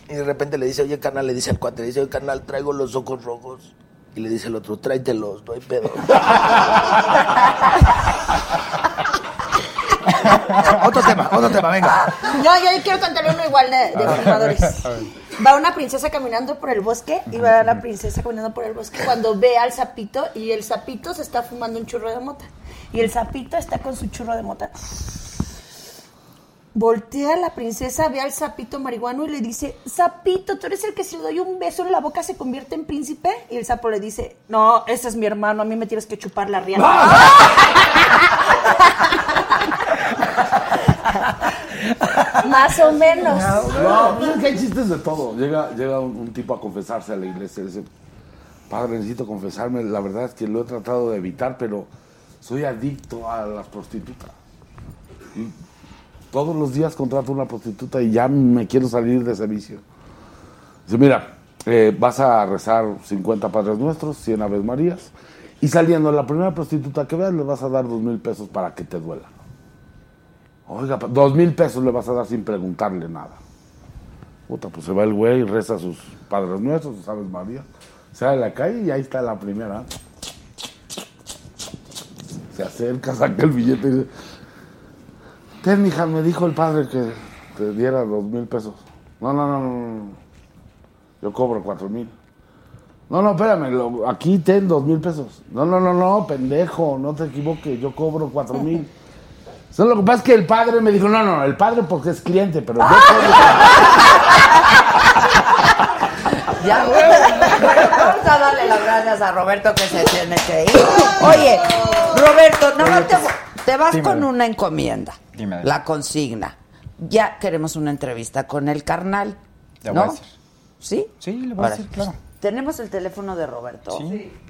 Y de repente le dice, oye, carnal, le dice al cuate, le dice, oye, carnal, traigo los ojos rojos. Y le dice el otro, tráetelos, no hay pedo. otro tema, otro tema, venga.
No, yo quiero contarle uno igual de, de fumadores. Va una princesa caminando por el bosque y va la princesa caminando por el bosque cuando ve al sapito y el sapito se está fumando un churro de mota. Y el sapito está con su churro de mota. Voltea la princesa, ve al sapito marihuano y le dice, sapito, tú eres el que si le doy un beso en la boca se convierte en príncipe. Y el sapo le dice, no, ese es mi hermano, a mí me tienes que chupar la rienda. Más o menos.
No, pues es que hay chistes de todo. Llega, llega un, un tipo a confesarse a la iglesia y dice, padre, necesito confesarme. La verdad es que lo he tratado de evitar, pero soy adicto a las prostitutas. Y todos los días contrato una prostituta y ya me quiero salir de ese vicio. Dice, mira, eh, vas a rezar 50 Padres Nuestros, 100 Aves Marías, y saliendo la primera prostituta que veas le vas a dar dos mil pesos para que te duela. Oiga, pa- dos mil pesos le vas a dar sin preguntarle nada. Puta, pues se va el güey, reza a sus padres nuestros, sus aves María. Sale a la calle y ahí está la primera. Se acerca, saca el billete y dice: Ten, hija, me dijo el padre que te diera dos mil pesos. No, no, no, no. no. Yo cobro cuatro mil. No, no, espérame, lo- aquí ten dos mil pesos. No, no, no, no, pendejo, no te equivoques, yo cobro cuatro mil. Solo lo que pasa es que el padre me dijo, no, no, el padre porque es cliente, pero yo
Ya, güey. Bueno, vamos a darle las gracias a Roberto que se tiene que ir. Oye, Roberto, no, no te, te vas
Dímelo.
con una encomienda.
Dímelo.
La consigna. Ya queremos una entrevista con el carnal.
La voy
¿no?
a hacer.
¿Sí?
Sí, le voy a
Ahora,
hacer, claro.
Tenemos el teléfono de Roberto.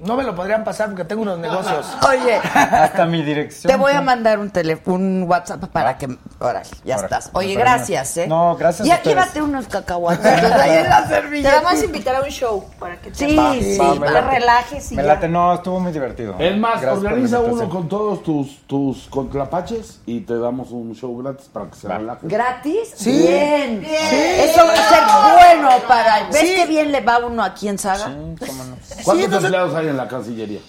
No me lo podrían pasar porque tengo unos negocios.
Oye,
Hasta mi dirección.
te voy a mandar un tele- un WhatsApp para que. Órale, ya
Órale,
estás. Oye,
no, perdón.
gracias, ¿eh?
No, gracias a
Ya,
ustedes.
llévate unos cacahuates ahí en la
Te
servilleta.
vamos a invitar a un show para que te,
Sí,
Va,
sí,
va,
sí,
me
te
late.
relajes y
Me
ya.
late, no, estuvo muy divertido.
Es más,
Gracias por la
organiza uno
invitación.
con todos tus, tus contrapaches y te damos un show gratis para que se relajen.
¿Gratis?
Sí.
Bien. Eso va a ser bueno para. ¿Ves qué bien le va uno aquí en Saga?
Sí, cómo no.
¿Cuántos
entonces-
empleados hay en la Cancillería?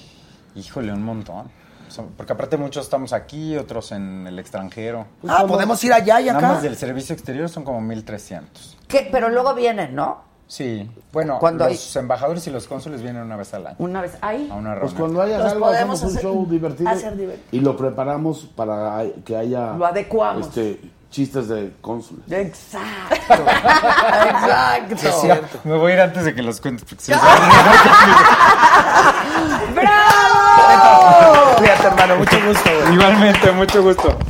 Híjole, un montón. Son- Porque aparte muchos estamos aquí, otros en el extranjero.
Ah, podemos ir allá y
Nada
acá.
más del servicio exterior son como 1300.
¿Qué? Pero luego vienen, ¿no?
Sí. Bueno,
¿Cuándo hay?
los embajadores y los cónsules vienen una vez al año
Una vez ahí.
a una reunión.
Pues cuando haya
Los
algo
podemos
hacemos un
hacer-
show divertido,
hacer divertido.
y lo preparamos para que haya
Lo adecuamos.
este, chistes de cónsules.
Exacto. Exacto.
Sí, es cierto. Me voy a ir antes de que los cuentes. porque si no-
¡Bravo!
Fíjate, hermano, mucho gusto, güey.
Igualmente, mucho gusto.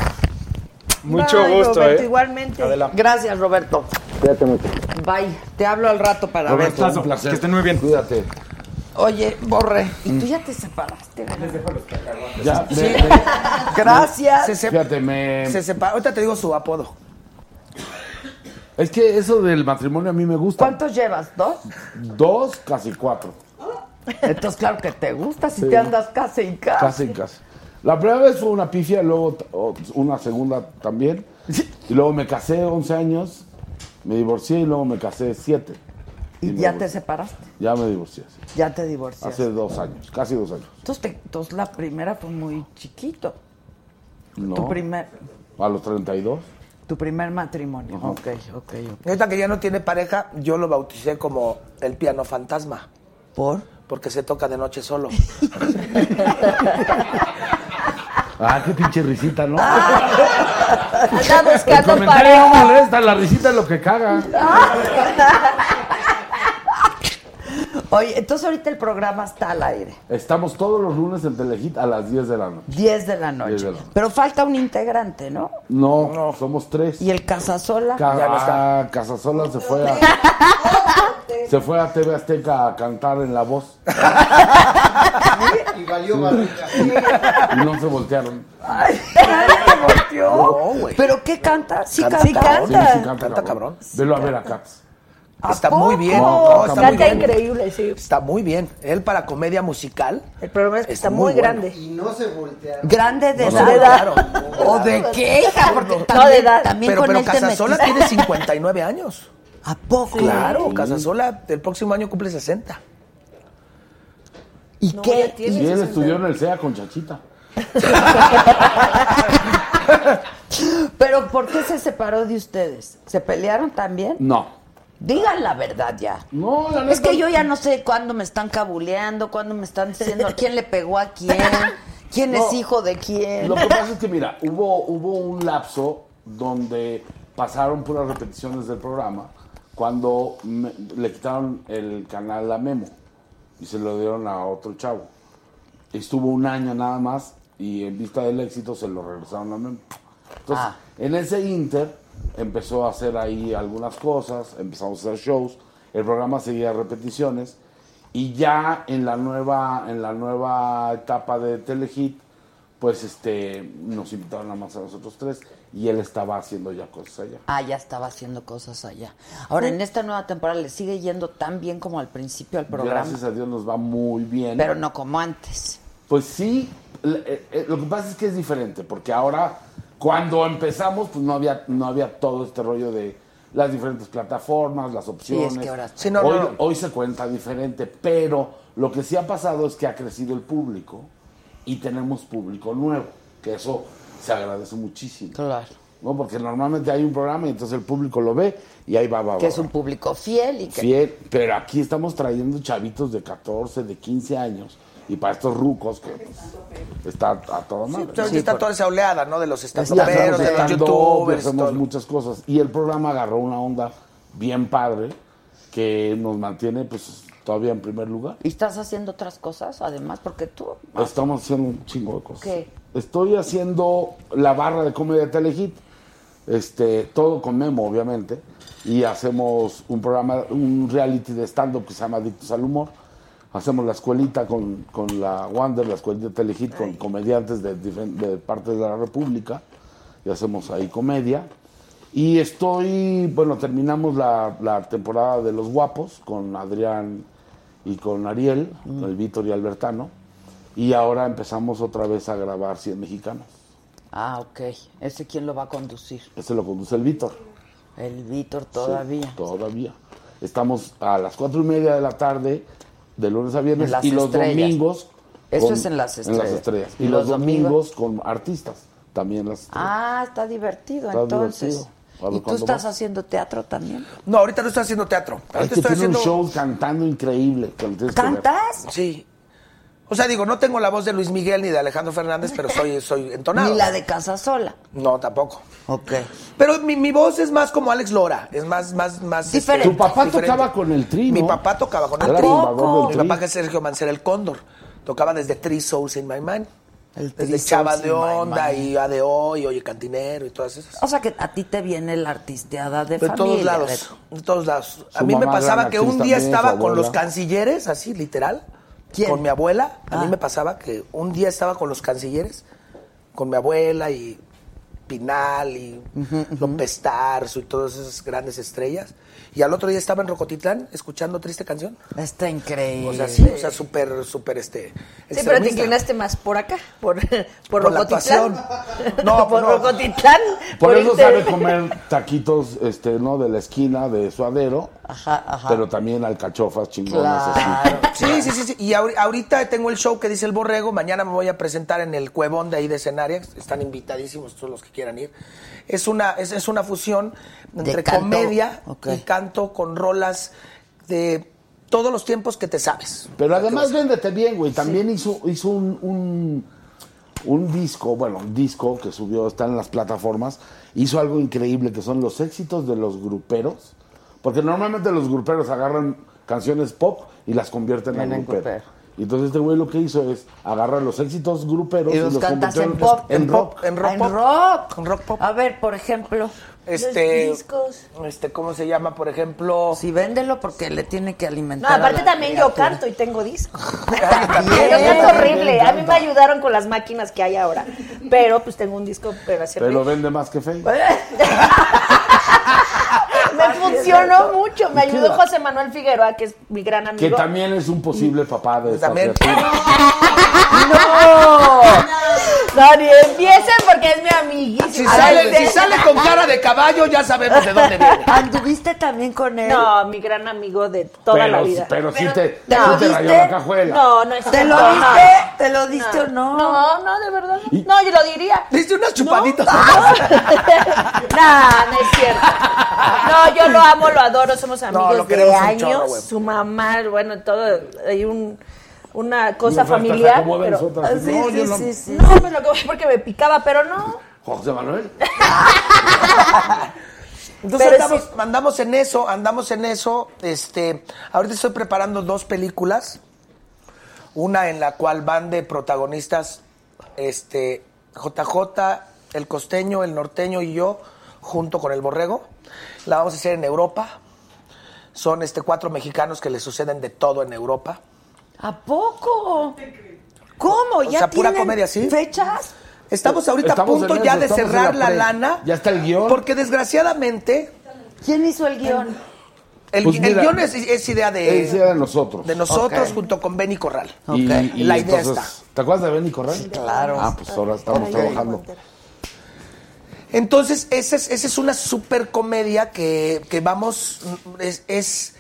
Mucho
Ay,
gusto,
Roberto,
eh.
Igualmente.
Adela.
Gracias, Roberto.
Cuídate mucho.
Bye. Te hablo al rato para ver.
Roberto, un placer. Que estén muy bien.
Cuídate.
Oye, borre. Y tú ya te separaste.
Ya, me- me-
Gracias.
Se, se-
fíjate, me,
se separa. Ahorita te digo su apodo.
es que eso del matrimonio a mí me gusta.
¿Cuántos llevas? ¿Dos?
Dos, casi cuatro.
Entonces, claro que te gusta si
Sí.
te andas casa y casa.
Casi, casi. La primera vez fue una pifia, luego t- o- una segunda también. Y luego me casé 11 años, me divorcié y luego me casé 7.
Y
me
ya te
divorcié.
separaste,
Ya me divorcié, sí.
ya te divorciaste.
Hace dos años, casi dos años.
Entonces, te- entonces la primera fue muy chiquito.
No,
Tu primer
a los 32.
tu primer matrimonio. Ok, ok, ok.
Y Ahorita que ya no tiene pareja, yo lo bauticé como el piano fantasma.
¿Por?
Porque se toca de noche solo.
Ah, qué pinche risita, ¿no?
Ah,
Anda
El
buscando
comentario no
pareja.
molesta, la risita es lo que caga.
Oye, entonces ahorita el programa está al aire.
Estamos todos los lunes en Telehit a las 10 de la noche.
10 de la noche.
Diez de la noche.
Pero falta un integrante, ¿no?
No, somos tres.
Y el Casasola.
Ca-
Ya no está.
ah, Casasola se fue a... Se fue a TV Azteca a cantar en La Voz.
Y valió barriga.
Y no se voltearon.
Nadie te volteó.
No, güey.
¿Pero qué canta? Sí
Canta.
canta.
Sí canta.
Sí, sí, canta,
Canta,
cabrón.
cabrón.
Velo a ver a Cats.
¿A
Está muy
poco?
bien.
No,
está
canta
muy bien.
increíble, sí.
Está muy bien. Él para comedia musical.
El problema es que
Es
está
muy
muy
bueno.
grande.
Y no se voltearon.
Grande de
No,
edad.
de edad.
¿O de qué, hija? Porque
No,
también,
de edad.
también
Pero,
con
pero
él te
Casasola
metiste.
tiene 59 años.
¿A poco?
Claro, Casasola el próximo año cumple 60.
¿Y
No,
qué?
ya
Y
tiene
él
60.
estudió en el SEA con Chachita.
¿Pero por qué se separó de ustedes? ¿Se pelearon también?
No.
Digan la verdad ya.
No, la neta.
Es que yo ya no sé cuándo me están cabuleando, cuándo me están diciendo quién le pegó a quién, quién es
No.
hijo de quién.
Lo que pasa es que, mira, hubo, hubo un lapso donde pasaron puras repeticiones del programa cuando me- le quitaron el canal a Memo y se lo dieron a otro chavo. Estuvo un año nada más y en vista del éxito se lo regresaron a Memo. Entonces,
Ah.
en ese inter empezó a hacer ahí algunas cosas, empezamos a hacer shows, el programa seguía repeticiones y ya en la nueva en la nueva etapa de Telehit pues este nos invitaron nada más a nosotros tres y él estaba haciendo ya cosas allá.
Ah, ya estaba haciendo cosas allá. Ahora, en esta nueva temporada le sigue yendo tan bien como al principio al programa,
Gracias a Dios nos va muy bien.
pero no como antes.
Pues sí, l- eh, eh, lo que pasa es que es diferente, porque ahora cuando empezamos pues no había no había todo este rollo de las diferentes plataformas, las opciones.
que ahora-
Sí, no,
hoy,
no.
hoy se cuenta diferente, pero lo que sí ha pasado es que ha crecido el público y tenemos público nuevo, que eso se agradece muchísimo.
Claro.
¿no? Porque normalmente hay un programa y entonces el público lo ve y ahí va, va, va,
que es
va.
un público fiel y que
Fiel, eh, pero aquí estamos trayendo chavitos de 14, de 15 años y para estos rucos que pues, está a toda
Sí,
madre.
pues, ahorita
Sí,
está
por-
toda esa oleada, ¿no? De los
Ya hacemos
estandoperos, de los
stand-up,
youtubers.
hacemos
todo.
muchas cosas. Y el programa agarró una onda bien padre que nos mantiene pues todavía en primer lugar.
y estás haciendo otras cosas además porque tú
Estamos haciendo un chingo de cosas.
¿Qué?
Estoy haciendo la barra de comedia de Telehit, este, todo con Memo, obviamente, y hacemos un programa, un reality de stand-up que se llama Adictos al Humor. Hacemos la escuelita con, con la Wander, la escuelita de Telehit, con comediantes de, difer- de partes de la República, y hacemos ahí comedia. Y estoy, bueno, terminamos la, la temporada de Los Guapos con Adrián y con Ariel, con el Víctor y Albertano. Y ahora empezamos otra vez a grabar 100 mexicanos.
ah ok ese quién lo va a conducir
Este lo conduce el Víctor.
el Víctor todavía
Sí, todavía. Estamos a las cuatro y media de la tarde, de lunes a viernes,
En las
y los
estrellas.
domingos.
Eso es en las estrellas.
estrellas. Y,
Y
los,
los
domingos, con artistas, también las estrellas.
ah está divertido
Está
entonces
divertido. A ver,
y tú
¿cuándo
estás
vas?
haciendo teatro también
No, ahorita no estoy haciendo teatro.
Ay,
Ahorita
que
estoy
tiene
haciendo.
un show cantando increíble. que lo tienes que ver.
cantas
Sí. O sea, digo, no tengo la voz de Luis Miguel ni de Alejandro Fernández, pero soy, soy entonado.
ni la de casa sola
No, tampoco.
ok
Pero mi, mi voz es más como Alex Lora. Es más, más, más. este,
Diferente.
Tu papá
diferente.
tocaba con el tri,
Mi
¿no?
papá tocaba con
Era
el tri.
fundador del
Mi papá
Tri.
que es Sergio Mancera el Cóndor. Tocaba desde Three Souls in My Mind.
El Three
desde Chava
Souls
de
in My
Onda
Mind.
y ADO y Oye Cantinero y todas esas.
o sea que a ti te viene la artisteada de,
De
familia
todos lados,
de-
de todos lados. A
Su
mí me
mamá era
pasaba
una
que
actriz
un día
también,
estaba
su
con los
abuela.
cancilleres, así, literal,
¿Quién?
con mi abuela. A
Ah.
mí me pasaba que un día estaba con los cancilleres, con mi abuela y Pinal y López Tarso y todas esas grandes estrellas. Y al otro día estaba en Rocotitlán escuchando Triste Canción.
está increíble
O sea, sí, o sea, súper, súper este...
Eh. Sí, pero te
extremista.
inclinaste más por acá, por, por,
Por la
Rocotitlán.
actuación. No, pues
por
no.
Rocotitlán.
Por eso
irte-
sabe comer taquitos, este, ¿no? De la esquina, de suadero,
ajá ajá
pero también alcachofas chingonas así.
claro
Sí, sí, sí, sí. Y ahori- ahorita tengo el show que dice el borrego. Mañana me voy a presentar en el cuevón de ahí de escenaria. Están invitadísimos todos los que quieran ir. Es una, es, es una fusión entre
canto.
comedia
Ok.
y canto con rolas de todos los tiempos que te sabes.
Pero además véndete bien, güey. También hizo, hizo un, un, un disco, bueno, un disco que subió, está en las plataformas. Hizo algo increíble que son los éxitos de los gruperos. Porque normalmente los gruperos agarran canciones pop y las convierten en,
En
grupero.
grupero.
Y entonces este güey lo que hizo es agarrar los éxitos gruperos
y los cantas
convirtió
en pop
en rock.
en rock
Ah, en
pop.
rock
En rock pop.
a ver por ejemplo
Este,
Los discos.
este, ¿cómo se llama? Por ejemplo.
Si véndelo porque le tiene que
No,
alimentar.
aparte
a la
también yo
criatura. Ah,
canto y tengo disco.
También.
Pero es horrible. A mí me
Canta.
ayudaron con las máquinas que hay ahora. Pero pues tengo un disco para hacer.
Pero vende más que Fey.
Me funcionó mucho. Me ayudó
Mira.
José Manuel Figueroa, que es mi gran
Que
amigo.
también es un posible papá de esta
También.
criatura.
No, ni empiecen porque es mi amiguísimo.
Si
Ay,
sale, si
de-
sale con cara de caballo, ya sabemos de dónde viene.
¿Anduviste también con él?
No, mi gran amigo de toda
pero,
la vida.
Pero, sí te,
¿te
sí
lo
te rayó
diste?
la cajuela.
No, no es
¿Te lo
no,
diste? ¿Te lo diste o no?
No, no, de verdad. No, No, yo lo diría.
Diste unas chupaditas.
Ah, Nah, no es cierto. No, yo lo amo, lo adoro, somos amigos
lo
de
queremos un
años.
chorro, güey.
su mamá, bueno, todo, hay un, una cosa
hasta se
familiar.
acomoda en
pero-
su otra,
Ah,
así,
Sí,
no, yo
sí,
no.
sí, sí. No, pues lo que voy porque me picaba, pero no.
José Manuel.
Entonces
Pero
andamos, andamos en eso, andamos en eso. Este, ahorita estoy preparando dos películas. Una en la cual van de protagonistas este, JJ, el costeño, el norteño y yo, junto con el borrego. La vamos a hacer en Europa. Son este, cuatro mexicanos que le suceden de todo en Europa.
¿A poco? ¿Cómo? ¿Ya
O sea, pura
tienen
comedia, ¿sí?
fechas?
Estamos ahorita
Eh, Estamos
a punto
en
ya
eso,
de
estamos en
cerrar
la
la,
pre.
lana.
Ya está el guión.
Porque desgraciadamente
¿Quién hizo el guión?
el,
Pues
el
mira,
guión es, es idea de...
Ese era de nosotros.
De nosotros
Ok.
junto con Benny Corral.
Y- Y,
La idea
entonces,
está.
¿Te acuerdas de Benny Corral?
claro.
Ah, pues ahora estamos trabajando.
Entonces, esa es, esa es una super comedia que, que vamos, es, es,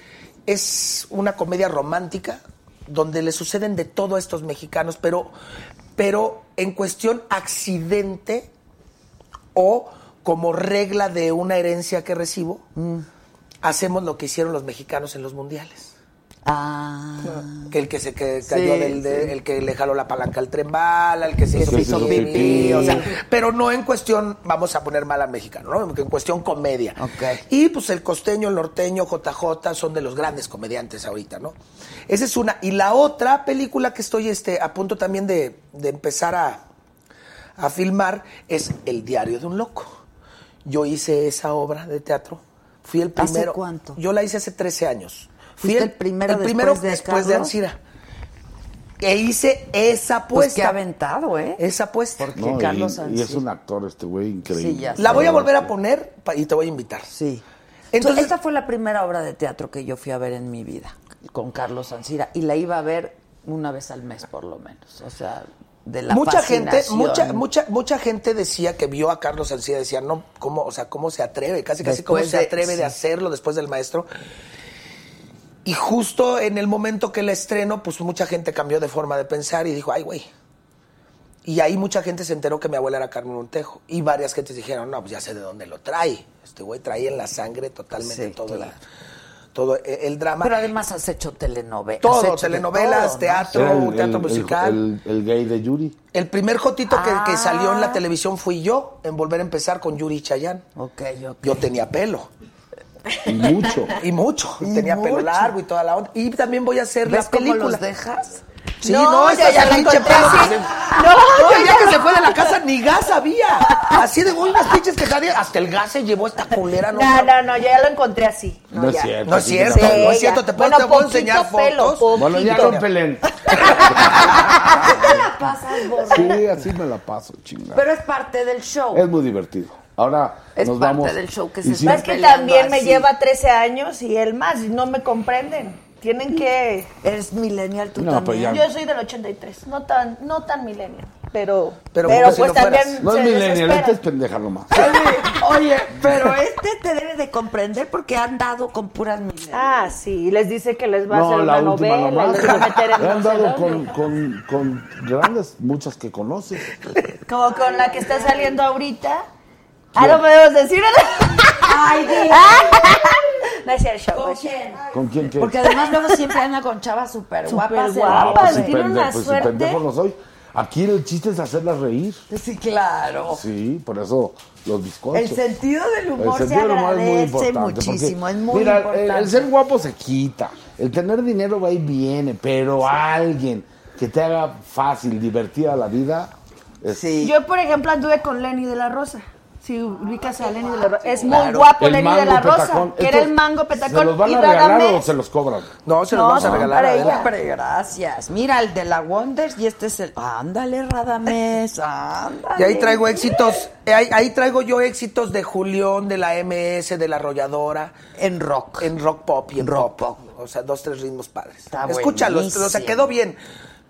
es una comedia romántica donde le suceden de todo a estos mexicanos, pero, pero en cuestión accidente o como regla de una herencia que recibo, hacemos lo que hicieron los mexicanos en los mundiales.
Ah.
Que el que se que
Sí,
cayó del, de-
sí.
el que le jaló la palanca al tren bala, el que se hizo,
se hizo
pipí,
pipí.
o sea, pero no en cuestión, vamos a poner mal al mexicano, ¿no? En cuestión comedia. Y pues el costeño, el norteño, JJ son de los grandes comediantes ahorita, ¿no? Esa es una. Y la otra película que estoy este, a punto también de, de empezar a, a filmar es El diario de un loco. Yo hice esa obra de teatro. Fui el
¿Hace
primero.
cuánto?
Yo la hice hace 13 años. Fui
¿Fuiste el primero
el primero
después de
después de
Carlos?
Ansira. Que hice esa
Pues qué
apuesta.
aventado, ¿eh?
esa apuesta.
No, y-
Carlos
y,
Ansí.
es un actor este güey increíble.
Sí, ya sé.
La voy a volver a poner pa- y te voy a invitar.
Sí. Entonces,
Entonces,
esta fue la primera obra de teatro que yo fui a ver en mi vida, con Carlos Ansira, y la iba a ver una vez al mes por lo menos, o sea, de la
mucha gente,
fascinación.
mucha, mucha, mucha gente decía que vio a Carlos Ansía, decía, no, cómo, o sea, cómo se atreve, casi casi cómo
Después
se
de-
atreve
sí.
de hacerlo después del maestro. Y justo en el momento que la estreno, pues mucha gente cambió de forma de pensar y dijo, ay, güey. Y ahí mucha gente se enteró que mi abuela era Carmen Montejo. Y varias gentes dijeron, no, pues ya sé de dónde lo trae. Este güey traía en la sangre totalmente
Sí,
todo, la-
claro.
todo e- el drama.
Pero además has hecho telenovelas.
Todo,
has hecho de
telenovelas,
todo, ¿no?
teatro,
Era el-
teatro
el- el-
musical.
El, el gay de Yuri.
El primer jotito que,
Ah.
que salió en la televisión fui yo, en volver a empezar con Yuri Chayán.
Ok, ok.
Yo tenía pelo.
Y mucho.
Y mucho.
Y
tenía pelo
mucho.
largo y toda la onda. Y también voy a hacer
¿Ves
la
cómo
película.
los dejas?
Sí, no, esa es pinche pelo que se- No, el día que se fue de la casa ni gas había. Así de uy, las pinches que nadie. Hasta el gas se llevó esta culera, no.
No,
mames.
no, no, yo ya lo encontré así.
No, es
ya.
cierto.
No es
sí,
cierto,
ya-
no
Sí,
es cierto.
ya.
Te puedo,
Bueno,
te puedo
poquito
enseñar
pelo,
fotos.
Bueno, ya
poquito.
rompelen.
La pasas, borracho.
Sí, así me la paso, chingada.
Pero es parte del show.
Es muy divertido. Ahora
Es
nos
parte
vamos.
del show que
y
se
sí,
está
Es que
Peleando
también me
así.
lleva 13 años y él más, y no me comprenden. Tienen que...
Mm. Eres millennial tú
No,
también.
pues
pero ya-
Yo soy del 83, no tan, no tan millennial, pero,
Pero
pero,
como si
pues
lo fueras.
también
No
se
es millennial,
desesperan.
este es pendeja nomás.
Oye, pero este te debe de comprender porque ha andado con puras millennials.
Ah, sí, y les dice que les va a hacer una
la última
novela,
nomás.
les va a meter en no
He
sé
andado
dónde.
con, con, con grandes, muchas que conoces.
Como con la que está saliendo ahorita. Ah, no podemos decir. Ay, No es el show. es cierto. pues.
¿Con quién que
Porque además luego siempre anda con chavas súper guapas.
guapas.
pues si
tiene una
pues si
suerte.
pendejo no soy. Aquí el chiste es hacerlas reír.
Sí, claro.
Sí, por eso los bizcochos.
El sentido del
El
humor se
sentido del humor es muy
agradece
importante,
muchísimo,
porque,
es muy
mira, el-
importante.
El, ser guapo se quita, el tener dinero va y viene, pero alguien que te haga fácil, divertida la vida, es
Sí.
Yo, por ejemplo, anduve con Lenny de la Rosa. Si ubicas a Lenny de la Rosa. Es muy
Claro.
guapo
el
Lenny
mango
de la Rosa.
petacón.
Que era
Estos,
el mango petacón.
¿Se los van
y
a
nada
regalar
más-
o se los cobran?
No, se los
No,
vamos a
son
regalar.
para
Adela.
ella.
Hombre, gracias. Mira, el de la Wonders y este es el... Ándale, Radamés, ándale.
Y ahí traigo éxitos, eh, ahí, ahí traigo yo éxitos de Julián, de la MS, de la Arrolladora,
En rock.
en rock pop y en
Rock
rock
pop.
pop. O sea, dos, tres ritmos padres.
Está
Escúchalo,
buenísimo.
o sea, quedó bien.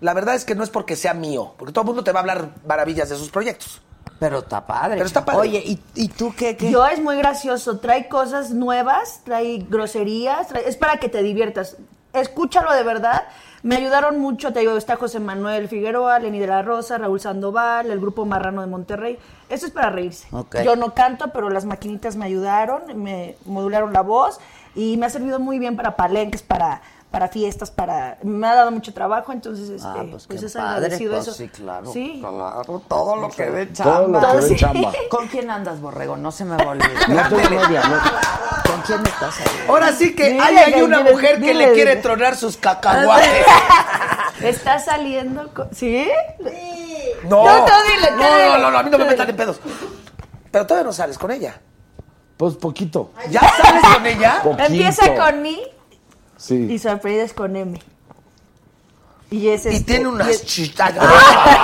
La verdad es que no es porque sea mío, porque todo el mundo te va a hablar maravillas de sus proyectos.
Pero está padre.
Pero está padre.
Oye, ¿y, y tú qué? qué?
Yo es muy gracioso, trae cosas nuevas, trae groserías, trae- es para que te diviertas. Escúchalo de verdad. Me ayudaron mucho, te digo, está José Manuel Figueroa, Lenny de la Rosa, Raúl Sandoval, el grupo Marrano de Monterrey. Esto es para reírse.
Ok.
Yo no canto, pero las maquinitas me ayudaron, me modularon la voz y me ha servido muy bien para palenques, para para fiestas, para me ha dado mucho trabajo, entonces este,
Ah, pues, qué
es
padre,
agradecido
pues,
eso.
sí, claro,
Sí.
claro, todo lo que ve chamba.
Todo lo que ve
Sí.
chamba.
¿Con quién andas, Borrego? No se me va a olvidar.
No tengo novia, no.
¿Con quién estás ahí?
Ahora sí que
Dile,
ahí hay
dile,
una
dile,
mujer que
dile,
le quiere
dile.
tronar sus cacahuates.
Está saliendo, co- ¿sí?
No,
No, tú dile, tú
no, no,
dile.
no, no, a mí no me metan en pedos. Pero todavía no sales con ella.
Pues poquito,
¿Ya sales con ella?
Poquito.
Empieza con I y
sí.
su apellido es con M. Y es
Y
este,
tiene
Oh,
y
unas
es-
chitas.
Ah,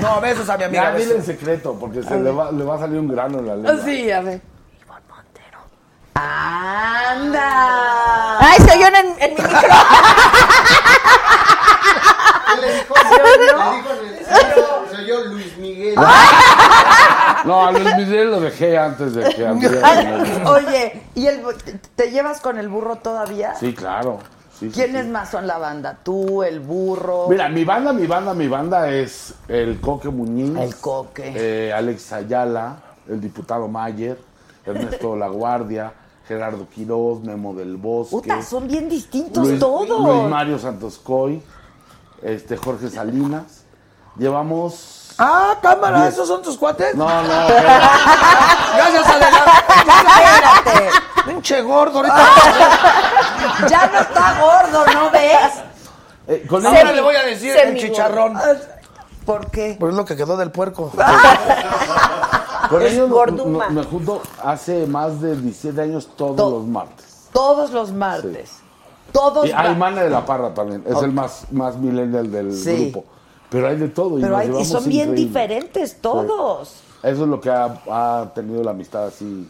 No, besos a mi amiga.
Ya, dile
besos.
en secreto, porque se le, va, le va a salir un grano en la lengua.
Oh, Sí, a ver. ¡Anda!
Ay, se oyó en, en mi micro.
¿Qué le dijo? Le dijo en el- Se oyó Luis Miguel.
No, a Luis Miguel lo dejé antes de que abriera.
Oye, ¿y el, bu- te, te llevas con el burro todavía?
Sí, claro. Sí, sí, sí.
¿Quiénes más son la banda? Tú, el burro.
Mira, mi banda, mi banda, mi banda es el Coque Muñiz.
El Coque.
eh, Alex Ayala, el diputado Mayer, Ernesto La Guardia, Gerardo Quirós, Memo del Bosque.
Puta, son bien distintos
Pues, Luis-
Pues, todos.
Luis Mario Santos Coy, este, Jorge Salinas. Llevamos...
Ah, cámara,
Diez.
¿esos son tus cuates?
No, no, espera.
Gracias, Adela.
Espérate,
Pinche gordo, ahorita.
ya no está gordo, ¿no ves?
Eh, con
Ahora
ellos-
le voy a decir el
Semigordo.
chicharrón.
¿Por qué?
Por pues, lo que quedó del puerco.
Con
Es
ellos
gorduma.
no- me junto hace más de 17 años todos
To-
los martes.
Todos los martes. Todos
Y hay
los
Mana de la Parra también, es el más, más millennial del
Sí.
grupo. Pero hay de todo. Y
Pero
nos
hay, y
llevamos
son bien
increíble.
diferentes todos.
Eso es lo que ha, ha tenido la amistad así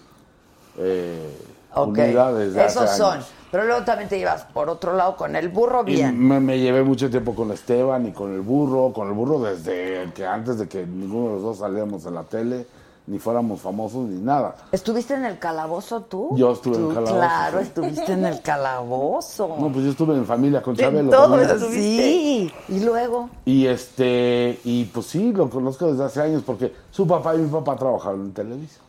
eh,
Ok,
unida desde hace
esos son.
años.
Pero luego también te llevas por otro lado con el burro
Y
bien.
me, me llevé mucho tiempo con Esteban y con el burro, con el burro desde que antes de que ninguno de los dos saliéramos en la tele, ni fuéramos famosos ni nada.
¿Estuviste en el calabozo tú?
Yo estuve en el
Tú,
calabozo,
Claro,
sí.
estuviste en el calabozo.
No, pues yo estuve en familia con
En
Chabelo.
todo
también.
estuviste. Sí. Y luego,
Y este, y pues sí, lo conozco desde hace años porque su papá y mi papá trabajaron en Televisa,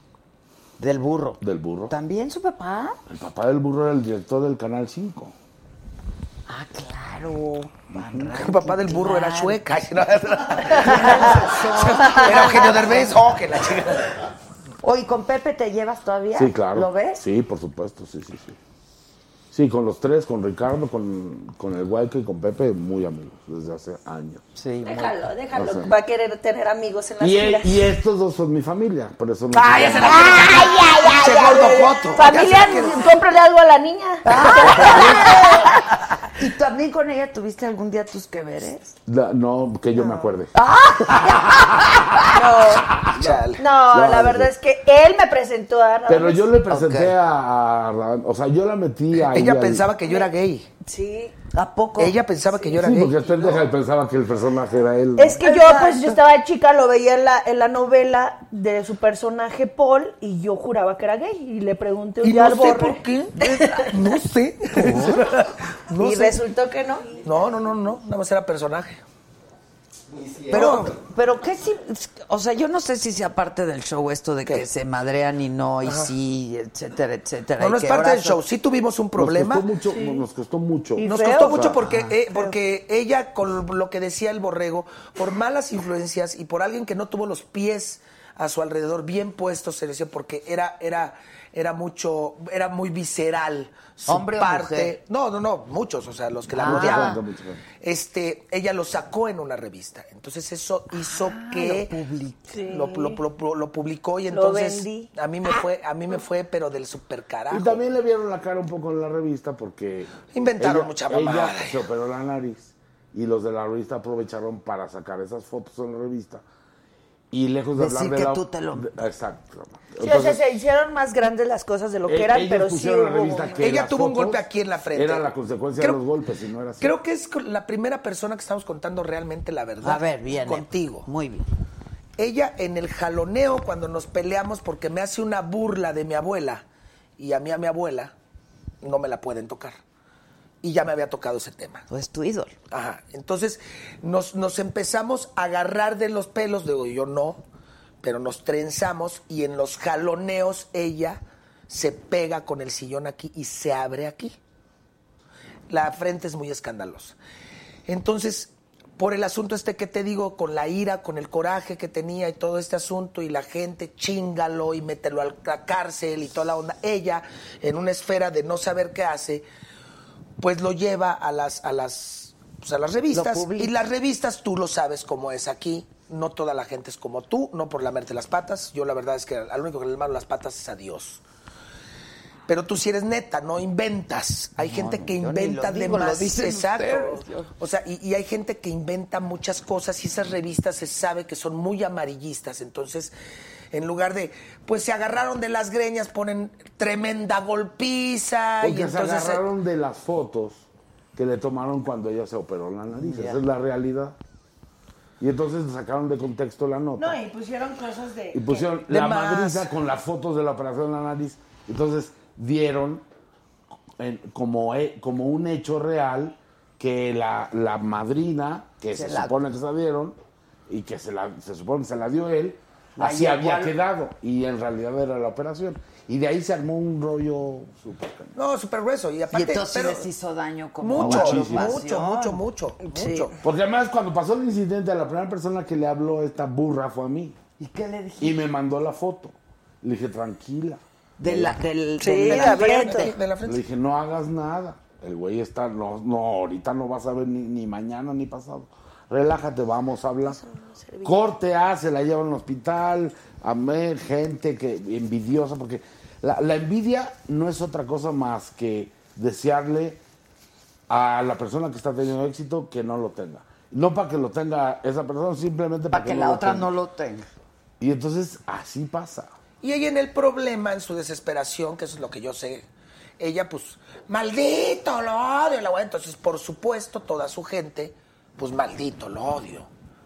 del burro.
del burro.
¿También su papá?
El papá del burro era el director del Canal 5.
Ah, claro.
El papá del burro era chueca.
razón.
Era Eugenio Derbez. Oh, que la chica.
Oye, ¿con Pepe te llevas todavía?
Sí, claro.
¿Lo ves?
Sí, por supuesto, sí, sí, sí. Sí, con los tres, con Ricardo, con, con el Guayco y con Pepe, muy amigos desde hace años.
Sí.
Déjalo, déjalo.
O sea.
Va a querer tener amigos en las
Y, e,
giras.
y estos dos son mi familia, por eso no.
Ah, ya se la Che, gordo joto.
Familia,
Ya se la quiere.
cómprale algo a la niña.
Ah, ¿Y también con ella tuviste algún día tus que veres?
La- no, que yo me
Ah.
acuerde.
Chale.
No,
No,
la
no.
verdad es que él me presentó a Ana
Pero
Bárbara.
yo le presenté
Ok.
a, a Ra- O sea, yo la metí a.
Ella pensaba que yo era gay.
Sí.
¿A poco?
Ella pensaba que yo era
Sí, porque
gay.
es pendeja y pensaba que el personaje era él.
Es que yo, pues,
Exacto.
yo estaba chica, lo veía en la, en la novela de su personaje Paul y yo juraba que era gay. Y le pregunté un
Y
día
no
al
sé
borre.
por qué. No sé. No
y
sé.
resultó que no.
No, no, no, no. Nada más era personaje.
Pero, pero qué si, o sea, yo no sé si sea parte del show esto de que se madrean y no, y sí, etcétera, etcétera.
No,
y
no es
que
parte del
abrazos.
show. Sí tuvimos un problema.
Nos costó mucho. Nos costó mucho.
Nos
feo.
costó
O sea,
mucho porque, eh, porque ella, con lo que decía el borrego, por malas influencias y por alguien que no tuvo los pies a su alrededor bien puestos, se lesionó porque era, era, era mucho, era muy visceral su
¿Hombre o
parte.
mujer?
No, no, no, muchos, o sea, los que la
Ah.
rodeaban.
Mucha gente, mucha gente.
Este, ella lo sacó en una revista. Entonces eso hizo que
Ah, lo
lo, lo- lo- lo publicó y
Lo
entonces
vendí.
a mí me
Ah.
fue, a mí me fue, pero del super
Ah,
Y
carajo.
también le vieron la cara un poco en la revista porque.
Inventaron
ella-
mucha mamada.
Ella se operó la nariz y los de la revista aprovecharon para sacar esas fotos en la revista. Y lejos de
Decir
hablar de
que
la-
tú te lo-
de- Exacto.
Sí, o sea, se hicieron más grandes las cosas de lo que
eh,
eran,
ellos
pero sí
pusieron en la
hubo
revista
un-
que
Ella
las
tuvo un
fotos
golpe aquí en la frente.
Era la consecuencia
Creo-
de los golpes y no era así.
Creo que es con- la primera persona que estamos contando realmente la verdad.
A ver, bien.
Contigo.
Muy bien.
Ella en el jaloneo cuando nos peleamos porque me hace una burla de mi abuela y a mí a mi abuela no me la pueden tocar. Y ya me había tocado ese tema.
Pues tu ídolo.
Ajá. Entonces nos, nos empezamos a agarrar de los pelos, digo yo no, pero nos trenzamos y en los jaloneos ella se pega con el sillón aquí y se abre aquí. La frente es muy escandalosa. Entonces, por el asunto este que te digo, con la ira, con el coraje que tenía y todo este asunto, y la gente chingalo y mételo a la cárcel y toda la onda, ella, en una esfera de no saber qué hace, pues lo lleva a las, a las, pues, a las revistas.
publica.
Y las revistas tú lo sabes cómo es aquí. No toda la gente es como tú, no por lamerte las patas. Yo la verdad es que al único que le lamaron las patas es a Dios. Pero tú sí eres neta, no inventas. Hay gente que
yo ni
inventa
lo digo, lo
demasiado.
dicen
Exacto.
ustedes, yo-
O sea, y, y hay gente que inventa muchas cosas y esas revistas se sabe que son muy amarillistas. Entonces, en lugar de, pues se agarraron de las greñas, ponen tremenda golpiza. y
Porque se
entonces, eh,
agarraron de las fotos que le tomaron cuando ella se operó la nariz. Esa es la realidad. Y entonces sacaron de contexto la nota.
No, y pusieron cosas de.
Y pusieron
que-
la madriza con las fotos de la operación en la nariz. Entonces dieron en- como, he- como un hecho real que la, la madrina, que se,
Se la-
supone que se la dieron y que se, la, se supone que se la dio él,
La
así había
llevó al-
quedado. Y en realidad era la operación. Y de ahí se armó un rollo súper cañón.
No, súper grueso. Y
Y
aparte,
entonces
pero-
les
hizo daño
como
mucho,
Muchísimo.
mucho, mucho, mucho, mucho.
Porque además cuando pasó el incidente, a la primera persona que le habló esta burra fue a mí.
¿Y qué le dije?
Y me mandó la foto. Le dije, tranquila.
De la- del-
Sí, del- de la frente. de la frente.
Le dije, no hagas nada. El güey está, no, no, ahorita no vas a ver ni, ni mañana ni pasado. Relájate, vamos a hablar. Corte A, se la lleva al hospital. Amén, gente que envidiosa, porque la, la envidia no es otra cosa más que desearle a la persona que está teniendo éxito que no lo tenga. No para que lo tenga esa persona, simplemente para,
Para que la otra
tenga.
no lo tenga.
Y entonces así pasa.
Y ella en el problema, en su desesperación, que eso es lo que yo sé, ella pues, maldito, lo odio, la güey. Entonces, por supuesto, toda su gente, pues maldito, lo odio,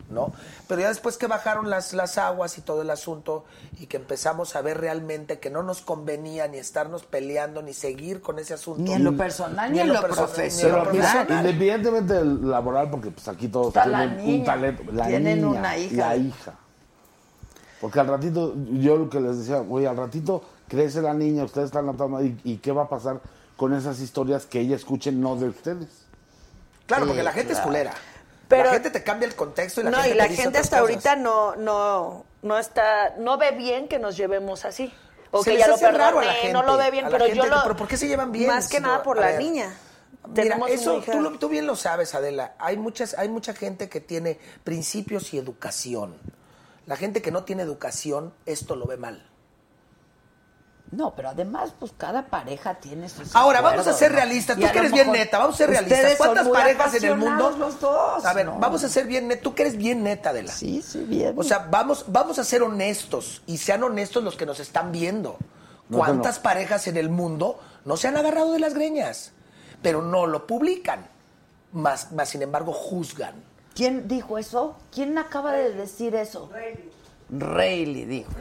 ¿no? Pero ya después que bajaron las, las aguas y todo el asunto y que empezamos a ver realmente que no nos convenía ni estarnos peleando ni seguir con ese asunto.
Ni en lo personal, ni en lo
personal,
profesional.
ni en lo
Pero
profesional.
independientemente del laboral, porque pues aquí todos
Está la
tienen
niña.
un talento. La
Tienen
niña,
una hija.
La hija. Porque al ratito, yo lo que les decía, güey, al ratito crece la niña, ustedes están la toma, ¿y, y qué va a pasar con esas historias que ella escuche no de ustedes?
Claro,
Sí,
porque la gente es
claro.
culera. la gente te cambia el contexto y la
no,
gente
y
te
la
dice
gente
otras
hasta
cosas.
ahorita no, no, no está, no ve bien que nos llevemos así. O que
Se les
ya lo
hace raro a la
perdone,
gente,
no lo ve bien,
a la
pero yo
gente,
lo.
pero ¿por qué se llevan bien?
Más que
Si no,
nada por
a
la
ver,
niña.
Mira,
Tenemos una
eso
hija-
tú, lo- tú bien lo sabes, Adela. Hay, muchas, hay mucha gente que tiene principios y educación. La gente que no tiene educación, esto lo ve mal.
No, pero además, pues cada pareja tiene sus.
Ahora, vamos a
acuerdos,
ser
¿no?
realistas.
Y
Tú
a
que
lo
eres bien
mejor
neta, vamos a ser realistas.
ustedes son
¿Cuántas
muy
parejas en el mundo?
apasionados los
Oh,
dos,
a ver,
¿no?
vamos a ser bien neta. Tú que eres bien neta, Adela.
Sí, sí, bien.
O sea, vamos, vamos a ser honestos y sean honestos los que nos están viendo.
No,
¿Cuántas
no.
parejas en el mundo no se han agarrado de las greñas? Pero no lo publican. Más, más sin embargo, juzgan.
¿Quién dijo eso? ¿Quién acaba de decir eso? Rayleigh dijo.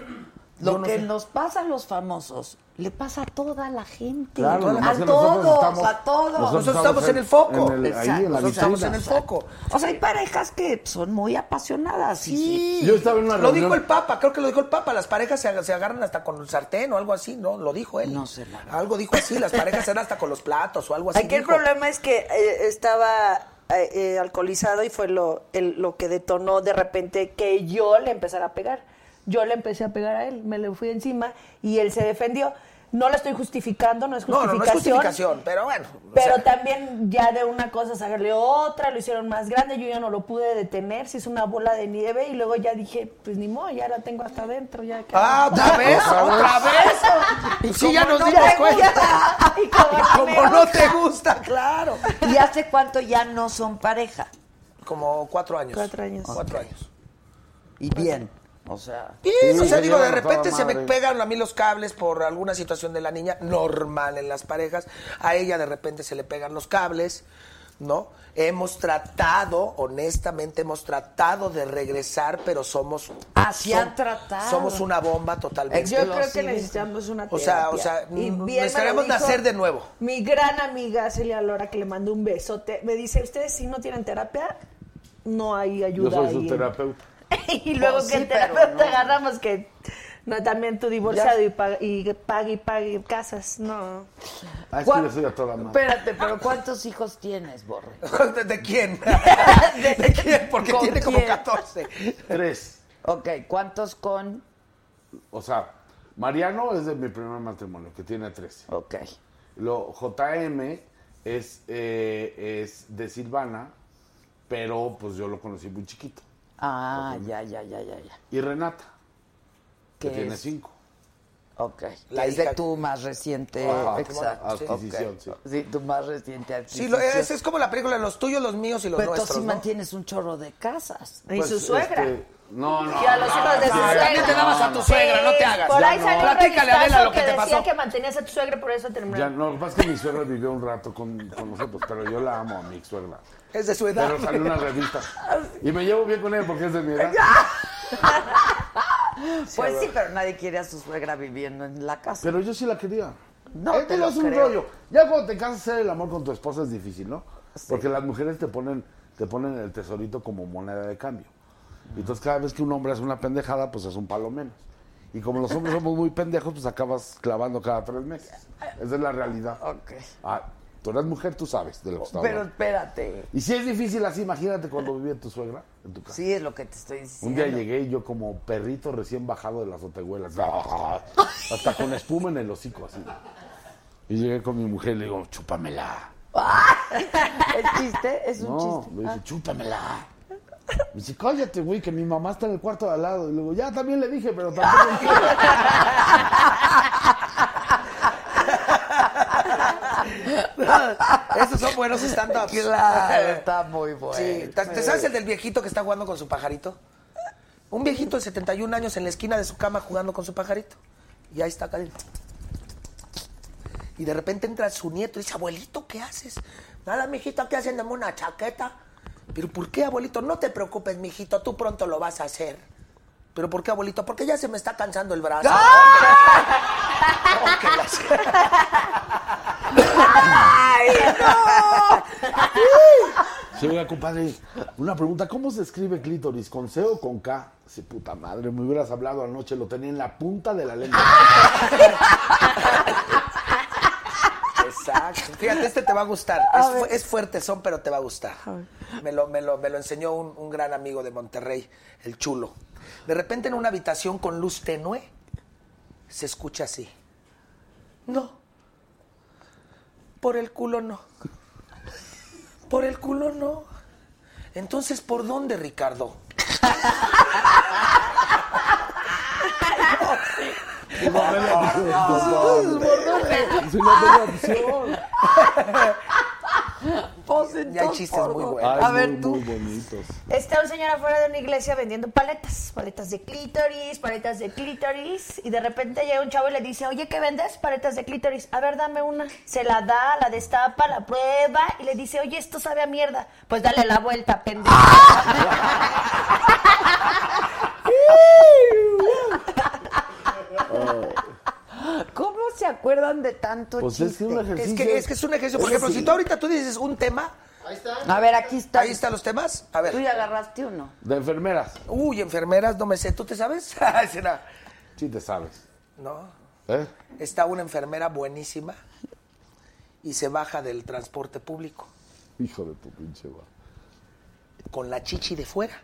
Lo
Yo no
que
sé.
nos pasa a los famosos le pasa a toda la gente.
Claro,
a
lo que pasa es que
todos,
nosotros estamos-
a todos.
nosotros Nosotros estamos estamos en el foco. en el- ahí, en la
Nosotros estamos
vitrina.
en el foco. O sea, hay parejas que son muy apasionadas. Sí. sí.
Yo estaba en una
Lo dijo
reunión-
el Papa, creo que lo dijo el Papa. Las parejas se, ag- se agarran hasta con el sartén o algo así, ¿no? Lo dijo él. No sé. Algo dijo así, las parejas se dan hasta con los platos o algo así.
Aquí el
dijo.
problema es que eh, estaba eh, eh, alcoholizado y fue lo, el- lo que detonó de repente que yo le empezara a pegar. Yo le empecé a pegar a él, me le fui encima y él se defendió. No lo estoy justificando, no es
No, no,
justificación.
no es justificación, pero bueno. o
Pero
sea,
también ya de una cosa sacarle otra, lo hicieron más grande, yo ya no lo pude detener, se hizo una bola de nieve y luego ya dije, pues ni modo, ya la tengo hasta adentro, ya que...
Ah, otra vez, otra vez. Sí, ya nos dimos cuenta.
Y como,
Como
me
no
gusta.
te gusta, claro.
¿Y hace cuánto ya no son pareja?
Como cuatro años.
Cuatro años.
Cuatro años.
Y bien. O sea.
Y,
Sí,
o sea,
se
digo, de
llevan a toda
repente se me
madre.
pegan a mí los cables por alguna situación de la niña, normal en las parejas. A ella de repente se le pegan los cables, ¿no? Hemos tratado, honestamente, hemos tratado de regresar, pero somos.
Ah, sí
som-
han tratado.
Somos una bomba totalmente.
Yo creo que necesitamos una
O
terapia.
sea, o sea,
Y bien me lo
necesitaríamos
dijo
nacer de nuevo.
Mi gran amiga Celia Lora, que le mandó un besote, me dice, ustedes si no tienen terapia, no hay ayuda.
Yo soy su
ahí".
terapeuta.
y luego
Pues
que
sí,
el
pero
terapeuta
no.
agarramos que no, también tu divorciado y pague y pague y pague eh, casas, no.
Ah, es que
¿Cuál?
yo soy a toda madre.
Espérate, pero ¿cuántos hijos tienes, Borre?
¿De, de quién? ¿De quién? Porque
¿Con
tiene como
quién?
14.
Tres.
Ok, ¿cuántos con?
O sea, Mariano es de mi primer matrimonio, que tiene 13.
Ok.
Lo JM es, eh, es de Silvana, pero pues yo lo conocí muy chiquito.
Ah, ya, ya, ya, ya, ya.
Y Renata, que
¿Qué
tiene
es?
cinco.
Ok.
La
es de
hija-
tu más reciente.
Ajá.
exacto. ok.
Adquisición, sí.
Sí, tu más reciente
Sí, lo-
adquisición.
es, es como la película de los tuyos, los míos y los
Pero tú
nuestros.
sí
¿no?
mantienes un chorro de casas.
Pues, este, no, no.
Y a los hijos de
no,
su
no,
suegra.
También te dabas a tu suegra, no te hagas.
Por ahí
Ya
salió
no.
un
Platícale, Adela,
revistazo
lo que
que
te
decía
pasó.
que mantenías a tu suegra, por eso terminó.
Ya, no, lo que pasa es que mi suegra vivió un rato con, con nosotros, pero yo la amo a mi suegra.
Es de su edad.
Pero salió una revista. Y me llevo bien con ella porque es de mi edad.
Pues sí, pero nadie quiere a su suegra viviendo en la casa.
Pero yo sí la quería.
No,
es
te
que
lo
no es un
creo.
rollo. Ya cuando te casas hacer el amor con tu esposa es difícil, ¿no? Porque las mujeres te ponen, te ponen el tesorito como moneda de cambio. Y entonces cada vez que un hombre hace una pendejada, pues es un palo menos. Y como los hombres somos muy pendejos, pues acabas clavando cada tres meses. Esa es la realidad. Ah, tú eres mujer, tú sabes de lo que está
Pero
hablando.
espérate.
Y si es difícil así, imagínate cuando vivía tu suegra en tu casa.
Sí, es lo que te estoy
Un
diciendo.
día llegué y yo como perrito recién bajado de las otehuelas, hasta con espuma en el hocico así. Y llegué con mi mujer y le digo, chúpamela.
¿Es chiste? Es un
No,
chiste. Ah.
me dice, chúpamela. Me dice, cállate, güey, que mi mamá está en el cuarto de al lado. Y luego, ya también le dije, pero tampoco. entiendo".
Esos son buenos stand-ups.
Ah,
Claro, está muy bueno.
Sí, ¿te, te sabes el del viejito que está jugando con su pajarito? Un viejito de 71 años en la esquina de su cama jugando con su pajarito. Y ahí está acá. de- Y de repente entra su nieto y dice, abuelito, ¿qué haces? Nada, mijito, aquí haciéndome una chaqueta. Pero ¿por qué, abuelito? No te preocupes, mijito, tú pronto lo vas a hacer. ¿Pero por qué, abuelito? Porque ya se me está cansando el brazo. Oh, que la-
Sí, oiga, compadre, una pregunta, ¿cómo se escribe clítoris? ¿Con C o con K? Sí, puta madre, me hubieras hablado anoche, lo tenía en la punta de la lengua.
Exacto. Fíjate, este te va a gustar. Es, fu- es fuerte son, pero te va a gustar. Me lo, me lo- me lo enseñó un, un gran amigo de Monterrey, el chulo. De repente en una habitación con luz tenue, se escucha así. No. Por el culo no. Por el culo no. Entonces, ¿por dónde, Ricardo?
Si no tengo opción.
Pues
Ya hay
entonces,
chistes
por
muy
favor.
buenos.
A ver, tú.
Muy bonitos.
Está un señor afuera de una iglesia vendiendo paletas, paletas de clítoris, paletas de clítoris, y de repente llega un chavo y le dice, oye, ¿qué vendes? Paletas de clítoris, a ver, dame una. Se la da, la destapa, la prueba, y le dice, oye, esto sabe a mierda. Pues dale la vuelta, pendejo.
¿Cómo se acuerdan de tanto
Pues es que
chiste?
un
Es
ejercicio.
que, es que es un ejercicio. Por ejemplo, si tú ahorita tú dices un tema,
A ver, aquí está.
ahí están los temas. A ver.
Tú ya agarraste uno.
De enfermeras.
Uy, enfermeras, no me sé, ¿tú te sabes? Ay, sí, no.
Sí te sabes.
no.
¿Eh?
Está una enfermera buenísima y se baja del transporte público
Hijo de tu pinche va.
con la chichi de fuera.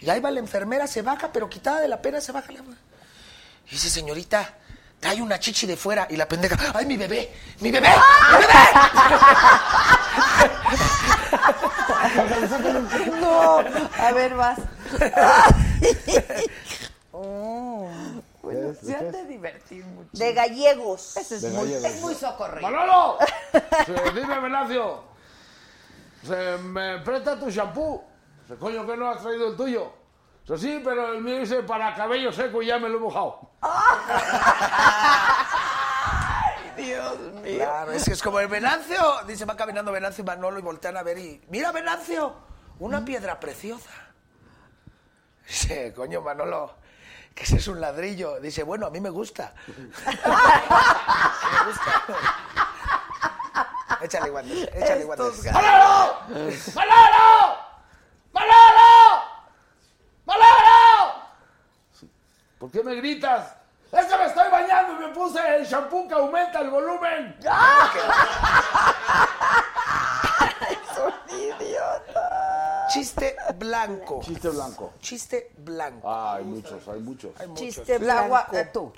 Y ahí va la enfermera, se baja, pero quitada de la pena se baja la... Y dice, señorita, trae una chichi de fuera. Y la pendeja, ¡ay, mi bebé! ¡Mi bebé! ¡Mi bebé!
No, a ver, vas. Oh. bueno,
¿Ves?
ya
¿Ves?
te divertí mucho.
De gallegos.
Ese es
De
muy,
gallego.
es muy socorrido.
¡Manolo! Se- dime, Venacio. Se me presta tu shampoo. Se coño que no has traído el tuyo. Eso sí, pero el mío dice para cabello seco y ya me lo he mojado.
Dios mío.
Claro, es que es como el Venancio. Dice, va caminando Venancio y Manolo y voltean a ver y... ¡Mira, Venancio! Una piedra preciosa. Dice, coño, Manolo, que ese es un ladrillo. Dice, bueno, a mí me gusta. me gusta. échale guantes, échale guantes.
¡Manolo! ¡Manolo! ¡Manolo! ¡Manolo! ¿Por qué me gritas? Es que me estoy bañando y me puse el shampoo que aumenta el volumen.
Chiste blanco.
Chiste blanco.
Chiste blanco.
Ay, muchos, hay muchos.
Chiste
La
blanco.
gua- eh, tú.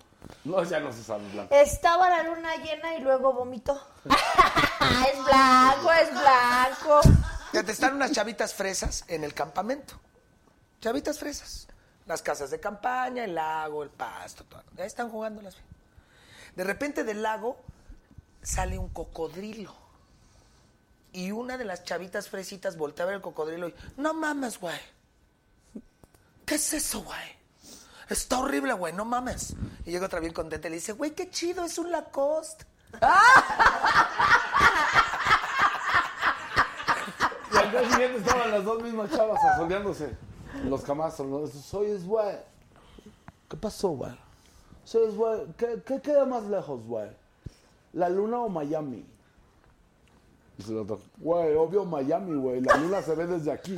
No, ya no se sabe blanco.
Estaba la luna llena y luego vomitó. es blanco, es
Ah,
blanco.
Fíjate, están unas chavitas fresas en el campamento. Chavitas fresas. Las casas de campaña, el lago, el pasto, todo. Ahí están jugando las. De repente del lago sale un cocodrilo. Y una de las chavitas fresitas voltea a ver el cocodrilo y, no mames, güey. ¿Qué es eso, güey? Está horrible, güey, no mames. Y llega otra bien contenta y le dice, güey, qué chido, es un Lacoste.
Y al día siguiente estaban las dos mismas chavas asoleándose. Los camastros, ¿no? Esos, Oye, es güey. ¿Qué pasó, güey? Soy es güey. ¿Qué, qué queda más lejos, güey? ¿La luna o Miami? Dice el otro, güey, obvio Miami, güey. La luna se ve desde aquí.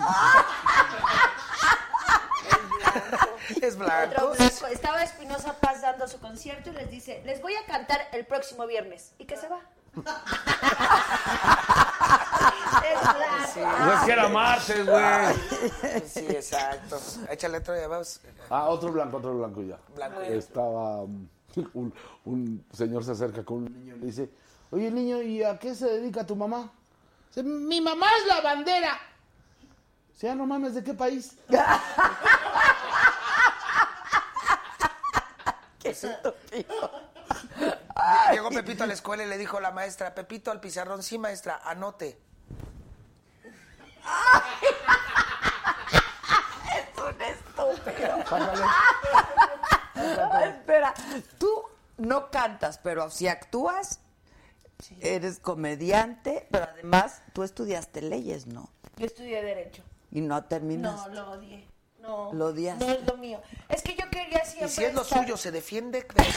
es
Otro blanco. Estaba Espinosa Paz dando su concierto y les dice, les voy a cantar el próximo viernes. ¿Y que se va? es blanco.
Pues es que era martes, güey.
Sí, exacto. Échale otro ya vamos.
Ah, otro blanco, otro blanco ya.
Blanco.
Estaba um, un, un señor se acerca con un niño y le dice, oye niño, ¿y a qué se dedica tu mamá? Dice, Mi mamá es la bandera. Dice, ah, no mames, ¿de qué país?
Llegó Pepito a la escuela y le dijo la maestra, Pepito al pizarrón, sí maestra, anote.
Es un estúpido. Ah, Espera, tú no cantas, pero si actúas, eres comediante, pero además tú estudiaste leyes, ¿no?
Yo estudié Derecho.
Y no
No,
terminas.
lo odié. No.
Lo odiaste.
No es lo mío. Es que yo quería siempre
Y si es lo
estar-
suyo, se defiende. güey.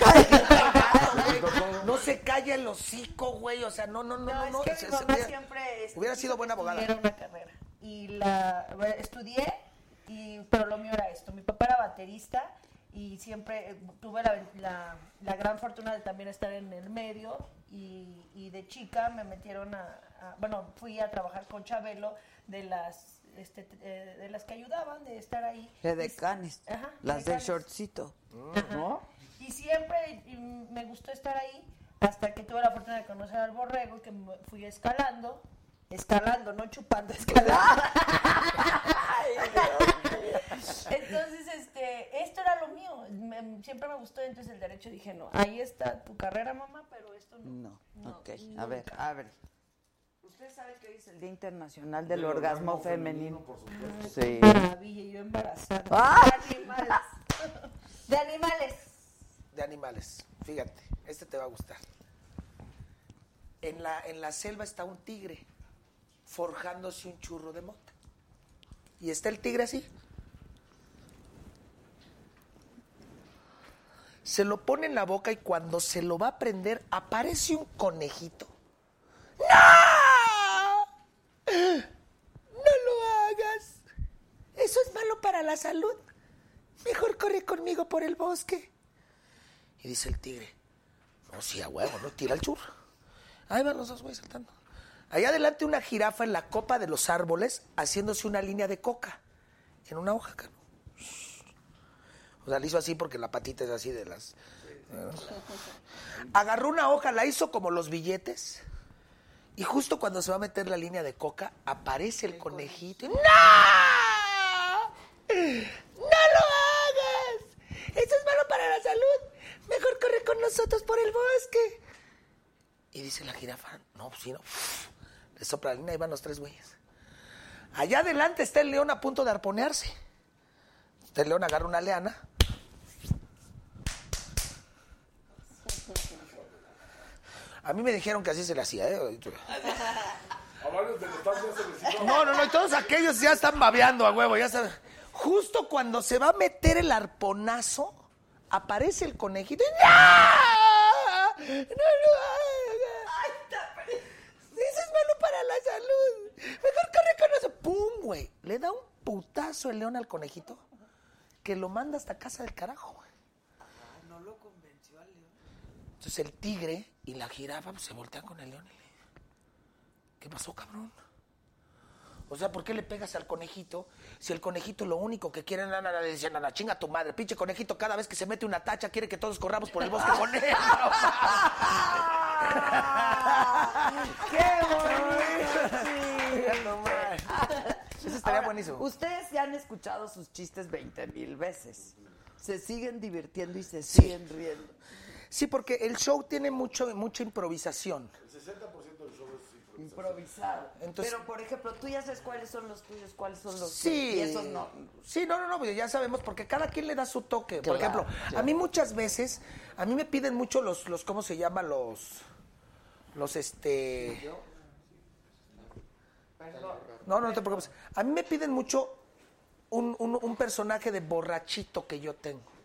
No se calla el hocico, güey. O sea, no, no, no,
No,
no. no.
es que
Se-
mi
se-
mamá
hubiera-
siempre... este,
Hubiera sido buena abogada.
Era una carrera. Y la bueno, estudié, y, pero lo mío era esto. Mi papá era baterista y siempre eh, tuve la, la- la gran fortuna de también estar en el medio. Y, y de chica me metieron a, a- Bueno, fui a trabajar con Chabelo de las, este, t- eh, de las que ayudaban, de estar ahí.
De
Y-
decanes.
Ajá,
Las del
decanes.
shortcito.
Y siempre y, me gustó estar ahí hasta que tuve la fortuna de conocer al borrego, que me fui escalando, escalando, no chupando, escalando. entonces, este, esto era lo mío, me- siempre me gustó, entonces el derecho dije, no, ahí está tu carrera, mamá, pero esto no.
No. Ok, a ver, abre. Usted sabe que hoy es el Día Internacional del
Del
Orgasmo,
Orgasmo
Femenino.
Sí.
Sí.
Maravilla, yo embarazada.
¡Ah!
De animales. De animales.
de animales. Fíjate, este te va a gustar. En la, en la selva está un tigre forjándose un churro de mota. Y está el tigre así. Se lo pone en la boca y cuando se lo va a prender aparece un conejito. ¡No! ¡No lo hagas! Eso es malo para la salud. Mejor corre conmigo por el bosque. Y dice el tigre, no, sí, a huevo, no, tira el churro. Ahí van los dos güeyes saltando. Allá adelante una jirafa en la copa de los árboles haciéndose una línea de coca en una hoja, cabrón. O sea, le hizo así porque la patita es así de las... Agarró una hoja, la hizo como los billetes y justo cuando se va a meter la línea de coca aparece el conejito. y, ¡No! ¡No lo hagas! ¡Eso es malo para la salud! Mejor corre con nosotros por el bosque. Y dice la jirafa, no, pues sí, no. Le sopla la línea y van los tres güeyes. Allá adelante está el león a punto de arponearse. El león agarra una leana. A mí me dijeron que así se le hacía, ¿eh?
A varios de los tantos se les hizo-
No, no, no, y todos aquellos ya están babeando a huevo, ya saben. Justo cuando se va a meter el arponazo, aparece el conejito y ¡No! ¡No lo hagas! Eso es malo para la salud. Mejor corre con eso. ¡Pum, güey! Le da un putazo el león al conejito que lo manda hasta casa del carajo, güey. Entonces el tigre y la jirafa pues, se voltean con el león y le ¿Qué pasó, cabrón? O sea, ¿por qué le pegas al conejito si el conejito lo único que quiere nana le dice, nana, chinga a tu madre, pinche conejito, cada vez que se mete una tacha quiere que todos corramos por el bosque con él.
¡Ah! ¡Qué bonito! sí.
Eso estaría
Ahora,
buenísimo.
Ustedes ya han escuchado sus chistes 20 mil veces. Se siguen divirtiendo y se siguen riendo.
Sí, porque el show tiene mucho, mucha improvisación.
El 60% del show es
improvisado.
Entonces-
Pero, por ejemplo, tú ya sabes cuáles son los tuyos, cuáles son los
Sí.
pues, Y esos no.
Sí, no, no, no, pues ya sabemos, porque cada quien le da su toque. Por
Claro,
ejemplo,
claro.
a mí muchas veces, a mí me piden mucho los, los ¿cómo se llama? Los, los, este... No, no, no te preocupes. A mí me piden mucho un, un- un personaje de borrachito que yo tengo.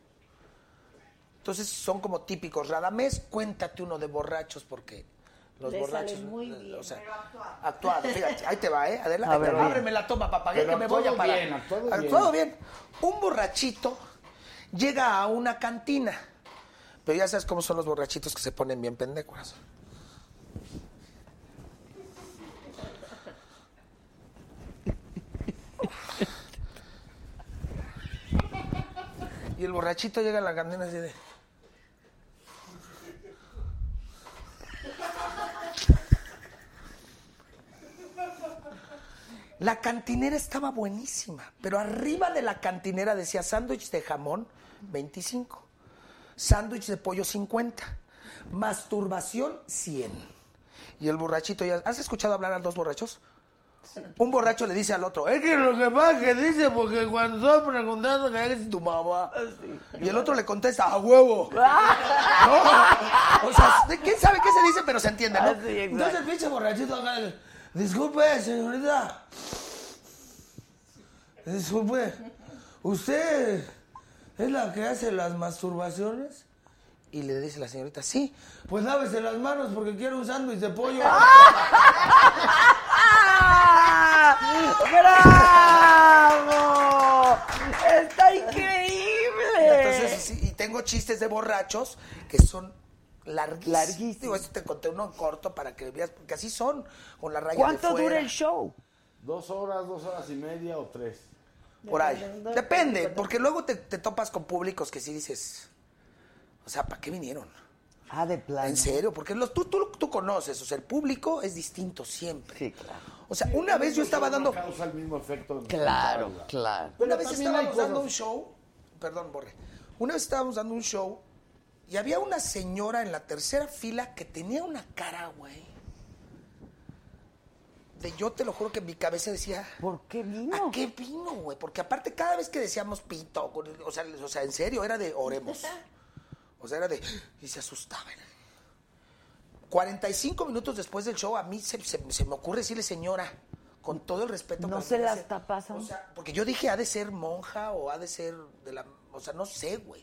Entonces son como típicos. Radamés, cuéntate uno de borrachos porque los
Le
borrachos... eh,
sale muy bien,
o sea, actuado, fíjate, ahí te va, ¿eh?
A
Adelante,
ver, bien.
ábreme la toma, papá, que
Pero
me voy a
actuado
parar.
bien, actuado
bien. Un borrachito llega a una cantina, pero ya sabes cómo son los borrachitos que se ponen bien pendejos. Y el borrachito llega a la cantina así de... La cantinera estaba buenísima, pero arriba de la cantinera decía sándwich de jamón 25, sándwich de pollo 50, masturbación 100. Y el borrachito ya, ¿has escuchado hablar a dos borrachos? Un borracho le dice al otro, es que lo que pasa es que dice, porque cuando estás preguntando que eres tu mamá,
Ah,
y el otro le contesta, a huevo. ¿No? O sea, ¿quién sabe qué se dice? Pero se entiende, ¿no?
Ah, sí, exacto.
Entonces el pinche borrachito acá, disculpe, señorita. Disculpe, ¿usted es la que hace las masturbaciones? Y le dice la señorita, sí. Pues lávese las manos porque quiero un sándwich de pollo.
¡Bravo! ¡Está increíble!
Entonces, sí, y tengo chistes de borrachos que son larguísimos.
Larguísimos.
Digo, este te conté uno en corto para que veas, porque así son, con la raya
¿Cuánto
de fuera.
dura el show?
Dos horas, dos horas y media o tres.
Por ahí. Depende, porque luego te, te topas con públicos que sí dices, o sea, ¿para qué vinieron?
Ah, de plano.
En serio, porque los, tú, tú, tú conoces, o sea, el público es distinto siempre. Sí, claro. O sea, una vez yo estaba dando...
No causa el mismo efecto. en-
Claro,
en la-
claro.
Una
Pero
vez
también hay
estábamos dando
cosas-
un show, perdón, Borre, una vez estábamos dando un show y había una señora en la tercera fila que tenía una cara, güey. De yo te lo juro que en mi cabeza decía,
¿Por qué
¿a
vino?
qué vino, güey? Porque aparte cada vez que decíamos pito, o sea, o sea, en serio, era de oremos. O sea, era de... Y se asustaban. 45 minutos después del "Pues show, a mí se, se- se me ocurre decirle, señora, con todo el respeto...
¿No
que
se
me
las
hace-
tapas aún?
O sea, porque yo dije, ha de ser monja o ha de ser de la... O sea, no sé, güey.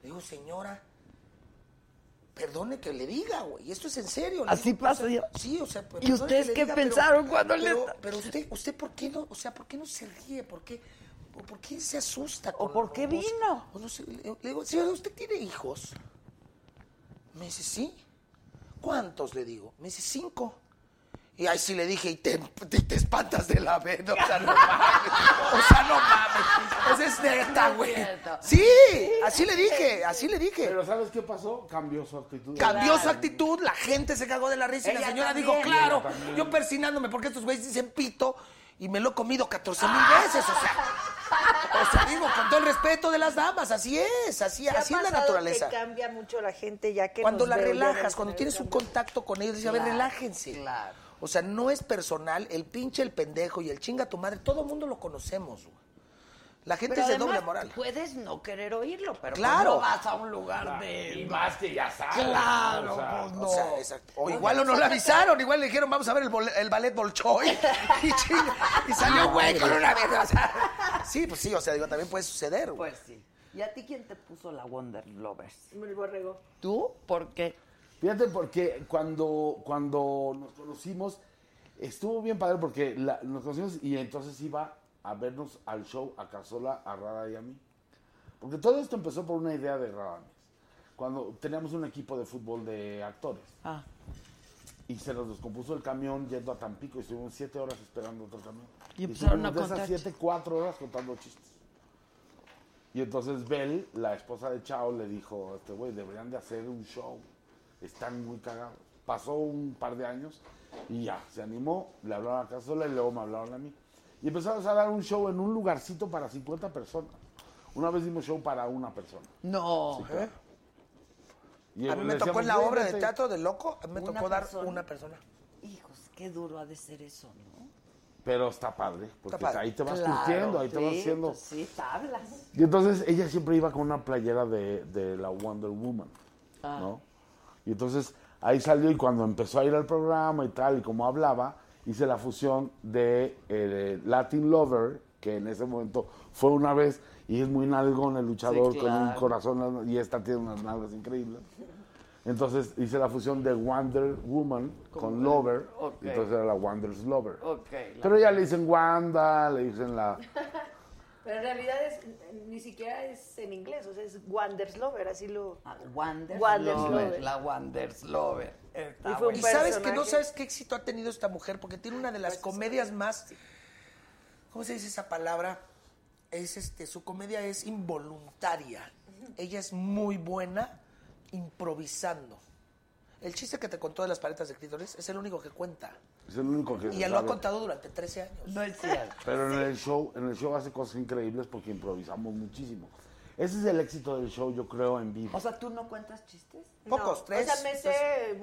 Le digo, señora, perdone que le diga, güey. Esto es en serio. Le
Así
digo, o
pasa,
sea,
yo-
Sí, o sea... pues,
¿Y
perdone
ustedes
que le
qué
diga, pero-
pensaron cuando le-
pero- Pero usted, usted, ¿por qué no? O sea, ¿por qué no se ríe? ¿Por qué...? o ¿Por qué se asusta?
¿O
con-
por qué
o no sé-
vino?
o no sé, le le digo, señora, ¿usted tiene hijos? Me dice, sí. ¿Cuántos le digo? Me dice, cinco. Y ahí sí le dije, y te, te- te espantas de la vena. O sea, no mames. O sea, no mames. Esa es neta, güey. Sí, así le dije, así le dije.
Pero ¿sabes qué pasó? Cambió su actitud.
Cambió su actitud, la gente se cagó de la risa y la
Ella
señora
también.
dijo, claro,
Ella también.
yo persinándome porque estos güeyes dicen pito y me lo he comido 14 mil veces, o sea. O sea, digo, con todo el respeto de las damas, así es, así,
¿Te ha
así es la
pasado
naturaleza.
Que cambia mucho la gente ya que
Cuando
nos
la
veo ya en el
relajas, cuando
escenario
tienes un
cambia.
contacto con ellos, dices, a ver, relájense.
claro.
O sea, no es personal, el pinche, el pendejo y el chinga tu madre, todo el mundo lo conocemos, güey. La gente es de doble moral.
puedes no querer oírlo, pero
Claro.
claro. pues, vas a un lugar
Y
de...
más que ya sabes.
Claro,
o sea,
pues, no.
O sea, exacto. O igual o no le avisaron, igual le dijeron, vamos a ver el, bol- el ballet Bolchoy. Y, chinga, y salió güey con una vez. o sea. sí, pues sí, o sea, digo, también puede suceder, güey.
Pues sí. ¿Y a ti quién te puso la Wonder Lovers?
El borrego.
¿Tú? ¿Por qué?
Fíjate porque cuando, cuando nos conocimos, estuvo bien padre porque la- nos conocimos y entonces iba a vernos al show a Casola, a Rada y a mí. Porque todo esto empezó por una idea de Radames. Cuando teníamos un equipo de fútbol de actores.
Ah.
Y se nos descompuso el camión yendo a Tampico y estuvimos siete horas esperando otro camión.
Y empezaron
estuvimos
a
de
contar
esas siete, cuatro horas contando chistes. Y entonces Bell, la esposa de Chao, le dijo, a este güey, deberían de hacer un show. Están muy cagados. Pasó un par de años y ya, se animó, le hablaron a Casola y luego me hablaron a mí. Y empezamos a dar un show en un lugarcito para 50 personas. Una vez dimos show para una persona.
No.
Sí, claro. Y
a mí
le
me tocó
decíamos,
en la obra de
"Véngase".
teatro de loco, me
Una
tocó dar
persona.
una persona.
Hijos, qué duro ha de ser eso, ¿no?
Pero está padre, porque
Está padre.
ahí te vas
Claro,
curtiendo, ahí te vas
sí,
haciendo.
pues sí, tablas.
Y entonces ella siempre iba con una playera de, de la Wonder Woman,
Ah.
¿no? Y entonces ahí salió y cuando empezó a ir al programa y tal, y como hablaba, hice la fusión de eh, Latin Lover, que en ese momento fue una vez, y es muy nalgón el luchador
Sí,
con un
claro.
corazón, y esta tiene unas nalgas increíbles. Entonces hice la fusión de Wonder Woman con Lover,
Ok.
y entonces era la Wonder's Lover.
Ok, la-
Pero ya le dicen Wanda, le dicen la...
Pero en realidad es, ni siquiera es en inglés, o sea, es Wander's Lover, así lo...
Ah, Wander's
Wander's
Lover,
Lover.
La Wander's Lover. Está
Y,
bueno.
sabes que no sabes qué éxito ha tenido esta mujer, porque tiene una de
Pues
las comedias más. ¿Cómo se dice esa palabra? Es este, su comedia es involuntaria. Ella es muy buena improvisando. El chiste que te contó de las paletas de clítores es el único que cuenta.
Es el único que...
Y ya lo ha
sabe.
contado durante 13 años.
No es cierto.
Pero en el show, en el show hace cosas increíbles porque improvisamos muchísimo. Ese es el éxito del show, yo creo, en vivo.
O sea, ¿tú no cuentas chistes?
Pocos,
No,
tres.
O sea, me sé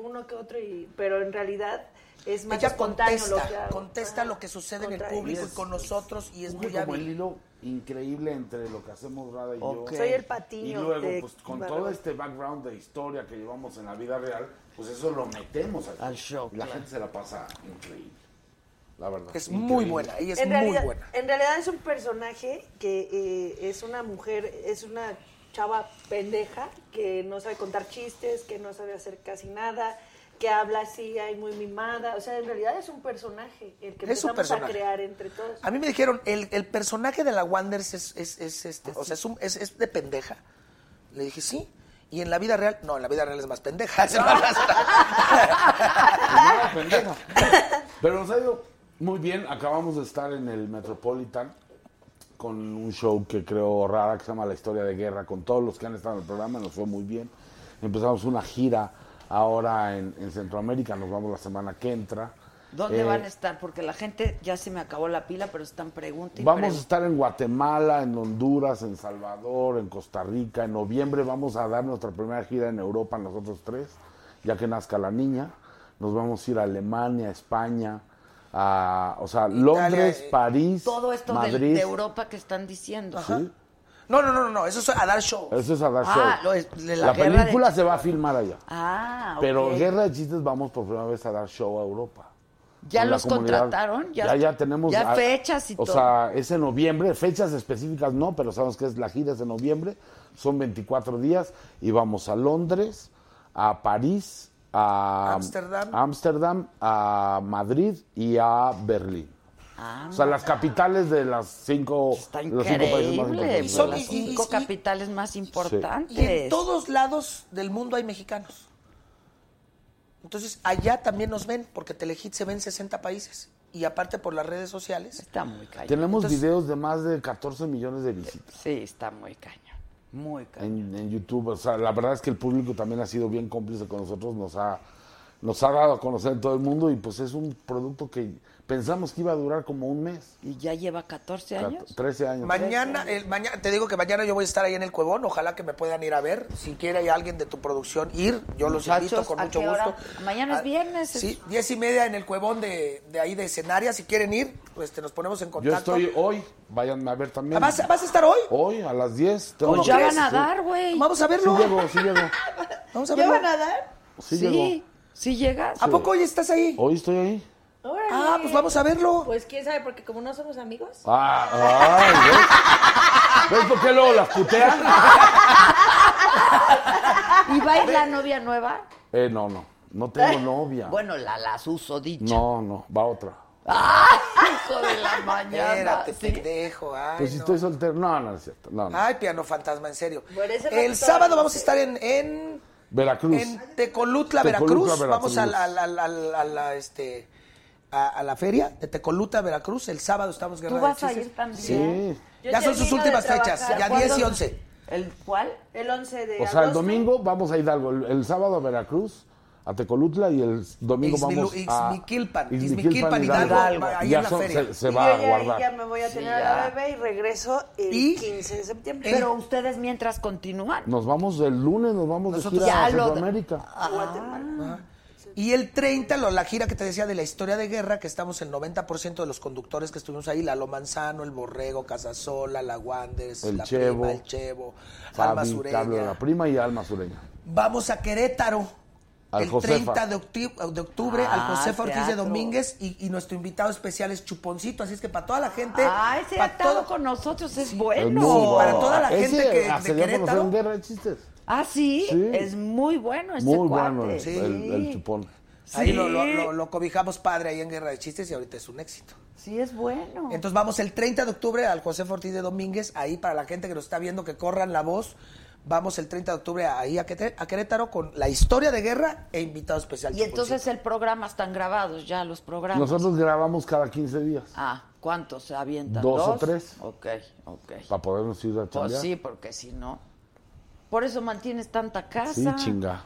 uno que otro, y, pero en realidad es más
Ella
espontáneo lo que
contesta,
hago.
contesta lo que sucede en el
Contrario.
público y
Es-
con nosotros y es
Surge
muy
como el
hábil.
hilo increíble entre lo que hacemos Rada y
Ok.
yo.
Soy el patiño
Y luego,
de
pues con
Barragán.
todo este background de historia que llevamos en la vida real, pues eso lo metemos aquí.
Al show,
Y La
claro.
gente se la pasa increíble. La verdad.
Es
increíble.
muy buena, ella es
en
muy
realidad,
buena.
En realidad es un personaje que eh, es una mujer, es una chava pendeja que no sabe contar chistes, que no sabe hacer casi nada, que habla así, hay muy mimada. O sea, en realidad es un personaje el que
Es un
empezamos
personaje.
a crear entre todos.
A mí me dijeron, el, el personaje de la Wanders es, es- es este, o sea, es, un- es- es de pendeja. Le dije, sí. Y en la vida real, no, en la vida real es más pendeja. es más-
Ah,
Pues nada, pendeja. Pero nos ha ido muy bien. Acabamos de estar en el Metropolitan con un show que creo rara que se llama La Historia de Guerra. Con todos los que han estado en el programa nos fue muy bien. Empezamos una gira ahora en, en Centroamérica. Nos vamos la semana que entra.
¿Dónde
Eh,
van a estar? Porque la gente ya se me acabó la pila, pero están preguntando.
Vamos a estar en Guatemala, en Honduras, en Salvador, en Costa Rica. En noviembre vamos a dar nuestra primera gira en Europa, nosotros tres, ya que nazca la niña. Nos vamos a ir a Alemania, España, a, o sea, Londres,
eh,
París,
Todo esto del-
Madrid.
de Europa que están diciendo.
Sí,
No, no, no, no, no, eso es a dar show.
eso es a dar
Ah,
show.
lo es- de la
la
guerra de
película se va a filmar allá.
Ah, ok.
Pero Guerra de Chistes vamos por primera vez a dar show a Europa.
¿Ya
Con la
los
comunidad.
contrataron?
Ya, ya tenemos.
Ya
a-
fechas y
O
todo.
sea, es en noviembre. Fechas específicas no, pero sabemos que es la gira es de noviembre. Son 24 días y vamos a Londres, a París, a
Ámsterdam.
Ámsterdam, a Madrid y a Berlín.
Ah,
O sea, las capitales de las cinco,
está
los cinco países más
increíble.
importantes.
pues,
Son-
las
y- y-
cinco
y-
capitales más importantes.
Y en todos lados del mundo hay mexicanos. Entonces, allá también nos ven, porque Telehit se ven 60 países. Y aparte por las redes sociales.
Está muy cañón.
Tenemos
Entonces-
videos de más de 14 millones de visitas.
Sí, está muy cañón. Muy cañón.
en, en YouTube. O sea, la verdad es que el público también ha sido bien cómplice con nosotros, nos ha, nos ha dado a conocer en todo el mundo y pues es un producto que pensamos que iba a durar como un mes,
¿Y ya lleva 14 años?
13 años.
Mañana, el, mañana, te digo que mañana yo voy a estar ahí en el Cuevón, ojalá que me puedan ir a ver. Si quiere alguien de tu producción ir, yo los
Muchachos,
invito con
¿a
mucho
qué hora?
gusto.
Mañana es
Ah,
viernes,
Sí, diez y media en el Cuevón de, de ahí de escenaria. Si quieren ir, pues te nos ponemos en
Yo
contacto.
estoy hoy, váyanme a ver también.
Ah, ¿Vas, vas a estar hoy?
Hoy a las 10. tengo-
Pues ya
crees?
van a dar, güey.
Vamos a
Sí
verlo.
llego, sí llego.
Vamos a
¿Ya
verlo.
van a dar?
Sí,
Sí,
llego.
sí llegas.
¿A poco hoy estás ahí?
Hoy estoy ahí.
Ah, pues vamos a verlo.
Pues quién sabe, porque como no somos amigos.
Ah, ay, ¿ves? ¿Ves por qué luego las putean?
¿Y va a ir la novia nueva?
Eh, no, no. No tengo novia.
Eh, Bueno, la las uso dicha.
No, no. Va otra.
Hijo de la mañana.
Espérate,
¿sí?
pendejo. Ay,
Pues si
no. Ah,
estoy soltero. No, no es cierto. No, no.
Ay, piano fantasma, en serio.
Por eso no
El
estoy.
sábado vamos a estar en, en,
Veracruz.
en Tecolutla,
Tecolutla,
Veracruz.
Veracruz.
Vamos al- al- al- al- a la, este, a, a la feria de Tecolutla, Veracruz. El sábado estamos guerra
¿Tú
de
vas a
Ah, chistes.
ir también?
Sí.
Yo
Ya son sus
termino
últimas
de
fechas,
trabajar.
ya
¿Cuándo?
10 y 11.
¿El cuál?
El 11 de
O sea, el
agosto.
domingo vamos a Hidalgo, el, el sábado a Veracruz, a Tecolutla y el domingo vamos a
Ixmiquilpan,
Ixmiquilpan,
Ixmiquilpan,
Hidalgo.
Hidalgo, ahí
Ya
en la
son-
feria.
se, se
Y
va
yo
a
ya-
guardar.
Ya me voy a tener
ya.
a la bebé y regreso el
eh,
15 de septiembre.
Pero ustedes mientras continúan.
Nos vamos el lunes, nos vamos
Nosotros
de gira a
ya lo-
Centroamérica.
Y el 30, lo- la gira que te decía de la historia de guerra, que estamos el 90% de los conductores que estuvimos ahí, Lalo Manzano, El Borrego, Casasola, La Wanders,
El
La
Chevo,
Prima, El Chevo, Alma
Fabi,
Sureña.
Carlos de la Prima y Alma Sureña.
Vamos a Querétaro.
Al
el
Josefa.
30 de octubre, de octubre
Ah,
al Josefa Ortiz de
teatro.
Domínguez y, y nuestro invitado especial es Chuponcito. Así es que para toda la gente.
Ay, Ah, ese
pa'
ha estado
todo-
con nosotros, es
Es
bueno.
muy bueno.
para toda la
Ese
gente que- de
se dio a conocer
Querétaro.
en guerra de chistes.
Ah, ¿sí?
Sí.
es muy bueno Pues ese
Muy
cuate.
bueno el, el- el chupón.
Ahí lo, lo- lo- lo cobijamos padre ahí en Guerra de Chistes y ahorita es un éxito.
Sí, es bueno.
Entonces vamos el 30 de octubre al José Ortiz de Domínguez, ahí para la gente que nos está viendo que corran la voz. Vamos el 30 de octubre ahí a Quete- a Querétaro con la historia de guerra e invitado especial.
Y entonces el programa están grabados ya, los programas.
Nosotros grabamos cada 15 días.
Ah, ¿cuántos se avientan?
Dos, o tres.
Ok, ok.
Para podernos ir a chambear.
Pues sí, porque si no. Por eso mantienes tanta casa.
Sí, chinga.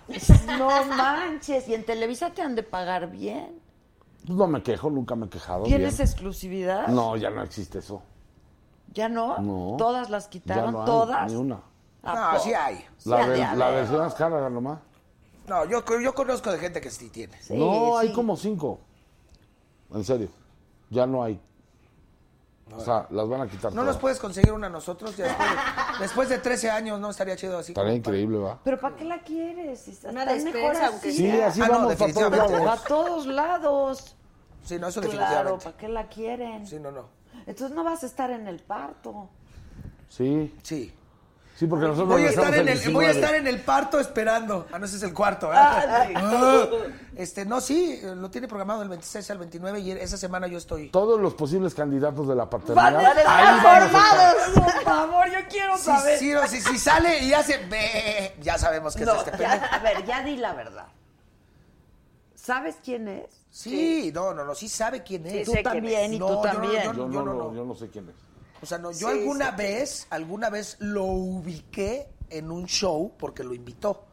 No manches. Y en Televisa te han de pagar bien.
Pues No me quejo, nunca me he quejado.
¿Tienes
bien.
exclusividad?
No, ya no existe eso.
¿Ya no?
No.
¿Todas las
Ya
quitaron?
no hay
¿Todas?
ni una.
¿A
No,
poco?
sí hay.
La,
Sí,
de,
ha de
la
haber.
versión más cara nomás.
No, yo, yo conozco de gente que sí tiene.
no, hay como cinco. En serio. Ya no hay. O sea, las van a quitar
No
todas.
nos puedes conseguir una a nosotros. Ya después, de, después de 13 años, no estaría chido así.
Estaría increíble, ¿va?
¿Pero para qué la quieres? Estás
Una
mejor
despensa, aunque
así.
Sí, así
Ah, no,
vamos para todos
definitivamente.
lados.
A todos lados.
Sí, no, eso
Claro,
definitivamente.
¿para qué la quieren?
Sí, no, no.
Entonces no vas a estar en el parto.
Sí.
Sí.
Sí, porque nosotros
Voy a,
regresamos
estar en el, voy a
19.
estar en el parto esperando. Ah, no, ese es el cuarto. ¿eh?
Ah, sí.
Ah, este, no, sí, lo tiene programado del 26 al 29 y esa semana yo estoy.
Todos los posibles candidatos de la paternidad.
¡Van a estar
ahí vamos a estar.
formados! Por favor, yo quiero
Si,
saber.
si, si, si sale y hace ve, ya sabemos que
No,
es este
ya,
pendejo.
a ver, ya di la verdad. ¿Sabes quién es?
Sí, no, no, no, sí sabe quién es.
tú también, y
No,
tú
yo no,
también.
yo
Yo
yo
no,
no,
lo-
no.
yo no sé quién es.
O sea, no, yo
Sí,
alguna
sí.
vez, alguna vez lo ubiqué en un show porque lo invitó,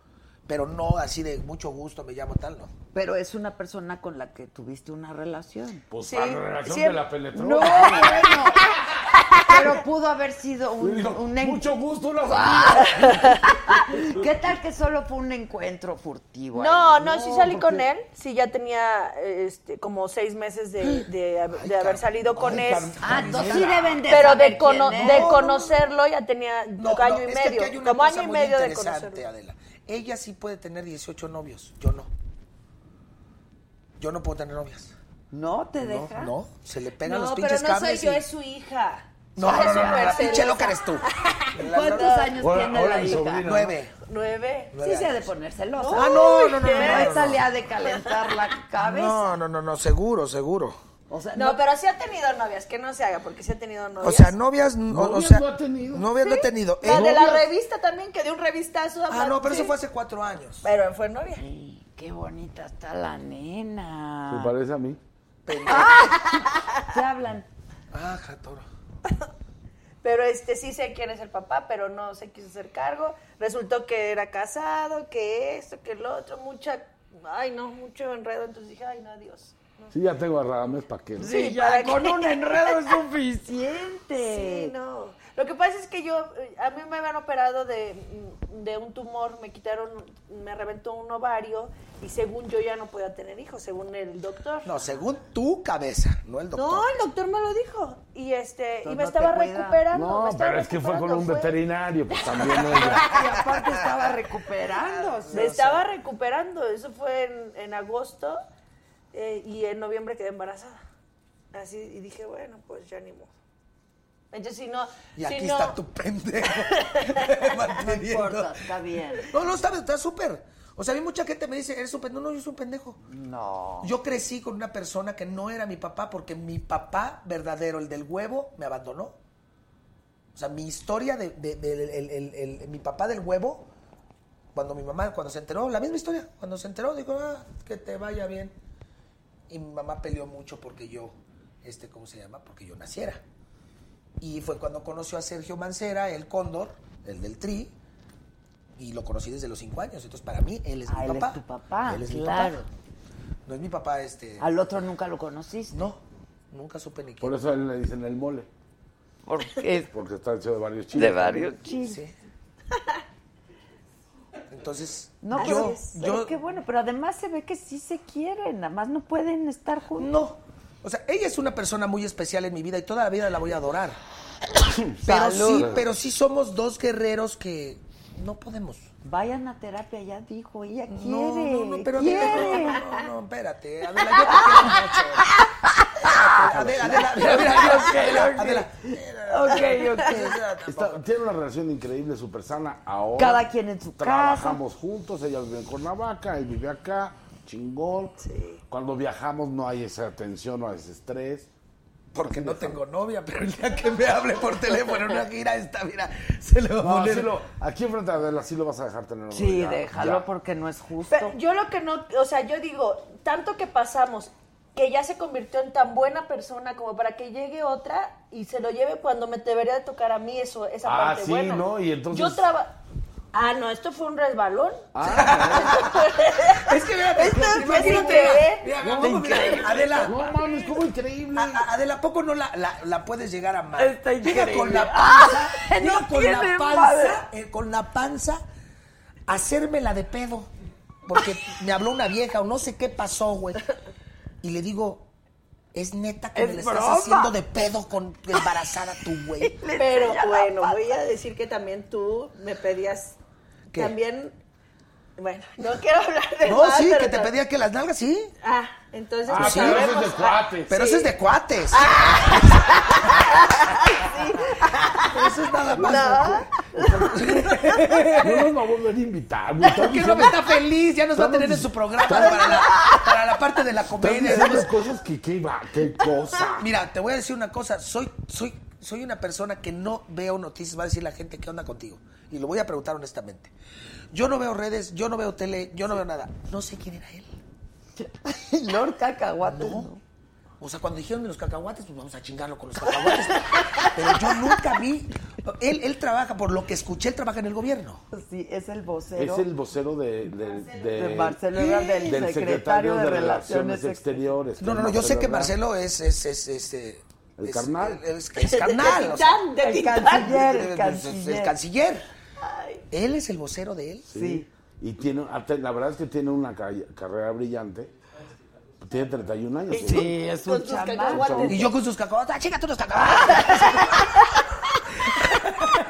pero no así de mucho gusto, me llamo tal, no.
Pero es una persona con la que tuviste una relación.
Pues
Sí,
para la relación
siempre-
de la penetró.
No, bueno. Pero pudo haber sido
Y
un,
dijo,
un en-
Mucho gusto, no
¿Qué tal que solo fue un encuentro furtivo?
No,
ahí?
no, sí salí con él. Sí, ya tenía este, como seis meses de, de- de haber salido con él.
Ah, entonces sí deben de
Pero
saber
de, cono-
quién
de
es.
conocerlo ya tenía
No,
año
no,
y
es que aquí
medio.
hay una
como
cosa
año y
muy
medio de
interesante,
conocerlo.
Adela. Ella sí puede tener 18 novios, yo no. Yo no puedo tener novias.
No te
No,
deja.
no, se le pegan
No,
los
pero
pinches
no soy
cables
yo,
y-
es su hija.
No,
Sí,
no, no,
es
no,
súper
la pinche
celosa.
loca eres tú. La-
¿Cuántos
la-
años
Ahora-
tiene
ahora
la
mi
hija?
sobrina, ¿no?
Nueve.
Nueve.
Sí se ha de poner celosa.
Ah, no, no, no, no,
Pero
no, no,
esta
no.
le ha de calentar la cabeza.
No, no, no, no, seguro, seguro.
O sea,
No, pero sí ha tenido novias, que no se haga, porque sí ha tenido novias.
O sea, novias, no- o
Novias
sea,
no ha tenido.
Novias no ha tenido.
La
Eh,
de la
novias-
revista también, que de un revistazo.
Ah, no, pero
sí.
eso fue hace cuatro años.
Pero fue novia.
Ay, Qué bonita está la
Ah.
nena.
Se parece a mí.
¿Qué hablan?
Ah, Jatoro.
Pero este sí sé quién es el papá, pero no se quiso hacer cargo. Resultó que era casado, que esto, que el otro, mucha, ay no, mucho enredo. Entonces dije, ay no, adiós.
Sí, ya tengo a Radamés Paquero.
Sí,
Sí,
ya
¿para
con
qué?
un enredo es suficiente.
Sí, no. Lo que pasa es que yo, eh, a mí me habían operado de, mm, de un tumor, me quitaron, me reventó un ovario y según yo ya no podía tener hijos, según el doctor.
No, según tu cabeza, no el doctor.
No, el doctor me lo dijo. Y este,
Entonces
y me
no te
estaba
cuida.
recuperando.
No,
me estaba
pero es que fue con
recuperando,
un veterinario, pues también ella.
Y aparte estaba recuperándose.
Me estaba recuperando, eso fue en, en agosto eh, y en noviembre quedé embarazada. Así, y dije, bueno, pues ya ni modo. Entonces, si no. si
Y aquí
no-
está tu pendejo.
No
manteniendo.
importa, está bien.
No, no, está está súper. O sea, a mí mucha gente me dice, eres un pendejo. No, yo soy un pendejo.
No.
Yo crecí con una persona que no era mi papá porque mi papá verdadero, el del huevo, me abandonó. O sea, mi historia de, de- de- el- el- el- el- mi papá del huevo, cuando mi mamá, cuando se enteró, la misma historia, cuando se enteró, dijo, "Ah, que te vaya bien. Y mi mamá peleó mucho porque yo, este, ¿cómo se llama? Porque yo naciera. Y fue cuando conoció a Sergio Mancera, el cóndor, el del tri, y lo conocí desde los cinco años. Entonces, para mí, él es
Ah,
mi
él
papá.
es tu papá,
Él es mi
claro.
papá. No es mi papá, este.
Al otro nunca lo conociste.
No, nunca supe ni quién.
Por eso a él le dicen el mole.
¿Por qué?
Porque está hecho de varios chiles.
De varios chiles.
Sí. Entonces,
No,
yo,
pero, pero
yo,
qué bueno, pero además se ve que sí se quieren, nada más no pueden estar juntos.
No. O sea, ella es una persona muy especial en mi vida y toda la vida la voy a adorar. pero
Salud.
sí, pero sí somos dos guerreros que no podemos.
Vayan a terapia, ya dijo, ella quiere.
No, no, no, pero a mí-
quiere.
no, no, no, espérate. Adela, yo te quiero mucho. Adela, Adela, Adela, Adela, Adela, Adela.
Ok, ok.
Está- tiene una relación increíble, súper sana. Ahora.
Cada quien en su
Trabajamos juntos, ella vive en Cuernavaca, él vive acá, chingón. Cuando viajamos no hay esa tensión, no hay ese estrés.
Porque no tengo novia, pero el día que me hable por teléfono en una gira esta, mira, se le va a
No,
poner.
sí lo- aquí enfrente de Adela sí lo vas a dejar tener. una
Sí,
ya,
déjalo
ya.
porque no es justo.
Pero yo lo que no, o sea, yo digo, tanto que pasamos, que ya se convirtió en tan buena persona como para que llegue otra y se lo lleve cuando me debería de tocar a mí eso, esa
Ah,
parte
sí,
buena.
¿no? Y entonces-
Yo traba... Ah, no, esto fue un resbalón.
Ah,
Es que mira, te-
Esto es
te- imagínate,
increíble.
mira, mira, ¿cómo, mira, Adela,
No mames, cómo increíble.
A- a- Adela, ¿a poco no la, la, la puedes llegar a amar?
Está
Llega con
increíble. Ah,
la panza, llega
No
con la
tiene madre.
panza, eh, con la panza, hacérmela de pedo. Porque me habló una vieja o no sé qué pasó, güey. Y le digo, es neta que
Es
me la estás
broma.
haciendo de pedo con embarazada tú, güey.
Pero bueno, voy a decir que también tú me pedías
¿Qué?
también bueno, no quiero hablar de
No,
más,
sí,
pero
que te
no-
pedía que las nalgas, sí.
Ah, entonces
Ah,
no
pues,
sí, pero eso es de
sabemos.
cuates.
Pero eso es de cuates. Eso es nada más.
No nos va a volver a invitar. güey. Estás
Que no me
diciendo-
está feliz, ya nos va a tener en su programa para la, para la parte de la
estás
comedia.
diciendo
Estamos-
cosas que qué va, qué cosa.
Mira, te voy a decir una cosa, soy, soy, soy una persona que no veo noticias, va a decir la gente qué onda contigo. Y lo voy a preguntar honestamente. Yo no veo redes, yo no veo tele, yo no veo nada. No sé quién era él.
Lord Cacahuate.
No. O sea, cuando dijeron de los cacahuates, pues vamos a chingarlo con los cacahuates. Pero yo nunca vi. Él, él trabaja, por lo que escuché, él trabaja en el gobierno.
Pues Sí, es el vocero.
Es el vocero de, de, de-
De Marcelo Ebrard, del secretario de Relaciones
Exteriores.
No, no, no, yo sé que
Ebrard.
Marcelo es. es, es, es, eh,
El
es-
carnal.
Es, es carnal. o sea,
Titán, de
el
titán.
canciller,
es- es-
el
es-
canciller.
el canciller. Él es el vocero de él.
Sí.
Sí.
Y tiene, hasta- la verdad es que tiene una ca- carrera brillante. Tiene 31 años. ¿no?
Sí, es un
Con sus
chamaco.
cacahuates.
Y yo con sus cacahuates. ¡Ah, chica, tú los cacahuates!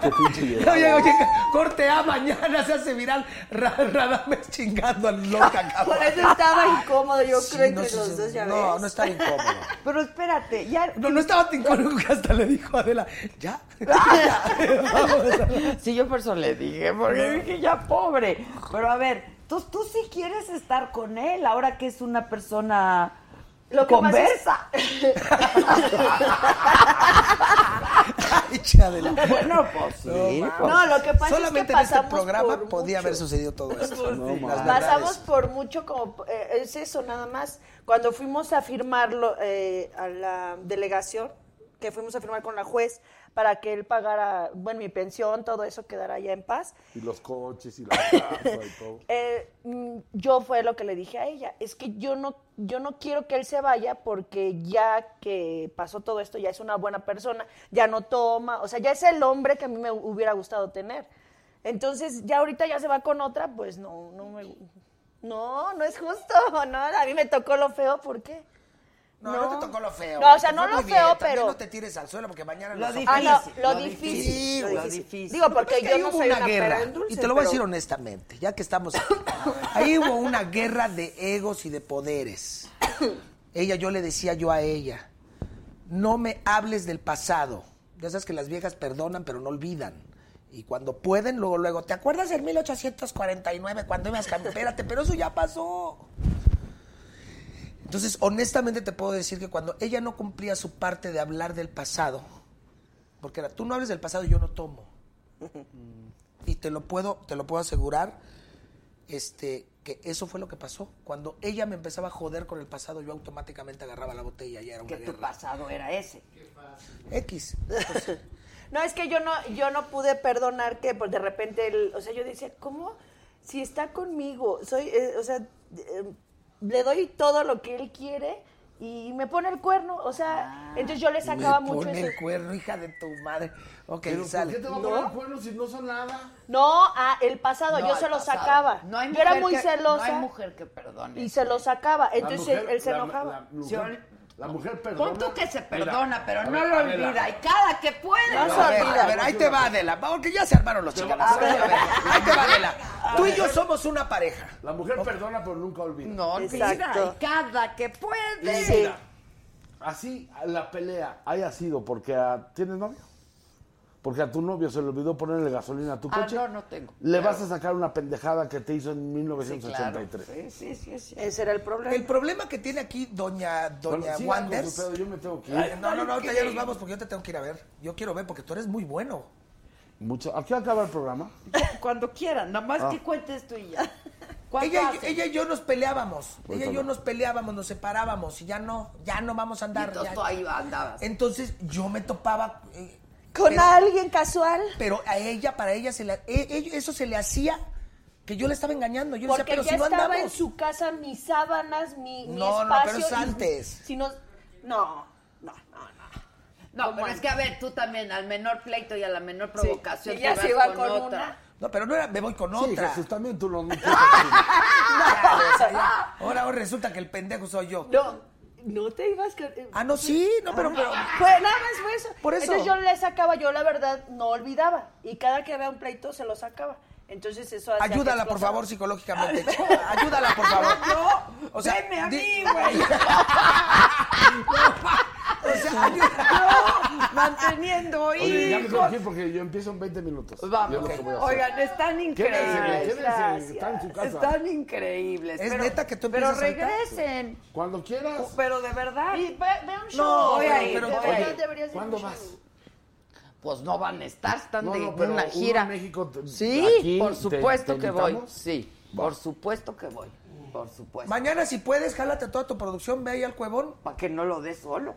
Qué pinche viejo.
Oye, oye, corte A, mañana se hace viral Ra- Radames chingando al loca
Por
cacahuate.
eso estaba incómodo, yo
Sí,
creo, entre
sé si-
los dos, ya
No,
ves.
no está incómodo.
Pero espérate, ya.
No, no estaba tan incómodo que hasta le dijo a Adela, ¿ya?
Sí, yo por eso le dije, porque dije, ya pobre. Pero a ver, entonces tú sí quieres estar con él ahora que es una persona.
Lo que pasa es-
conversa.
Echa Adela.
Bueno, pues sí. pues,
No, lo que pasa es que
Solamente en este
pasamos
programa
por
podía
mucho.
haber sucedido todo esto.
No,
Las
mames.
verdades.
Pasamos por mucho, como eh, es eso nada más. Cuando fuimos a firmarlo eh, a la delegación, que fuimos a firmar con la juez para que él pagara, bueno, mi pensión, todo eso quedara ya en paz.
Y los coches y la casa y todo.
Eh, mm, yo fue lo que le dije a ella, es que yo no, yo no quiero que él se vaya porque ya que pasó todo esto, ya es una buena persona, ya no toma, o sea, ya es el hombre que a mí me hubiera gustado tener. Entonces, ya ahorita ya se va con otra, pues no, no me... gu- No, no es justo, no, a mí me tocó lo feo, ¿por qué?
No, no, te tocó lo feo.
No, o sea,
Te fue
no lo
muy
feo,
bien. También
pero-
no te tires al suelo porque mañana
Lo
nos-
dije.
Ah, no,
Difícil,
lo,
lo
difícil,
difícil,
lo
lo
difícil.
difícil.
Digo,
Lo que
porque
pasa es que
yo
ahí
no
hubo
soy
una
una
guerra.
pera en dulce,
y te lo voy a
pero-
decir honestamente, ya que estamos aquí. Ahí hubo una guerra de egos y de poderes. Ella, yo le decía yo a ella, no me hables del pasado. Ya sabes que las viejas perdonan, pero no olvidan. Y cuando pueden, luego, luego, ¿te acuerdas del 1849 cuando ibas cam- Espérate, pero eso ya pasó. Entonces, honestamente te puedo decir que cuando ella no cumplía su parte de hablar del pasado, porque era, tú no hables del pasado, yo no tomo. Y te lo puedo, te lo puedo asegurar, este, que eso fue lo que pasó. Cuando ella me empezaba a joder con el pasado, yo
pues,
automáticamente agarraba la botella y era una
que tu
guerra.
pasado era ese.
X.
No, es que yo no, yo no pude perdonar que pues, de repente, el- o sea, yo decía, ¿cómo? Si está conmigo, soy, eh, o sea, eh, le doy todo lo que él quiere y me pone el cuerno, o sea,
Ah.
entonces yo le sacaba
Me
mucho
pone
eso.
el cuerno, hija de tu madre. Ok,
Pero, ¿por
sale.
qué te va a poner el cuerno si no son nada?
No, ah, el pasado,
No,
yo
al
se lo
pasado.
sacaba.
No hay
yo era
mujer
muy
que-
celosa.
No hay mujer que perdone.
Y se lo sacaba,
La
entonces
mujer-
él, él se
la-
enojaba.
La, mujer, la mujer perdona.
Pon tú que se
Mira,
perdona, pero
a
no
ver,
lo
Adela,
olvida. Y cada que puede.
No
lo
se olvida.
olvida.
A ver, ahí te va, Adela. Porque ya se armaron los chicas. Ahí te va, Adela. Tú y yo somos una pareja.
La mujer perdona, pero nunca olvida.
No olvida.
Exacto.
Y cada que puede.
Sí.
Así la pelea haya sido porque a- tienes novio. Porque a tu novio se le olvidó ponerle gasolina a tu
Ah,
coche.
no, no tengo.
Le
Claro.
vas a sacar una pendejada que te hizo en
Sí, claro.
1983.
Sí, sí, sí, sí.
Ese era el problema.
El problema que tiene aquí doña,
Bueno,
doña
sigan con
Wanders.
su pedo, yo me tengo que ir.
Ay, No, no, no, ahorita ya nos vamos porque yo te tengo que ir a ver. Yo quiero ver porque tú eres muy bueno.
Mucho. ¿A qué acaba el programa?
Cuando quieran, nada más
Ah.
que cuentes tú y ya. ¿Cuánto
Ella, y-
hace?
ella y yo nos peleábamos.
Pues
ella y yo
no.
nos peleábamos, nos separábamos y ya no, ya no vamos a
Y
andar.
entonces
ya-
tú ahí andabas.
Entonces yo me topaba. eh,
Con
pero-
alguien casual.
Pero a ella, para ella, se le- e- e- eso se le hacía que yo le estaba engañando. Yo le decía,
Porque
pero
ya
si no
estaba
andamos.
en su casa mis sábanas, mi, mi
No,
espacio.
no, pero es
y-
antes.
Si no, no, no, no, no.
No, pero es que a ver, tú también, al menor pleito y a la menor
Sí,
provocación,
y
te
ella
vas
se iba
con,
con,
otra.
una.
No, pero no era, me voy con
Sí,
otra.
Jesús, también tú lo...
Ya, o sea, ya. Ahora, ahora resulta que el pendejo soy yo.
No, no te ibas que.
Ah, no, sí, no, pero, pero
Fue nada más fue eso.
Por eso.
Entonces yo le sacaba, yo la verdad no olvidaba. Y cada que había un pleito se lo sacaba. Entonces eso hacía que
ayúdala, por
explotara.
favor, psicológicamente. Ayúdala, por favor. No, o sea,
Veme a
di-
mí, güey.
O sea, ayúdala.
Manteniendo
Oye, ya me tengo
hijos.
que ir porque yo empiezo en 20 minutos.
Pues vamos.
Yo lo que voy a hacer.
Oigan, están
Quédense,
increíbles.
quédense, están en su casa.
Están increíbles.
¿Es
pero-
neta que tú
Pero
empiezas ahorita?
regresen.
Cuando quieras.
Pero de verdad.
Y ve, ve un show.
No,
voy
ve,
a ir,
de
voy a
verdad
ir.
deberías ir a un
¿Cuándo
show.
vas?
Pues no van a estar, están
No,
de
no, pero
una
uno
gira.
en México te-
sí,
aquí
por
te-
supuesto
te
que voy.
invitamos.
Sí, por supuesto que voy. Por supuesto.
Mañana, si puedes, jálate toda tu producción, ve ahí al cuevón.
Para pues. que no lo dé solo.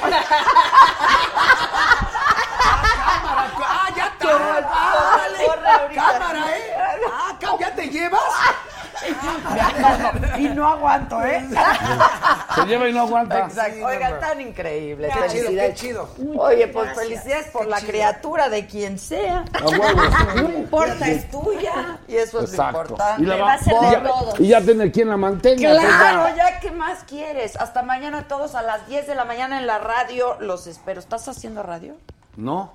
¡Ah, ya está! ¡Ah, dale!
corre ahorita.
¡Cámara, eh! ¡Ah, cá- ¿ya te llevas?
y no aguanto, ¿eh?
Se lleva y no aguanta.
Exacto. Oigan, tan increíble.
Qué chido, qué
Felicidades.
chido.
Oye, pues felicidades por la criatura de quien sea.
A huevo.
No importa, es tuya. Y eso es lo
Exacto.
importante.
Y la
Va a ser
y
de
ya-
todos.
Y ya tiene quien la mantenga. pues
Claro, ya qué más quieres. Hasta mañana todos a las 10 de la mañana en la radio. Los espero. ¿Estás haciendo radio?
No.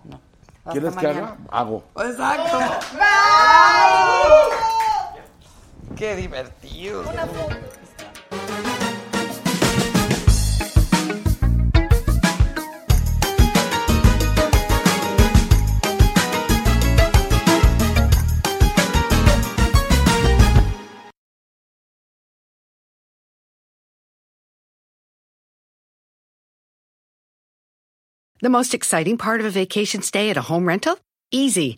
Hasta
¿Quieres que
mañana.
haga? Hago.
Exacto. ¡Bye! Qué divertido.
The most exciting part of a vacation stay at a home rental? Easy.